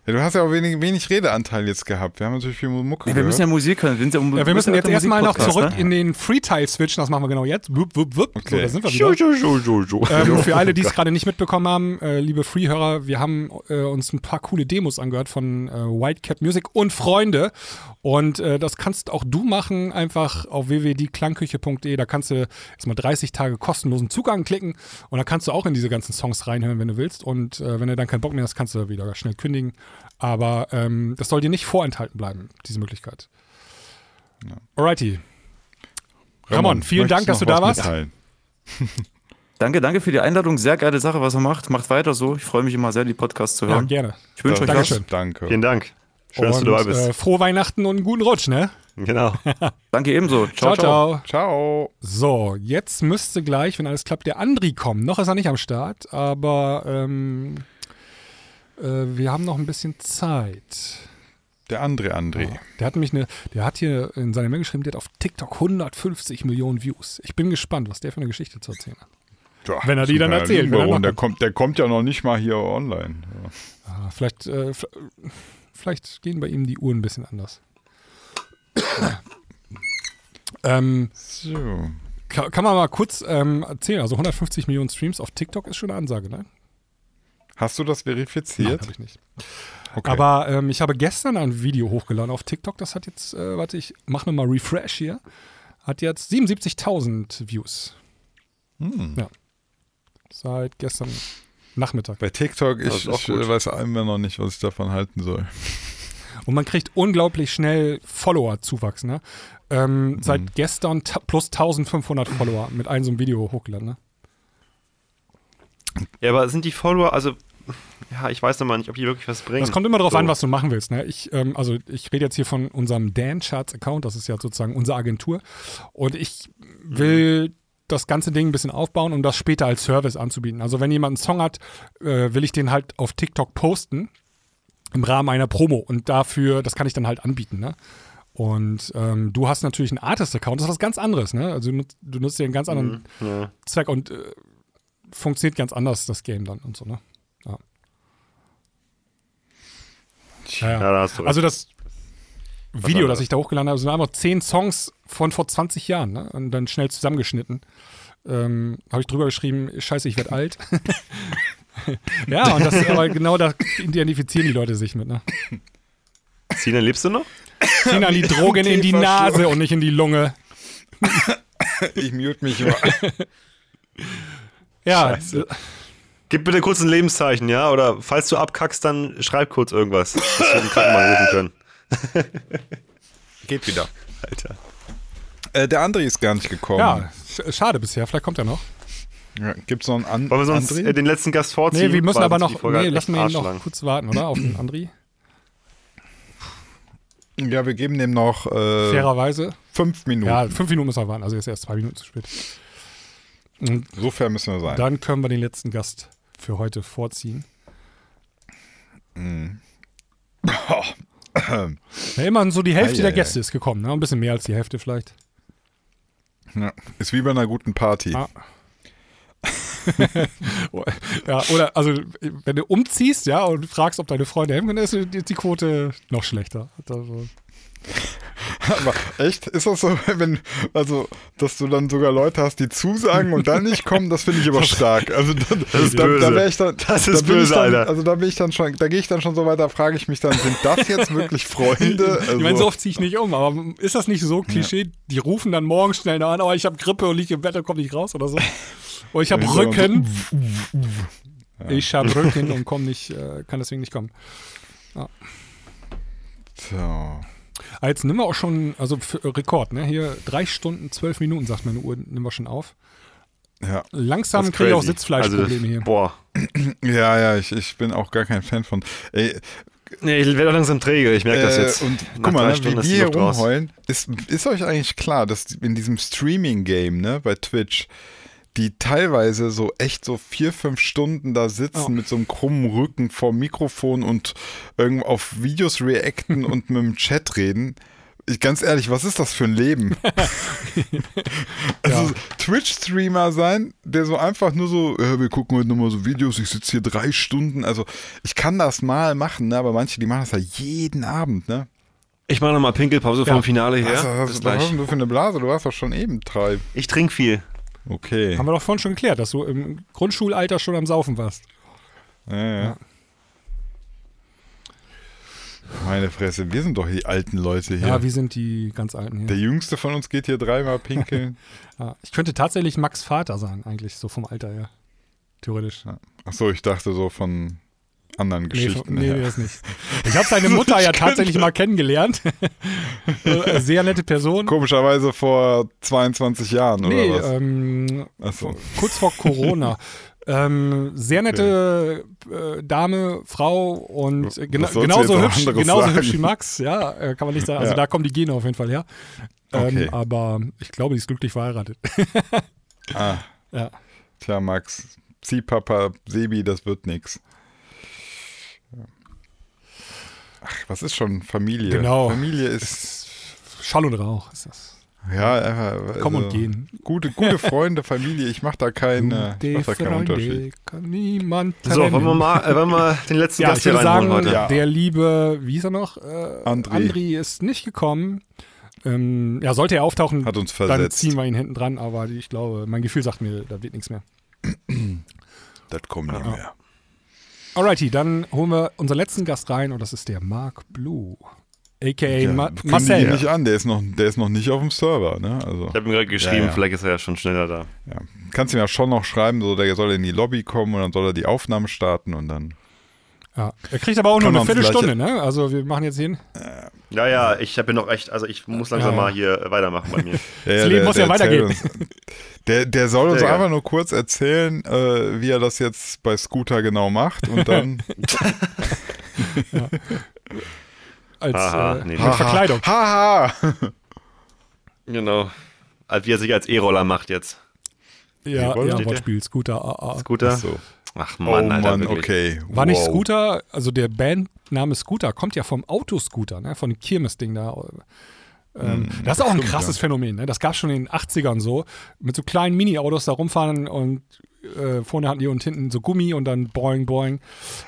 [SPEAKER 3] Ja, du hast ja auch wenig, wenig Redeanteil jetzt gehabt. Wir haben natürlich viel Mucke.
[SPEAKER 7] Nee, wir müssen ja
[SPEAKER 3] gehört.
[SPEAKER 7] Musik hören. Wir, sind ja,
[SPEAKER 2] Ja, wir müssen jetzt
[SPEAKER 7] ja
[SPEAKER 2] erstmal noch
[SPEAKER 7] Musikpodcast,
[SPEAKER 2] zurück
[SPEAKER 7] ne?
[SPEAKER 2] in den Freetile switchen. Das machen wir genau jetzt. Wupp, wupp, wupp. So,
[SPEAKER 3] Okay.
[SPEAKER 2] da sind wir wieder.
[SPEAKER 1] jo, jo, jo.
[SPEAKER 2] Ähm, für alle, die es gerade nicht mitbekommen haben, äh, liebe Freehörer, wir haben äh, uns ein paar coole Demos angehört von äh, Whitecap Music und Freunde. Und äh, das kannst auch du machen, einfach auf www.klangküche.de. E. Da kannst du erstmal 30 Tage kostenlosen Zugang klicken und da kannst du auch in diese ganzen Songs reinhören, wenn du willst. Und äh, wenn du dann keinen Bock mehr hast, kannst du wieder schnell kündigen. Aber ähm, das soll dir nicht vorenthalten bleiben, diese Möglichkeit. Alrighty. Ramon, vielen
[SPEAKER 3] möchtest
[SPEAKER 2] Dank, dass
[SPEAKER 3] noch
[SPEAKER 2] du da
[SPEAKER 3] was
[SPEAKER 2] warst.
[SPEAKER 3] mitteilen?
[SPEAKER 7] ne? Danke, danke für die Einladung. Sehr geile Sache, was er macht. Macht weiter so. Ich freue mich immer sehr, die Podcasts zu
[SPEAKER 2] Ja,
[SPEAKER 7] hören.
[SPEAKER 2] gerne.
[SPEAKER 7] ich wünsche euch was.
[SPEAKER 2] Dankeschön.
[SPEAKER 3] Danke.
[SPEAKER 1] Vielen Dank. Schön, dass du
[SPEAKER 2] Und,
[SPEAKER 1] dabei bist.
[SPEAKER 2] Äh, frohe Weihnachten und einen guten Rutsch, ne?
[SPEAKER 1] genau.
[SPEAKER 7] Danke ebenso. ciao. ciao.
[SPEAKER 3] Ciao.
[SPEAKER 2] So, jetzt müsste gleich, wenn alles klappt, der Andri kommen. Noch ist er nicht am Start, aber ähm, äh, wir haben noch ein bisschen Zeit.
[SPEAKER 3] Der andere André.
[SPEAKER 2] Der hat nämlich eine, der hat hier in seiner Mail geschrieben, der hat auf TikTok 150 Millionen Views. Ich bin gespannt, was der für eine Geschichte zu erzählen hat.
[SPEAKER 3] Tja,
[SPEAKER 2] Wenn er die
[SPEAKER 3] zum
[SPEAKER 2] dann
[SPEAKER 3] Teil
[SPEAKER 2] erzählt, wenn er
[SPEAKER 3] Warum?
[SPEAKER 2] noch-
[SPEAKER 3] Der kommt, der kommt ja noch nicht mal hier online. Ja.
[SPEAKER 2] Ah, vielleicht, äh, f- vielleicht gehen bei ihm die Uhren ein bisschen anders. <coughs> ähm,
[SPEAKER 3] So.
[SPEAKER 2] Ka- kann man mal kurz ähm, erzählen. Also 150 Millionen Streams auf TikTok ist schon eine Ansage, ne?
[SPEAKER 3] Hast du das verifiziert?
[SPEAKER 2] habe ich nicht.
[SPEAKER 3] Okay.
[SPEAKER 2] Aber ähm, ich habe gestern ein Video hochgeladen auf TikTok. Das hat jetzt, äh, warte, ich mache nochmal Refresh hier. Hat jetzt 77.000 Views. Ja. Seit gestern Nachmittag.
[SPEAKER 3] Bei TikTok,
[SPEAKER 1] Das
[SPEAKER 3] ich,
[SPEAKER 1] ist auch
[SPEAKER 3] ich
[SPEAKER 1] gut.
[SPEAKER 3] weiß immer noch nicht, was ich davon halten soll.
[SPEAKER 2] Und man kriegt unglaublich schnell Follower-Zuwachs, ne? Ähm, Seit gestern ta- plus 1500 Follower mit einem so einem Video hochgeladen, ne?
[SPEAKER 1] Ja, aber sind die Follower, also, ja, ich weiß noch mal nicht, ob die wirklich was bringen.
[SPEAKER 2] Das kommt immer darauf
[SPEAKER 1] So.
[SPEAKER 2] an, was du machen willst. Ne? Ich, ähm, also ich rede jetzt hier von unserem Dan Charts Account, das ist ja sozusagen unsere Agentur. Und ich will das ganze Ding ein bisschen aufbauen, um das später als Service anzubieten. Also wenn jemand einen Song hat, äh, will ich den halt auf TikTok posten im Rahmen einer Promo. Und dafür, das kann ich dann halt anbieten. Ne? Und ähm, du hast natürlich einen Artist-Account, das ist was ganz anderes. Ne? Also du nutzt, du nutzt ja einen ganz anderen
[SPEAKER 1] Mhm, Ja.
[SPEAKER 2] Zweck und äh, funktioniert ganz anders, das Game dann und so. Ne? Ja. Ja, ja.
[SPEAKER 1] Ja, da hast du recht.
[SPEAKER 2] Also das Video,
[SPEAKER 1] anderes.
[SPEAKER 2] das ich da hochgeladen habe, sind einfach zehn Songs von vor 20 Jahren ne? und dann schnell zusammengeschnitten. Ähm, habe ich drüber geschrieben, scheiße, ich werde alt. <laughs> ja, und das ist aber genau da identifizieren die Leute sich mit. Ne? Also-
[SPEAKER 1] Sina, lebst du noch? <laughs>
[SPEAKER 2] Ziehen an die Drogen in die
[SPEAKER 3] Tiefer
[SPEAKER 2] Nase und nicht in die Lunge.
[SPEAKER 3] Ich mute mich immer.
[SPEAKER 2] Ja,
[SPEAKER 1] Gib bitte kurz ein Lebenszeichen, ja? Oder falls du abkackst, dann schreib kurz irgendwas, dass wir den Krankenwagen rufen <laughs> können.
[SPEAKER 3] Geht wieder.
[SPEAKER 1] Alter.
[SPEAKER 3] Äh, der André ist gar nicht gekommen.
[SPEAKER 2] ja, sch- schade bisher, vielleicht kommt er noch.
[SPEAKER 3] Ja, Gibt's noch einen An
[SPEAKER 1] Wollen wir sonst
[SPEAKER 3] André?
[SPEAKER 1] äh, den letzten Gast vorziehen?
[SPEAKER 2] Nee, wir müssen
[SPEAKER 1] Weil
[SPEAKER 2] aber
[SPEAKER 1] sonst die
[SPEAKER 2] noch,
[SPEAKER 1] Folge
[SPEAKER 2] nee,
[SPEAKER 1] halt
[SPEAKER 2] lassen
[SPEAKER 1] echt
[SPEAKER 2] wir ihn noch
[SPEAKER 1] arschlang.
[SPEAKER 2] kurz warten, oder? Auf den Andri,
[SPEAKER 3] Ja, wir geben dem noch äh,
[SPEAKER 2] fairerweise.
[SPEAKER 3] fünf Minuten.
[SPEAKER 2] Ja, fünf Minuten müssen wir warten, also er ist erst zwei Minuten zu spät.
[SPEAKER 3] Insofern müssen wir sein.
[SPEAKER 2] Dann können wir den letzten Gast für heute vorziehen. Ja, immerhin so die Hälfte
[SPEAKER 3] Ei,
[SPEAKER 2] der
[SPEAKER 3] ei,
[SPEAKER 2] Gäste ist gekommen, ne? Ein bisschen mehr als die Hälfte vielleicht.
[SPEAKER 3] Ja. Ist wie bei einer guten Party.
[SPEAKER 2] Ah. Ja, oder also wenn du umziehst, ja, und fragst, ob deine Freunde helfen können, ist die, die Quote noch schlechter. Also,
[SPEAKER 3] <laughs> Aber echt? Ist das so, wenn, also, dass du dann sogar Leute hast, die zusagen und dann nicht kommen, das finde ich
[SPEAKER 1] <laughs>
[SPEAKER 3] aber stark. Also dann,
[SPEAKER 1] Das ist
[SPEAKER 3] da, da
[SPEAKER 1] böse.
[SPEAKER 3] wär ich dann,
[SPEAKER 1] Das
[SPEAKER 3] da
[SPEAKER 1] ist
[SPEAKER 3] bin ich
[SPEAKER 1] böse,
[SPEAKER 3] dann,
[SPEAKER 1] Alter.
[SPEAKER 3] Also da bin ich dann schon, da gehe ich dann schon so weit, da frage ich mich dann, sind das jetzt wirklich Freunde?
[SPEAKER 2] <laughs>
[SPEAKER 3] Also,
[SPEAKER 2] ich meine, so oft ziehe ich nicht um, aber ist das nicht so Klischee? Die rufen dann morgen schnell noch an, oh, ich habe Grippe und liege im Bett und komme nicht raus oder so. Oder ich habe
[SPEAKER 3] Ja, die sagen
[SPEAKER 2] Rücken. Ich habe Rücken und komm nicht, äh, kann deswegen nicht kommen.
[SPEAKER 3] so.
[SPEAKER 2] Ah, Jetzt nehmen wir auch schon, also für, äh, Rekord, ne? Hier drei Stunden, zwölf Minuten, sagt meine Uhr, nehmen wir schon auf.
[SPEAKER 3] Ja.
[SPEAKER 1] Das
[SPEAKER 2] Langsam
[SPEAKER 1] ist
[SPEAKER 2] kriege ich auch
[SPEAKER 1] crazy.
[SPEAKER 2] Sitzfleischprobleme
[SPEAKER 1] Also,
[SPEAKER 2] hier.
[SPEAKER 1] Boah.
[SPEAKER 3] ja, ja, ich, ich bin auch gar kein Fan von. Ey,
[SPEAKER 1] Nee, ich werde auch langsam träge, ich merke das
[SPEAKER 3] Äh,
[SPEAKER 1] jetzt.
[SPEAKER 3] Und
[SPEAKER 1] Nach
[SPEAKER 3] guck
[SPEAKER 1] drei
[SPEAKER 3] mal, ne,
[SPEAKER 1] Stunden
[SPEAKER 3] wie
[SPEAKER 1] ist
[SPEAKER 3] die
[SPEAKER 1] die
[SPEAKER 3] hier
[SPEAKER 1] Luft raus.
[SPEAKER 3] rumheulen, ist, ist euch eigentlich klar, dass in diesem Streaming-Game, ne, bei Twitch, die teilweise so echt so vier, fünf Stunden da sitzen
[SPEAKER 2] Oh.
[SPEAKER 3] mit so einem krummen Rücken vor dem Mikrofon und irgendwo auf Videos reacten und mit dem Chat reden. Ich, ganz ehrlich, was ist das für ein Leben? also Twitch-Streamer sein, der so einfach nur so, äh, wir gucken heute nochmal so Videos, ich sitze hier drei Stunden. Also ich kann das mal machen, ne? aber manche, die machen das ja jeden Abend. Ne?
[SPEAKER 1] Ich mache nochmal Pinkelpause vom Finale her.
[SPEAKER 3] also, was,
[SPEAKER 1] Bis
[SPEAKER 3] was hast
[SPEAKER 1] gleich.
[SPEAKER 3] denn du für eine Blase? Du warst doch schon eben drei.
[SPEAKER 1] Ich trinke viel.
[SPEAKER 3] Okay.
[SPEAKER 2] Haben wir doch vorhin schon geklärt, dass du im Grundschulalter schon am Saufen warst.
[SPEAKER 3] Ja, ja. Meine Fresse, wir sind doch die alten Leute hier.
[SPEAKER 2] Ja, wir sind die ganz Alten hier.
[SPEAKER 3] der Jüngste von uns geht hier dreimal
[SPEAKER 2] <laughs>
[SPEAKER 3] pinkeln.
[SPEAKER 2] Ja, ich könnte tatsächlich Max Vater sein, eigentlich, so vom Alter her. Theoretisch.
[SPEAKER 3] Achso, ich dachte so von anderen
[SPEAKER 2] Nee, von-
[SPEAKER 3] Geschichten.
[SPEAKER 2] nee,
[SPEAKER 3] her.
[SPEAKER 2] das nicht. Ich habe
[SPEAKER 3] <laughs>
[SPEAKER 2] seine Mutter ja tatsächlich mal kennengelernt. <laughs> Äh, Sehr nette Person.
[SPEAKER 3] Komischerweise vor 22 Jahren
[SPEAKER 2] Nee,
[SPEAKER 3] oder was?
[SPEAKER 2] ähm,
[SPEAKER 3] Achso.
[SPEAKER 2] kurz vor
[SPEAKER 3] <laughs>
[SPEAKER 2] Corona. ähm, sehr nette äh, Dame, Frau und äh, gena
[SPEAKER 3] Was sollst du
[SPEAKER 2] genauso,
[SPEAKER 3] jetzt noch
[SPEAKER 2] hübsch,
[SPEAKER 3] anderes
[SPEAKER 2] genauso
[SPEAKER 3] sagen?
[SPEAKER 2] hübsch wie Max. Ja, äh, kann man nicht sagen. Also
[SPEAKER 3] Ja.
[SPEAKER 2] da kommen die Gene auf jeden Fall her. Ähm,
[SPEAKER 3] Okay.
[SPEAKER 2] Aber ich glaube, die ist glücklich verheiratet.
[SPEAKER 3] Ah.
[SPEAKER 2] Ja.
[SPEAKER 3] Tja, Max. Zieh Papa, Sebi, das wird nix. Ach, was ist schon Familie?
[SPEAKER 2] Genau.
[SPEAKER 3] Familie ist.
[SPEAKER 2] Schall und Rauch ist das.
[SPEAKER 3] Ja, einfach.
[SPEAKER 2] Kommen und
[SPEAKER 3] also-
[SPEAKER 2] gehen.
[SPEAKER 3] Gute, gute Freunde, Familie, ich mache da keinen, äh, ich
[SPEAKER 2] Die
[SPEAKER 3] mach da keinen
[SPEAKER 2] Freunde
[SPEAKER 3] Unterschied.
[SPEAKER 2] kann niemand
[SPEAKER 1] So, wollen wir
[SPEAKER 2] trennen.
[SPEAKER 1] mal, äh, wollen wir mal den letzten
[SPEAKER 2] Ja,
[SPEAKER 1] Gast
[SPEAKER 2] ich
[SPEAKER 1] hier
[SPEAKER 2] würde
[SPEAKER 1] reinholen
[SPEAKER 2] sagen,
[SPEAKER 1] heute.
[SPEAKER 3] Ja.
[SPEAKER 2] der liebe, wie ist er noch? Äh, André. ist nicht gekommen. Ähm, ja, sollte er auftauchen,
[SPEAKER 3] Hat uns
[SPEAKER 2] dann
[SPEAKER 3] versetzt.
[SPEAKER 2] ziehen wir ihn hinten dran, aber ich glaube, mein Gefühl sagt mir, da wird nichts mehr.
[SPEAKER 3] Das kommt nicht mehr.
[SPEAKER 2] Alrighty, dann holen wir unseren letzten Gast rein und das ist der Mark Blue. A.k.a.
[SPEAKER 3] Ja,
[SPEAKER 2] Ma
[SPEAKER 3] kündige ihn
[SPEAKER 2] Marcel.
[SPEAKER 3] nicht an, der ist, noch, der ist noch nicht auf dem Server. Ne? Also,
[SPEAKER 1] Ich habe ihm gerade geschrieben,
[SPEAKER 3] Ja, ja.
[SPEAKER 1] vielleicht ist er ja schon schneller da.
[SPEAKER 3] ja. Kannst ihm ja schon noch schreiben, so, der soll in die Lobby kommen und dann soll er die Aufnahme starten und dann.
[SPEAKER 2] Ja. Er kriegt aber auch
[SPEAKER 3] Kann
[SPEAKER 2] nur eine
[SPEAKER 3] man vielleicht-
[SPEAKER 2] Viertelstunde, ne? Also wir machen jetzt hin.
[SPEAKER 1] Ja, ja, ich habe hier noch echt, also ich muss langsam
[SPEAKER 2] Ja.
[SPEAKER 1] mal hier äh, weitermachen bei
[SPEAKER 3] <laughs>
[SPEAKER 1] mir.
[SPEAKER 3] Der,
[SPEAKER 2] Leben muss ja
[SPEAKER 3] erzählt
[SPEAKER 2] weitergehen.
[SPEAKER 3] Uns, der, der soll uns
[SPEAKER 1] Sehr geil.
[SPEAKER 3] einfach nur kurz erzählen, äh, wie er das jetzt bei Scooter genau macht und
[SPEAKER 2] <laughs>
[SPEAKER 3] dann.
[SPEAKER 2] Als
[SPEAKER 1] Haha,
[SPEAKER 2] äh,
[SPEAKER 1] nee.
[SPEAKER 2] mit Verkleidung.
[SPEAKER 3] Haha!
[SPEAKER 1] genau. Also wie er sich als E-Roller macht jetzt.
[SPEAKER 2] Ja,
[SPEAKER 3] Jawohl.
[SPEAKER 2] ja
[SPEAKER 1] Steht
[SPEAKER 2] Wortspiel, Scooter. Ah, ah.
[SPEAKER 1] Scooter.
[SPEAKER 3] So.
[SPEAKER 1] Ach
[SPEAKER 3] Oh
[SPEAKER 1] Mann,
[SPEAKER 3] Mann,
[SPEAKER 1] Alter, wirklich.
[SPEAKER 3] okay.
[SPEAKER 2] War nicht
[SPEAKER 3] Wow.
[SPEAKER 2] Scooter, also der Bandname Scooter kommt ja vom Autoscooter, ne? von dem Kirmes-Ding da. Ähm,
[SPEAKER 3] Hm,
[SPEAKER 2] das ist auch ein krasses Phänomen. Ne? Das gab es schon in den 80ern so. Mit so kleinen Mini-Autos da rumfahren und äh, vorne hatten die und hinten so Gummi und dann boing, boing.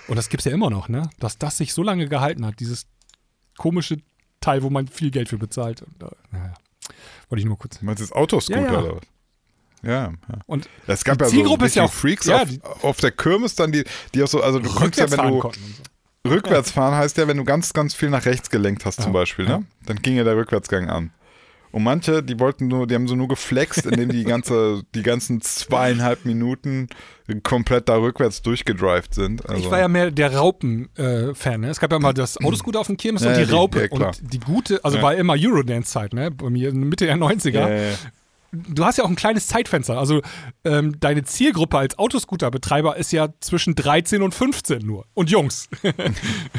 [SPEAKER 2] Und das gibt es ja immer noch, ne? dass das sich so lange gehalten hat. Dieses komische Teil, wo man viel Geld für bezahlt. Und, äh, naja. Wollte ich nur kurz.
[SPEAKER 3] Du meinst jetzt Autoscooter
[SPEAKER 2] Ja, ja.
[SPEAKER 3] oder was? Ja, ja.
[SPEAKER 2] Und
[SPEAKER 3] Es gab
[SPEAKER 2] Die
[SPEAKER 3] ja so
[SPEAKER 2] Zielgruppe ist ja
[SPEAKER 3] richtig
[SPEAKER 2] auch-
[SPEAKER 3] Freaks
[SPEAKER 2] ja, die-
[SPEAKER 3] auf, auf der Kirmes dann, die, die auch so, also du konntest ja,
[SPEAKER 2] rückwärts
[SPEAKER 3] wenn
[SPEAKER 2] fahren
[SPEAKER 3] du
[SPEAKER 2] konnten. und so.
[SPEAKER 3] rückwärts fahren heißt ja, wenn du ganz, ganz viel nach rechts gelenkt hast zum
[SPEAKER 2] Ja.
[SPEAKER 3] Beispiel, ne? Dann ging ja der Rückwärtsgang an. Und manche, die wollten nur, die haben so nur geflext, indem
[SPEAKER 2] <laughs>
[SPEAKER 3] die ganze, die ganzen zweieinhalb Minuten komplett da rückwärts durchgedrived sind. Also,
[SPEAKER 2] Ich war ja mehr der Raupen-Fan. ne? Es gab ja immer
[SPEAKER 3] <clears throat>
[SPEAKER 2] das Autoscooter auf dem Kirmes
[SPEAKER 3] Ja,
[SPEAKER 2] und die
[SPEAKER 3] ja,
[SPEAKER 2] Raupe.
[SPEAKER 3] ja, klar.
[SPEAKER 2] und die gute, also
[SPEAKER 3] Ja.
[SPEAKER 2] war immer Eurodance-Zeit, ne? Bei mir Mitte der 90er.
[SPEAKER 3] ja, ja, ja.
[SPEAKER 2] Du hast ja auch ein kleines Zeitfenster. Also ähm, deine Zielgruppe als Autoscooter-Betreiber ist ja zwischen 13 und 15 nur. Und
[SPEAKER 3] <laughs>
[SPEAKER 2] Jungs. <laughs>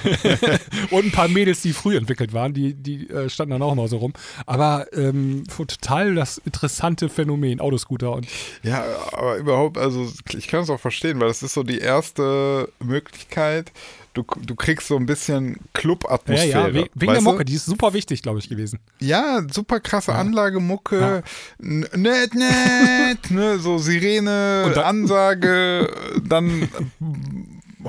[SPEAKER 2] und ein paar Mädels, die früh entwickelt waren, die, die äh, standen dann auch immer so rum. Aber ähm, total das interessante Phänomen, Autoscooter. Und
[SPEAKER 3] Ja, aber überhaupt, also ich kann es auch verstehen, weil das ist so die erste Möglichkeit. Du, du kriegst so ein bisschen
[SPEAKER 2] ja, ja,
[SPEAKER 3] Club-Atmosphäre.
[SPEAKER 2] we wegen der
[SPEAKER 3] weißt
[SPEAKER 2] Mucke,
[SPEAKER 3] du?
[SPEAKER 2] die ist super wichtig, glaube ich, gewesen.
[SPEAKER 3] Ja, super krasse Anlage, Mucke, n- nett, nett, ne, so Sirene,
[SPEAKER 2] <laughs> Und dann- <laughs>
[SPEAKER 3] Ansage, dann äh,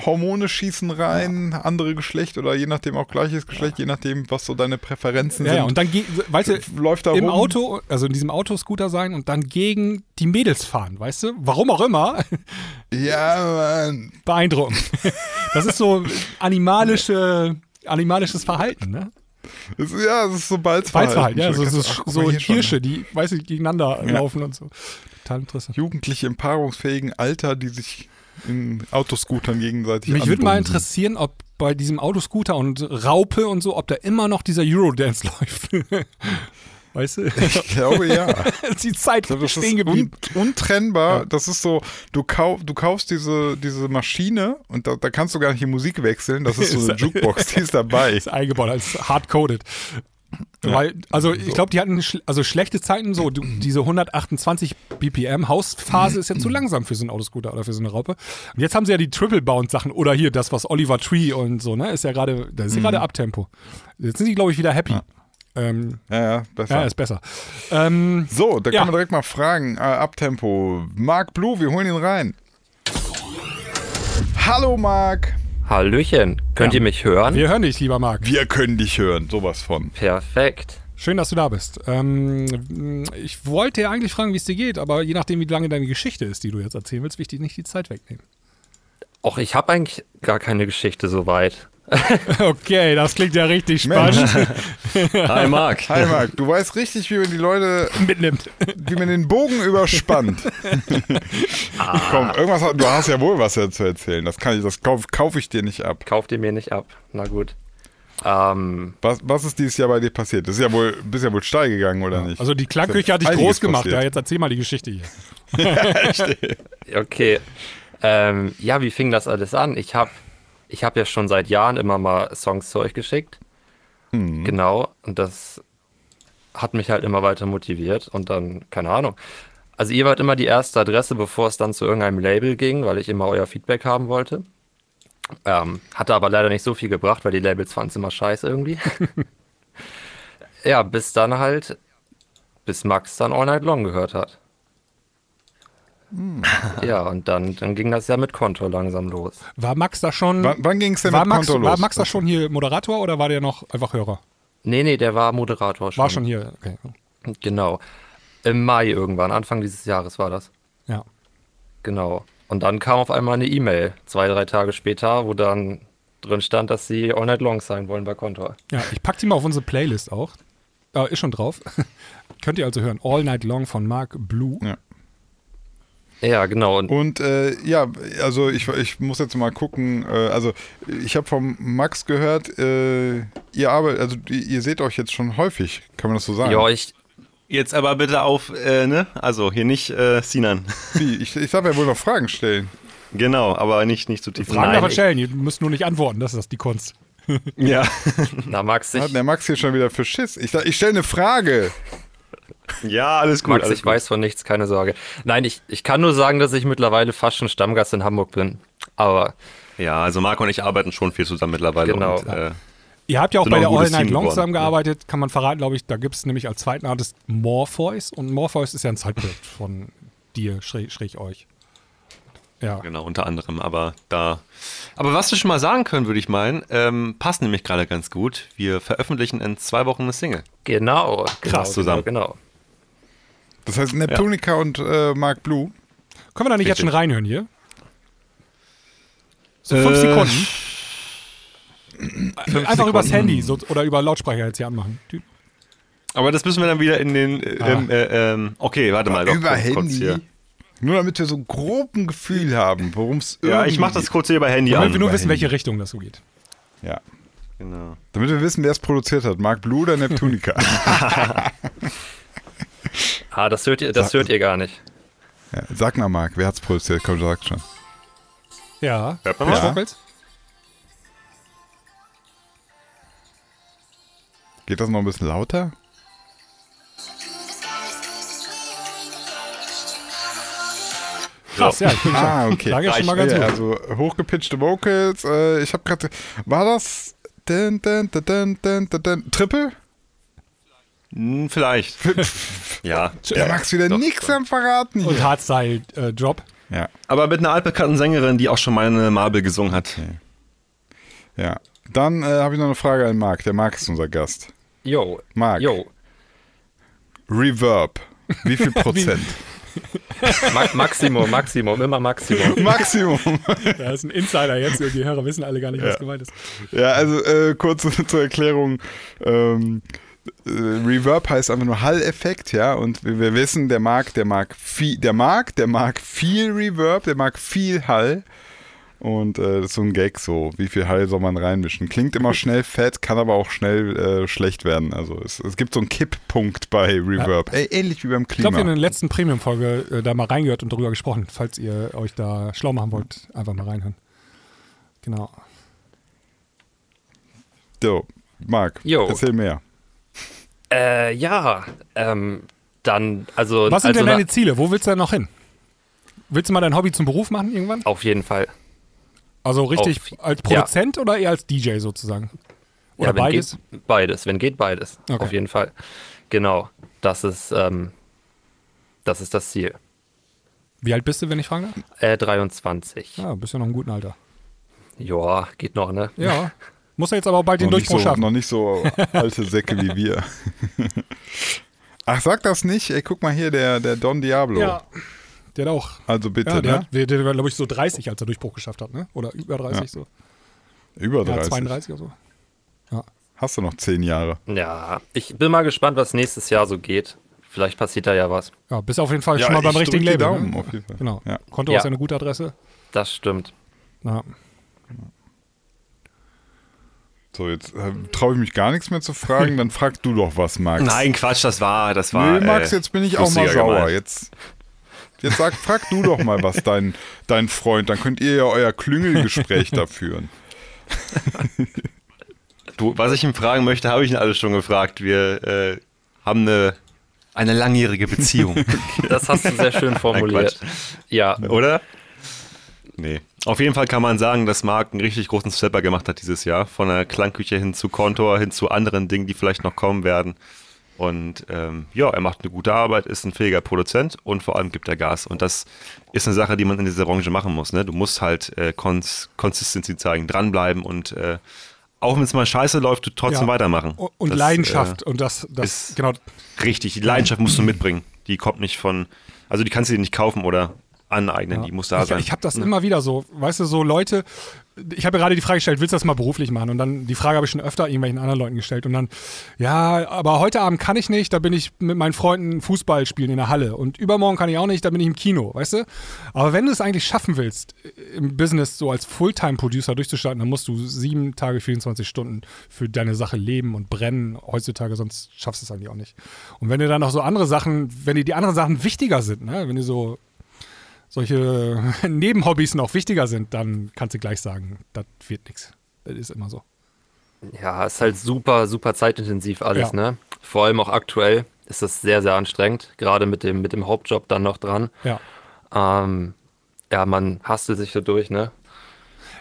[SPEAKER 3] Hormone schießen rein, andere Geschlecht oder je nachdem auch gleiches Geschlecht, je nachdem, was so deine Präferenzen
[SPEAKER 2] Ja,
[SPEAKER 3] sind.
[SPEAKER 2] ja, und dann, ge- weißt du,
[SPEAKER 3] läuft da
[SPEAKER 2] im
[SPEAKER 3] rum.
[SPEAKER 2] Auto, also in diesem Autoscooter sein und dann gegen die Mädels fahren, weißt du? Warum auch immer. <laughs>
[SPEAKER 3] Ja, Mann.
[SPEAKER 2] Beeindruckend. Das ist so animalische, animalisches Verhalten, ne?
[SPEAKER 3] Das, ist- ja, das ist so
[SPEAKER 2] Balzverhalten,
[SPEAKER 3] Balzverhalten.
[SPEAKER 2] ja. So, so,
[SPEAKER 3] Ach, guck mal
[SPEAKER 2] so
[SPEAKER 3] hier schon.
[SPEAKER 2] Hirsche, die, weißt du, gegeneinander laufen und so. Total interessant.
[SPEAKER 3] Jugendliche im paarungsfähigen Alter, die sich in Autoscootern gegenseitig
[SPEAKER 2] Mich würde mal
[SPEAKER 3] anbumsen.
[SPEAKER 2] interessieren, ob bei diesem Autoscooter und Raupe und so, ob da immer noch dieser Eurodance <laughs> läuft. Weißt du?
[SPEAKER 3] Ich glaube, ja.
[SPEAKER 2] <laughs> Die Zeit
[SPEAKER 3] Ich glaube, das
[SPEAKER 2] stehen
[SPEAKER 3] ist
[SPEAKER 2] geblieben.
[SPEAKER 3] un untrennbar. Das ist so, du, kauf, du kaufst diese, diese Maschine und da, da kannst du gar nicht die Musik wechseln. Das ist so
[SPEAKER 2] <laughs>
[SPEAKER 3] eine Jukebox, die ist dabei.
[SPEAKER 2] ist eingebaut als hardcoded. Weil, also ich glaube, die hatten schl also schlechte Zeiten so, du, diese 128 BPM Hausphase ist ja zu langsam für so einen Autoscooter oder für so eine Raupe. Und jetzt haben sie ja die Triple Bound Sachen oder hier das, was Oliver Tree und so, ne, ist ja gerade, das ist ja gerade Abtempo. Jetzt sind die, glaube ich, wieder happy. Ähm,
[SPEAKER 3] Ja, ja, besser.
[SPEAKER 2] ja, ist besser. Ähm,
[SPEAKER 3] so, da
[SPEAKER 2] Ja.
[SPEAKER 3] kann man direkt mal fragen. Äh, Abtempo. Marc Blue, wir holen ihn rein. Hallo Marc.
[SPEAKER 8] Hallöchen, könnt ihr mich hören?
[SPEAKER 2] wir hören dich, lieber Marc.
[SPEAKER 3] Wir können dich hören, sowas von.
[SPEAKER 8] Perfekt.
[SPEAKER 2] Schön, dass du da bist. Ähm, ich wollte ja eigentlich fragen, wie es dir geht, aber je nachdem, wie lange deine Geschichte ist, die du jetzt erzählen willst, will ich dir nicht die Zeit wegnehmen.
[SPEAKER 8] Och, ich habe eigentlich gar keine Geschichte soweit.
[SPEAKER 2] Okay, das klingt ja richtig
[SPEAKER 3] Mensch.
[SPEAKER 2] spannend. <laughs>
[SPEAKER 1] Hi, Marc.
[SPEAKER 3] Hi Marc, du weißt richtig, wie man die Leute,
[SPEAKER 2] Mitnimmt.
[SPEAKER 3] wie man den Bogen
[SPEAKER 2] <laughs>
[SPEAKER 3] überspannt.
[SPEAKER 2] Ah.
[SPEAKER 3] Komm, irgendwas, hat- du hast ja wohl was zu erzählen. Das kann ich, das kauf, kaufe ich dir nicht ab.
[SPEAKER 8] Kauft ihr mir nicht ab. Na gut. Ähm,
[SPEAKER 3] Was, was ist dieses Jahr bei dir passiert? Das ist ja wohl, bist ja wohl steil gegangen, oder nicht?
[SPEAKER 2] Also die Klangküche hat dich
[SPEAKER 3] Einiges
[SPEAKER 2] groß gemacht.
[SPEAKER 3] passiert.
[SPEAKER 2] Ja, jetzt erzähl mal die Geschichte hier.
[SPEAKER 8] okay. Ähm, ja, wie fing das alles an? Ich habe ich hab ja schon seit Jahren immer mal Songs zu euch geschickt. Genau. Und das hat mich halt immer weiter motiviert. Und dann, keine Ahnung. Also ihr wart immer die erste Adresse, bevor es dann zu irgendeinem Label ging, weil ich immer euer Feedback haben wollte. Ähm, hatte aber leider nicht so viel gebracht, weil die Labels fanden es immer scheiße irgendwie. ja, bis dann halt, bis Max dann All Night Long gehört hat. Ja, und dann, dann ging das ja mit Konto langsam los.
[SPEAKER 2] War Max da schon.
[SPEAKER 3] wann wann ging es denn
[SPEAKER 2] war,
[SPEAKER 3] mit
[SPEAKER 2] Max,
[SPEAKER 3] Konto
[SPEAKER 2] war
[SPEAKER 3] los?
[SPEAKER 2] Max da schon hier Moderator oder war der noch einfach Hörer?
[SPEAKER 8] Nee, nee, der war Moderator schon.
[SPEAKER 2] War schon hier. Okay.
[SPEAKER 8] Genau. Im Mai irgendwann, Anfang dieses Jahres war das.
[SPEAKER 2] Ja.
[SPEAKER 8] Genau. Und dann kam auf einmal eine E-Mail, zwei, drei Tage später, wo dann drin stand, dass sie All Night Long sein wollen bei Konto.
[SPEAKER 2] Ja, ich pack die mal auf unsere Playlist auch. Äh, ist schon drauf. <laughs> Könnt ihr also hören. All Night Long von Mark Blue.
[SPEAKER 3] Ja.
[SPEAKER 8] Ja, genau. Und
[SPEAKER 3] Und äh, ja, also ich, ich muss jetzt mal gucken. Äh, also ich habe vom Max gehört, äh, ihr arbeitet, also ihr- ihr seht euch jetzt schon häufig, kann man das so sagen?
[SPEAKER 8] ja, ich,
[SPEAKER 1] Jetzt aber bitte auf, äh, ne? Also hier nicht äh, Sinan.
[SPEAKER 3] Wie? ich, ich darf ja wohl noch Fragen stellen.
[SPEAKER 1] genau, aber nicht, nicht zu tief.
[SPEAKER 2] Fragen darf
[SPEAKER 1] Nein,
[SPEAKER 2] man stellen. Ihr müsst nur nicht antworten. Das ist das, die Kunst.
[SPEAKER 1] ja.
[SPEAKER 8] na, Max,
[SPEAKER 3] Hat
[SPEAKER 8] ich,
[SPEAKER 3] der Max hier schon wieder für Schiss? Ich, ich stelle eine Frage.
[SPEAKER 1] ja, alles gut.
[SPEAKER 8] Max,
[SPEAKER 1] alles
[SPEAKER 8] ich
[SPEAKER 1] gut.
[SPEAKER 8] weiß von nichts, keine Sorge. Nein, ich, ich kann nur sagen, dass ich mittlerweile fast schon Stammgast in Hamburg bin. Aber
[SPEAKER 1] Ja, also Marc und ich arbeiten schon viel zusammen mittlerweile.
[SPEAKER 8] Genau.
[SPEAKER 1] Und, äh,
[SPEAKER 2] Ihr habt ja auch
[SPEAKER 1] Sind
[SPEAKER 2] bei
[SPEAKER 1] auch ein
[SPEAKER 2] der All
[SPEAKER 1] gutes
[SPEAKER 2] Night
[SPEAKER 1] Team
[SPEAKER 2] Long
[SPEAKER 1] geworden,
[SPEAKER 2] zusammengearbeitet, kann man verraten, glaube ich. Da gibt es nämlich als zweiten Artist Morpheus und Morpheus ist ja
[SPEAKER 1] <laughs>
[SPEAKER 2] ein Zeitprojekt von dir, schräg, schräg euch. Ja.
[SPEAKER 1] Genau, unter anderem, aber da. Aber was wir schon mal sagen können, würde ich meinen, ähm, passt nämlich gerade ganz gut. Wir veröffentlichen in zwei Wochen eine Single.
[SPEAKER 8] genau. genau,
[SPEAKER 1] zusammen.
[SPEAKER 8] Genau. genau.
[SPEAKER 3] Das heißt Neptunica und äh, Mark Blue.
[SPEAKER 2] Können wir da nicht jetzt
[SPEAKER 1] Richtig. Äh,
[SPEAKER 2] schon reinhören hier? So fünf Sekunden. Einfach übers Handy so, oder über Lautsprecher jetzt hier anmachen. Tü-
[SPEAKER 1] Aber das müssen wir dann wieder in den. Äh, ähm, äh, ähm, okay, warte mal. doch,
[SPEAKER 3] Ah. Über
[SPEAKER 1] kurz-
[SPEAKER 3] Handy.
[SPEAKER 1] kurz hier.
[SPEAKER 3] Nur damit wir so ein groben Gefühl haben, worum es
[SPEAKER 1] Ja, ich mache das kurz hier über Handy
[SPEAKER 2] Damit wir
[SPEAKER 1] an.
[SPEAKER 2] nur wissen,
[SPEAKER 3] Handy.
[SPEAKER 2] welche Richtung das so geht.
[SPEAKER 3] Ja.
[SPEAKER 1] Genau.
[SPEAKER 3] Damit wir wissen, wer es produziert hat. Mark Blue oder <laughs> Neptunica.
[SPEAKER 8] Ah, das hört ihr, das hört ihr gar nicht.
[SPEAKER 3] ja, sag mal, Mark, wer hat es produziert? Komm, sag schon.
[SPEAKER 2] Ja.
[SPEAKER 1] mal.
[SPEAKER 2] ja.
[SPEAKER 3] Geht das noch ein bisschen lauter?
[SPEAKER 2] Krass, ja. Ich bin
[SPEAKER 3] Ah, okay.
[SPEAKER 2] Klang ja schon mal ganz
[SPEAKER 3] Ja,
[SPEAKER 2] gut.
[SPEAKER 3] also hochgepitchte Vocals. Äh, ich habe gerade. War das. Dun, dun, dun, dun, dun, dun, dun, Triple?
[SPEAKER 1] Hm,
[SPEAKER 3] <laughs>
[SPEAKER 1] vielleicht. ja.
[SPEAKER 3] Der Max wieder nichts am Verraten.
[SPEAKER 2] Und äh,
[SPEAKER 3] Hier.
[SPEAKER 2] Hardstyle-Job.
[SPEAKER 3] Ja,
[SPEAKER 1] Aber mit einer altbekannten Sängerin, die auch schon mal eine Marble gesungen hat.
[SPEAKER 3] ja. Dann äh, habe ich noch eine Frage an Marc. Der Marc ist unser Gast.
[SPEAKER 8] Jo.
[SPEAKER 3] Marc.
[SPEAKER 8] Jo.
[SPEAKER 3] Reverb. Wie
[SPEAKER 2] <laughs>
[SPEAKER 3] viel Prozent?
[SPEAKER 8] Ma Maximum, Maximum, immer Maximum.
[SPEAKER 3] Maximum.
[SPEAKER 2] Ja, ist ein
[SPEAKER 1] <laughs>
[SPEAKER 2] Insider jetzt. Die Hörer wissen alle gar nicht, was gemeint ist.
[SPEAKER 3] Ja, also äh, kurz <laughs> zur Erklärung. Ähm, äh, Reverb heißt einfach nur Hall-Effekt, ja. Und wir, wir wissen, der mag, der mag viel, der mag, der mag viel Reverb, der mag viel Hall. Und äh, das ist so ein Gag so, wie viel Hall soll man reinmischen. Klingt immer schnell fett, kann aber auch schnell äh, schlecht werden. Also es, es gibt so einen Kipppunkt bei Reverb. Ä- ähnlich wie beim
[SPEAKER 2] Ich glaube, wir haben
[SPEAKER 3] Klima.
[SPEAKER 2] in der letzten Premium-Folge äh, da mal reingehört und drüber gesprochen. Falls ihr euch da schlau machen wollt, einfach mal reinhören. Genau.
[SPEAKER 3] So, Marc,
[SPEAKER 8] Jo.
[SPEAKER 3] erzähl mehr.
[SPEAKER 8] Äh, ja, ähm, dann, also.
[SPEAKER 2] Was sind
[SPEAKER 8] also
[SPEAKER 2] denn deine
[SPEAKER 8] na-
[SPEAKER 2] Ziele? Wo willst du denn noch hin? Willst du mal dein Hobby zum Beruf machen irgendwann?
[SPEAKER 8] Auf jeden Fall.
[SPEAKER 2] Also richtig
[SPEAKER 8] Auf-
[SPEAKER 2] als Produzent oder eher als DJ sozusagen? Oder
[SPEAKER 8] wenn
[SPEAKER 2] beides?
[SPEAKER 8] Geht, beides, wenn geht beides.
[SPEAKER 2] Okay.
[SPEAKER 8] Auf jeden Fall. Genau. Das ist, ähm, das ist das Ziel.
[SPEAKER 2] Wie alt bist du, wenn ich fragen darf?
[SPEAKER 8] Äh, 23.
[SPEAKER 2] Ja, bist ja noch im guten Alter.
[SPEAKER 8] Joa, geht noch, ne?
[SPEAKER 2] Ja. Muss er jetzt aber auch bald den
[SPEAKER 3] noch, nicht
[SPEAKER 2] Durchbruch
[SPEAKER 3] so,
[SPEAKER 2] schaffen.
[SPEAKER 3] noch nicht so alte Säcke
[SPEAKER 2] <laughs>
[SPEAKER 3] wie wir. Ach, sag das nicht. Ey, guck mal hier, der, der Don Diablo.
[SPEAKER 2] Ja. Der hat auch.
[SPEAKER 3] Also bitte,
[SPEAKER 2] Ja, der,
[SPEAKER 3] ne?
[SPEAKER 2] hat, der, der war, glaube ich, so 30, als er Durchbruch geschafft hat, ne? Oder über 30
[SPEAKER 3] Ja.
[SPEAKER 2] so.
[SPEAKER 3] Über
[SPEAKER 2] Ja,
[SPEAKER 3] 30.
[SPEAKER 2] 32 oder so.
[SPEAKER 3] Hast du noch 10 Jahre?
[SPEAKER 8] Ja, ich bin mal gespannt, was nächstes Jahr so geht. Vielleicht passiert da ja was.
[SPEAKER 2] Ja, bist auf jeden Fall schon mal beim
[SPEAKER 3] ich
[SPEAKER 2] richtigen
[SPEAKER 3] drück die
[SPEAKER 2] Label.
[SPEAKER 3] Daumen,
[SPEAKER 2] Ne?
[SPEAKER 3] auf jeden Fall.
[SPEAKER 2] Genau.
[SPEAKER 3] Ja.
[SPEAKER 2] Konto
[SPEAKER 8] Ja.
[SPEAKER 2] ist ja eine gute Adresse.
[SPEAKER 8] Das stimmt.
[SPEAKER 2] Ja.
[SPEAKER 3] So, jetzt äh, traue ich mich gar nichts mehr
[SPEAKER 2] <laughs>
[SPEAKER 3] zu fragen. Dann frag du doch was, Max.
[SPEAKER 1] Nein, Quatsch, das war, das war.
[SPEAKER 3] Nö, Max,
[SPEAKER 1] äh,
[SPEAKER 3] jetzt bin ich auch mal
[SPEAKER 1] lustiger
[SPEAKER 3] sauer.
[SPEAKER 1] gemeint.
[SPEAKER 3] Jetzt, jetzt sag, frag du doch mal was, dein, dein Freund. Dann könnt ihr ja euer Klüngelgespräch da führen.
[SPEAKER 1] Du, was ich ihn fragen möchte, habe ich ihn alles schon gefragt. Wir äh, haben eine, eine langjährige Beziehung,
[SPEAKER 8] Das hast du sehr <laughs> schön formuliert. ja,
[SPEAKER 1] oder? Nee. Auf jeden Fall kann man sagen, dass Marc einen richtig großen Stepper gemacht hat dieses Jahr. Von der Klangküche hin zu Kontor, hin zu anderen Dingen, die vielleicht noch kommen werden. Und ähm, ja, er macht eine gute Arbeit, ist ein fähiger Produzent und vor allem gibt er Gas. Und das ist eine Sache, die man in dieser Branche machen muss. Ne? Du musst halt äh, Kons Consistency zeigen, dranbleiben und äh, auch wenn es mal scheiße läuft, du trotzdem
[SPEAKER 2] Ja.
[SPEAKER 1] weitermachen.
[SPEAKER 2] Und, und
[SPEAKER 1] Das, äh,
[SPEAKER 2] Leidenschaft. und das, das
[SPEAKER 1] ist-
[SPEAKER 2] genau,
[SPEAKER 1] Richtig, die Leidenschaft musst du mitbringen. Die kommt nicht von, also die kannst du dir nicht kaufen oder aneignen, die muss da
[SPEAKER 2] ich,
[SPEAKER 1] sein. ne?
[SPEAKER 2] Ich habe das immer wieder so, weißt du, so Leute, ich habe ja gerade die Frage gestellt, willst du das mal beruflich machen? Und dann, die Frage habe ich schon öfter irgendwelchen anderen Leuten gestellt. Und dann, ja, aber heute Abend kann ich nicht, da bin ich mit meinen Freunden Fußball spielen in der Halle. Und übermorgen kann ich auch nicht, da bin ich im Kino, weißt du? Aber wenn du es eigentlich schaffen willst, im Business so als Fulltime-Producer durchzustarten, dann musst du sieben Tage, 24 Stunden für deine Sache leben und brennen heutzutage, sonst schaffst du es eigentlich auch nicht. Und wenn dir dann noch so andere Sachen, wenn dir die anderen Sachen wichtiger sind, ne? wenn dir so solche <laughs> Nebenhobbys noch wichtiger sind, dann kannst du gleich sagen, das wird nichts. Das ist immer so.
[SPEAKER 8] ja, ist halt super, super zeitintensiv alles,
[SPEAKER 2] Ja.
[SPEAKER 8] ne? Vor allem auch aktuell ist das sehr, sehr anstrengend. Gerade mit dem, mit dem Hauptjob dann noch dran.
[SPEAKER 2] Ja.
[SPEAKER 8] Ähm, ja, man hastelt sich so durch, ne?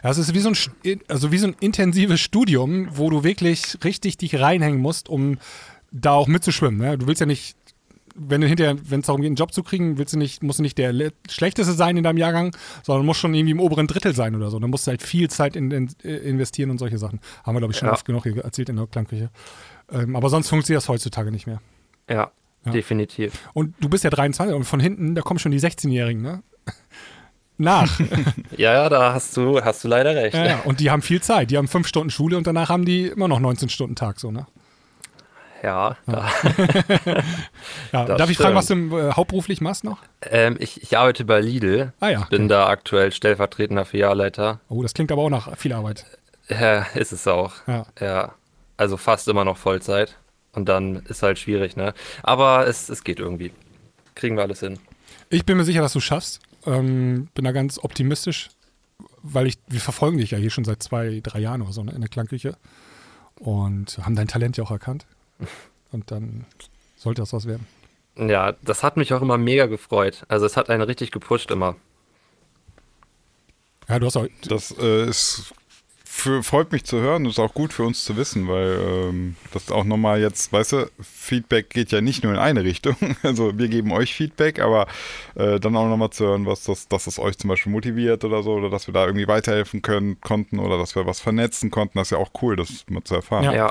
[SPEAKER 2] Ja, es ist wie so, ein, St- also wie so ein intensives Studium, wo du wirklich richtig dich reinhängen musst, um da auch mitzuschwimmen. Ne? Du willst ja nicht, wenn du hinterher, wenn es darum geht, einen Job zu kriegen, willst du nicht, musst du nicht der le- schlechteste sein in deinem Jahrgang, sondern musst schon irgendwie im oberen Drittel sein oder so. Dann musst du halt viel Zeit in, in, äh, investieren und solche Sachen. Haben wir, glaube ich, schon
[SPEAKER 8] Ja.
[SPEAKER 2] oft genug hier erzählt in der Klangküche. Ähm, aber sonst funktioniert das heutzutage nicht mehr.
[SPEAKER 8] Ja,
[SPEAKER 2] Ja.
[SPEAKER 8] definitiv.
[SPEAKER 2] Und du bist ja 23 und von hinten, da kommen schon die 16-Jährigen, ne? <laughs> Nach.
[SPEAKER 8] Ja, ja, da hast du, hast du leider recht.
[SPEAKER 2] ja, ja. Und die haben viel Zeit. Die haben fünf Stunden Schule und danach haben die immer noch 19 Stunden Tag, so, ne?
[SPEAKER 8] <laughs> Ja, da,
[SPEAKER 2] Ja.
[SPEAKER 8] Das
[SPEAKER 2] Darf ich fragen, was du im, äh, hauptberuflich machst noch?
[SPEAKER 8] ähm, ich, ich arbeite bei Lidl.
[SPEAKER 2] Ah ja.
[SPEAKER 8] Bin da aktuell stellvertretender Filialleiter.
[SPEAKER 2] Oh, das klingt aber auch nach viel Arbeit.
[SPEAKER 8] Ja, ist es auch.
[SPEAKER 2] Ja.
[SPEAKER 8] Ja, also fast immer noch Vollzeit. Und dann ist halt schwierig, ne? Aber es, es geht irgendwie. Kriegen wir alles hin.
[SPEAKER 2] Ich bin mir sicher, dass du schaffst. Ähm, bin da ganz optimistisch, weil ich, wir verfolgen dich ja hier schon seit zwei, drei Jahren oder so ne, in der Klangküche und haben dein Talent ja auch erkannt. Und dann sollte das was werden.
[SPEAKER 8] Ja, das hat mich auch immer mega gefreut. Also es hat einen richtig gepusht immer.
[SPEAKER 2] Ja, du hast auch,
[SPEAKER 3] Das äh, ist für, freut mich zu hören, ist auch gut für uns zu wissen, weil ähm, das auch nochmal jetzt, weißt du, Feedback geht ja nicht nur in eine Richtung. <laughs> Also wir geben euch Feedback, aber äh, dann auch nochmal zu hören, was das, dass das euch zum Beispiel motiviert oder so, oder dass wir da irgendwie weiterhelfen können, konnten oder dass wir was vernetzen konnten, das ist ja auch cool, das mal zu erfahren.
[SPEAKER 2] Ja.
[SPEAKER 8] Ja,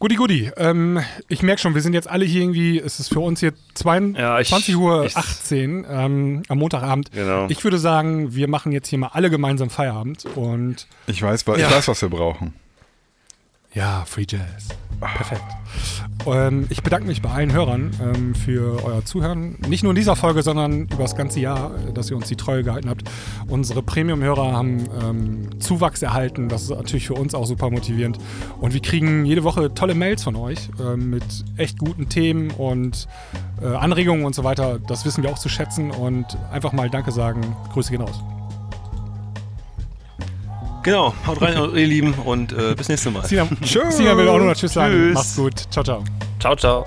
[SPEAKER 2] Guti, guti. Ähm, ich merke schon, wir sind jetzt alle hier irgendwie, es ist für uns hier 22
[SPEAKER 1] Ja, ich-
[SPEAKER 2] 20 Uhr
[SPEAKER 1] ich-
[SPEAKER 2] 18 ähm, am Montagabend.
[SPEAKER 1] Genau.
[SPEAKER 2] Ich würde sagen, wir machen jetzt hier mal alle gemeinsam Feierabend und
[SPEAKER 3] Ich, weiß, wa-
[SPEAKER 2] Ja.
[SPEAKER 3] ich weiß, was wir brauchen.
[SPEAKER 2] ja, Free Jazz. Perfekt. Ähm, ich bedanke mich bei allen Hörern ähm, für euer Zuhören. Nicht nur in dieser Folge, sondern über das ganze Jahr, äh, dass ihr uns die Treue gehalten habt. Unsere Premium-Hörer haben ähm, Zuwachs erhalten. Das ist natürlich für uns auch super motivierend. Und wir kriegen jede Woche tolle Mails von euch ähm, mit echt guten Themen und äh, Anregungen und so weiter. Das wissen wir auch zu schätzen. Und einfach mal Danke sagen. Grüße gehen raus.
[SPEAKER 1] Genau, haut rein, ihr Lieben, und äh, bis nächstes Mal.
[SPEAKER 2] <laughs> Sina, Sina will auch nur noch Tschüss sagen. Macht's gut. Ciao, ciao.
[SPEAKER 8] ciao, ciao.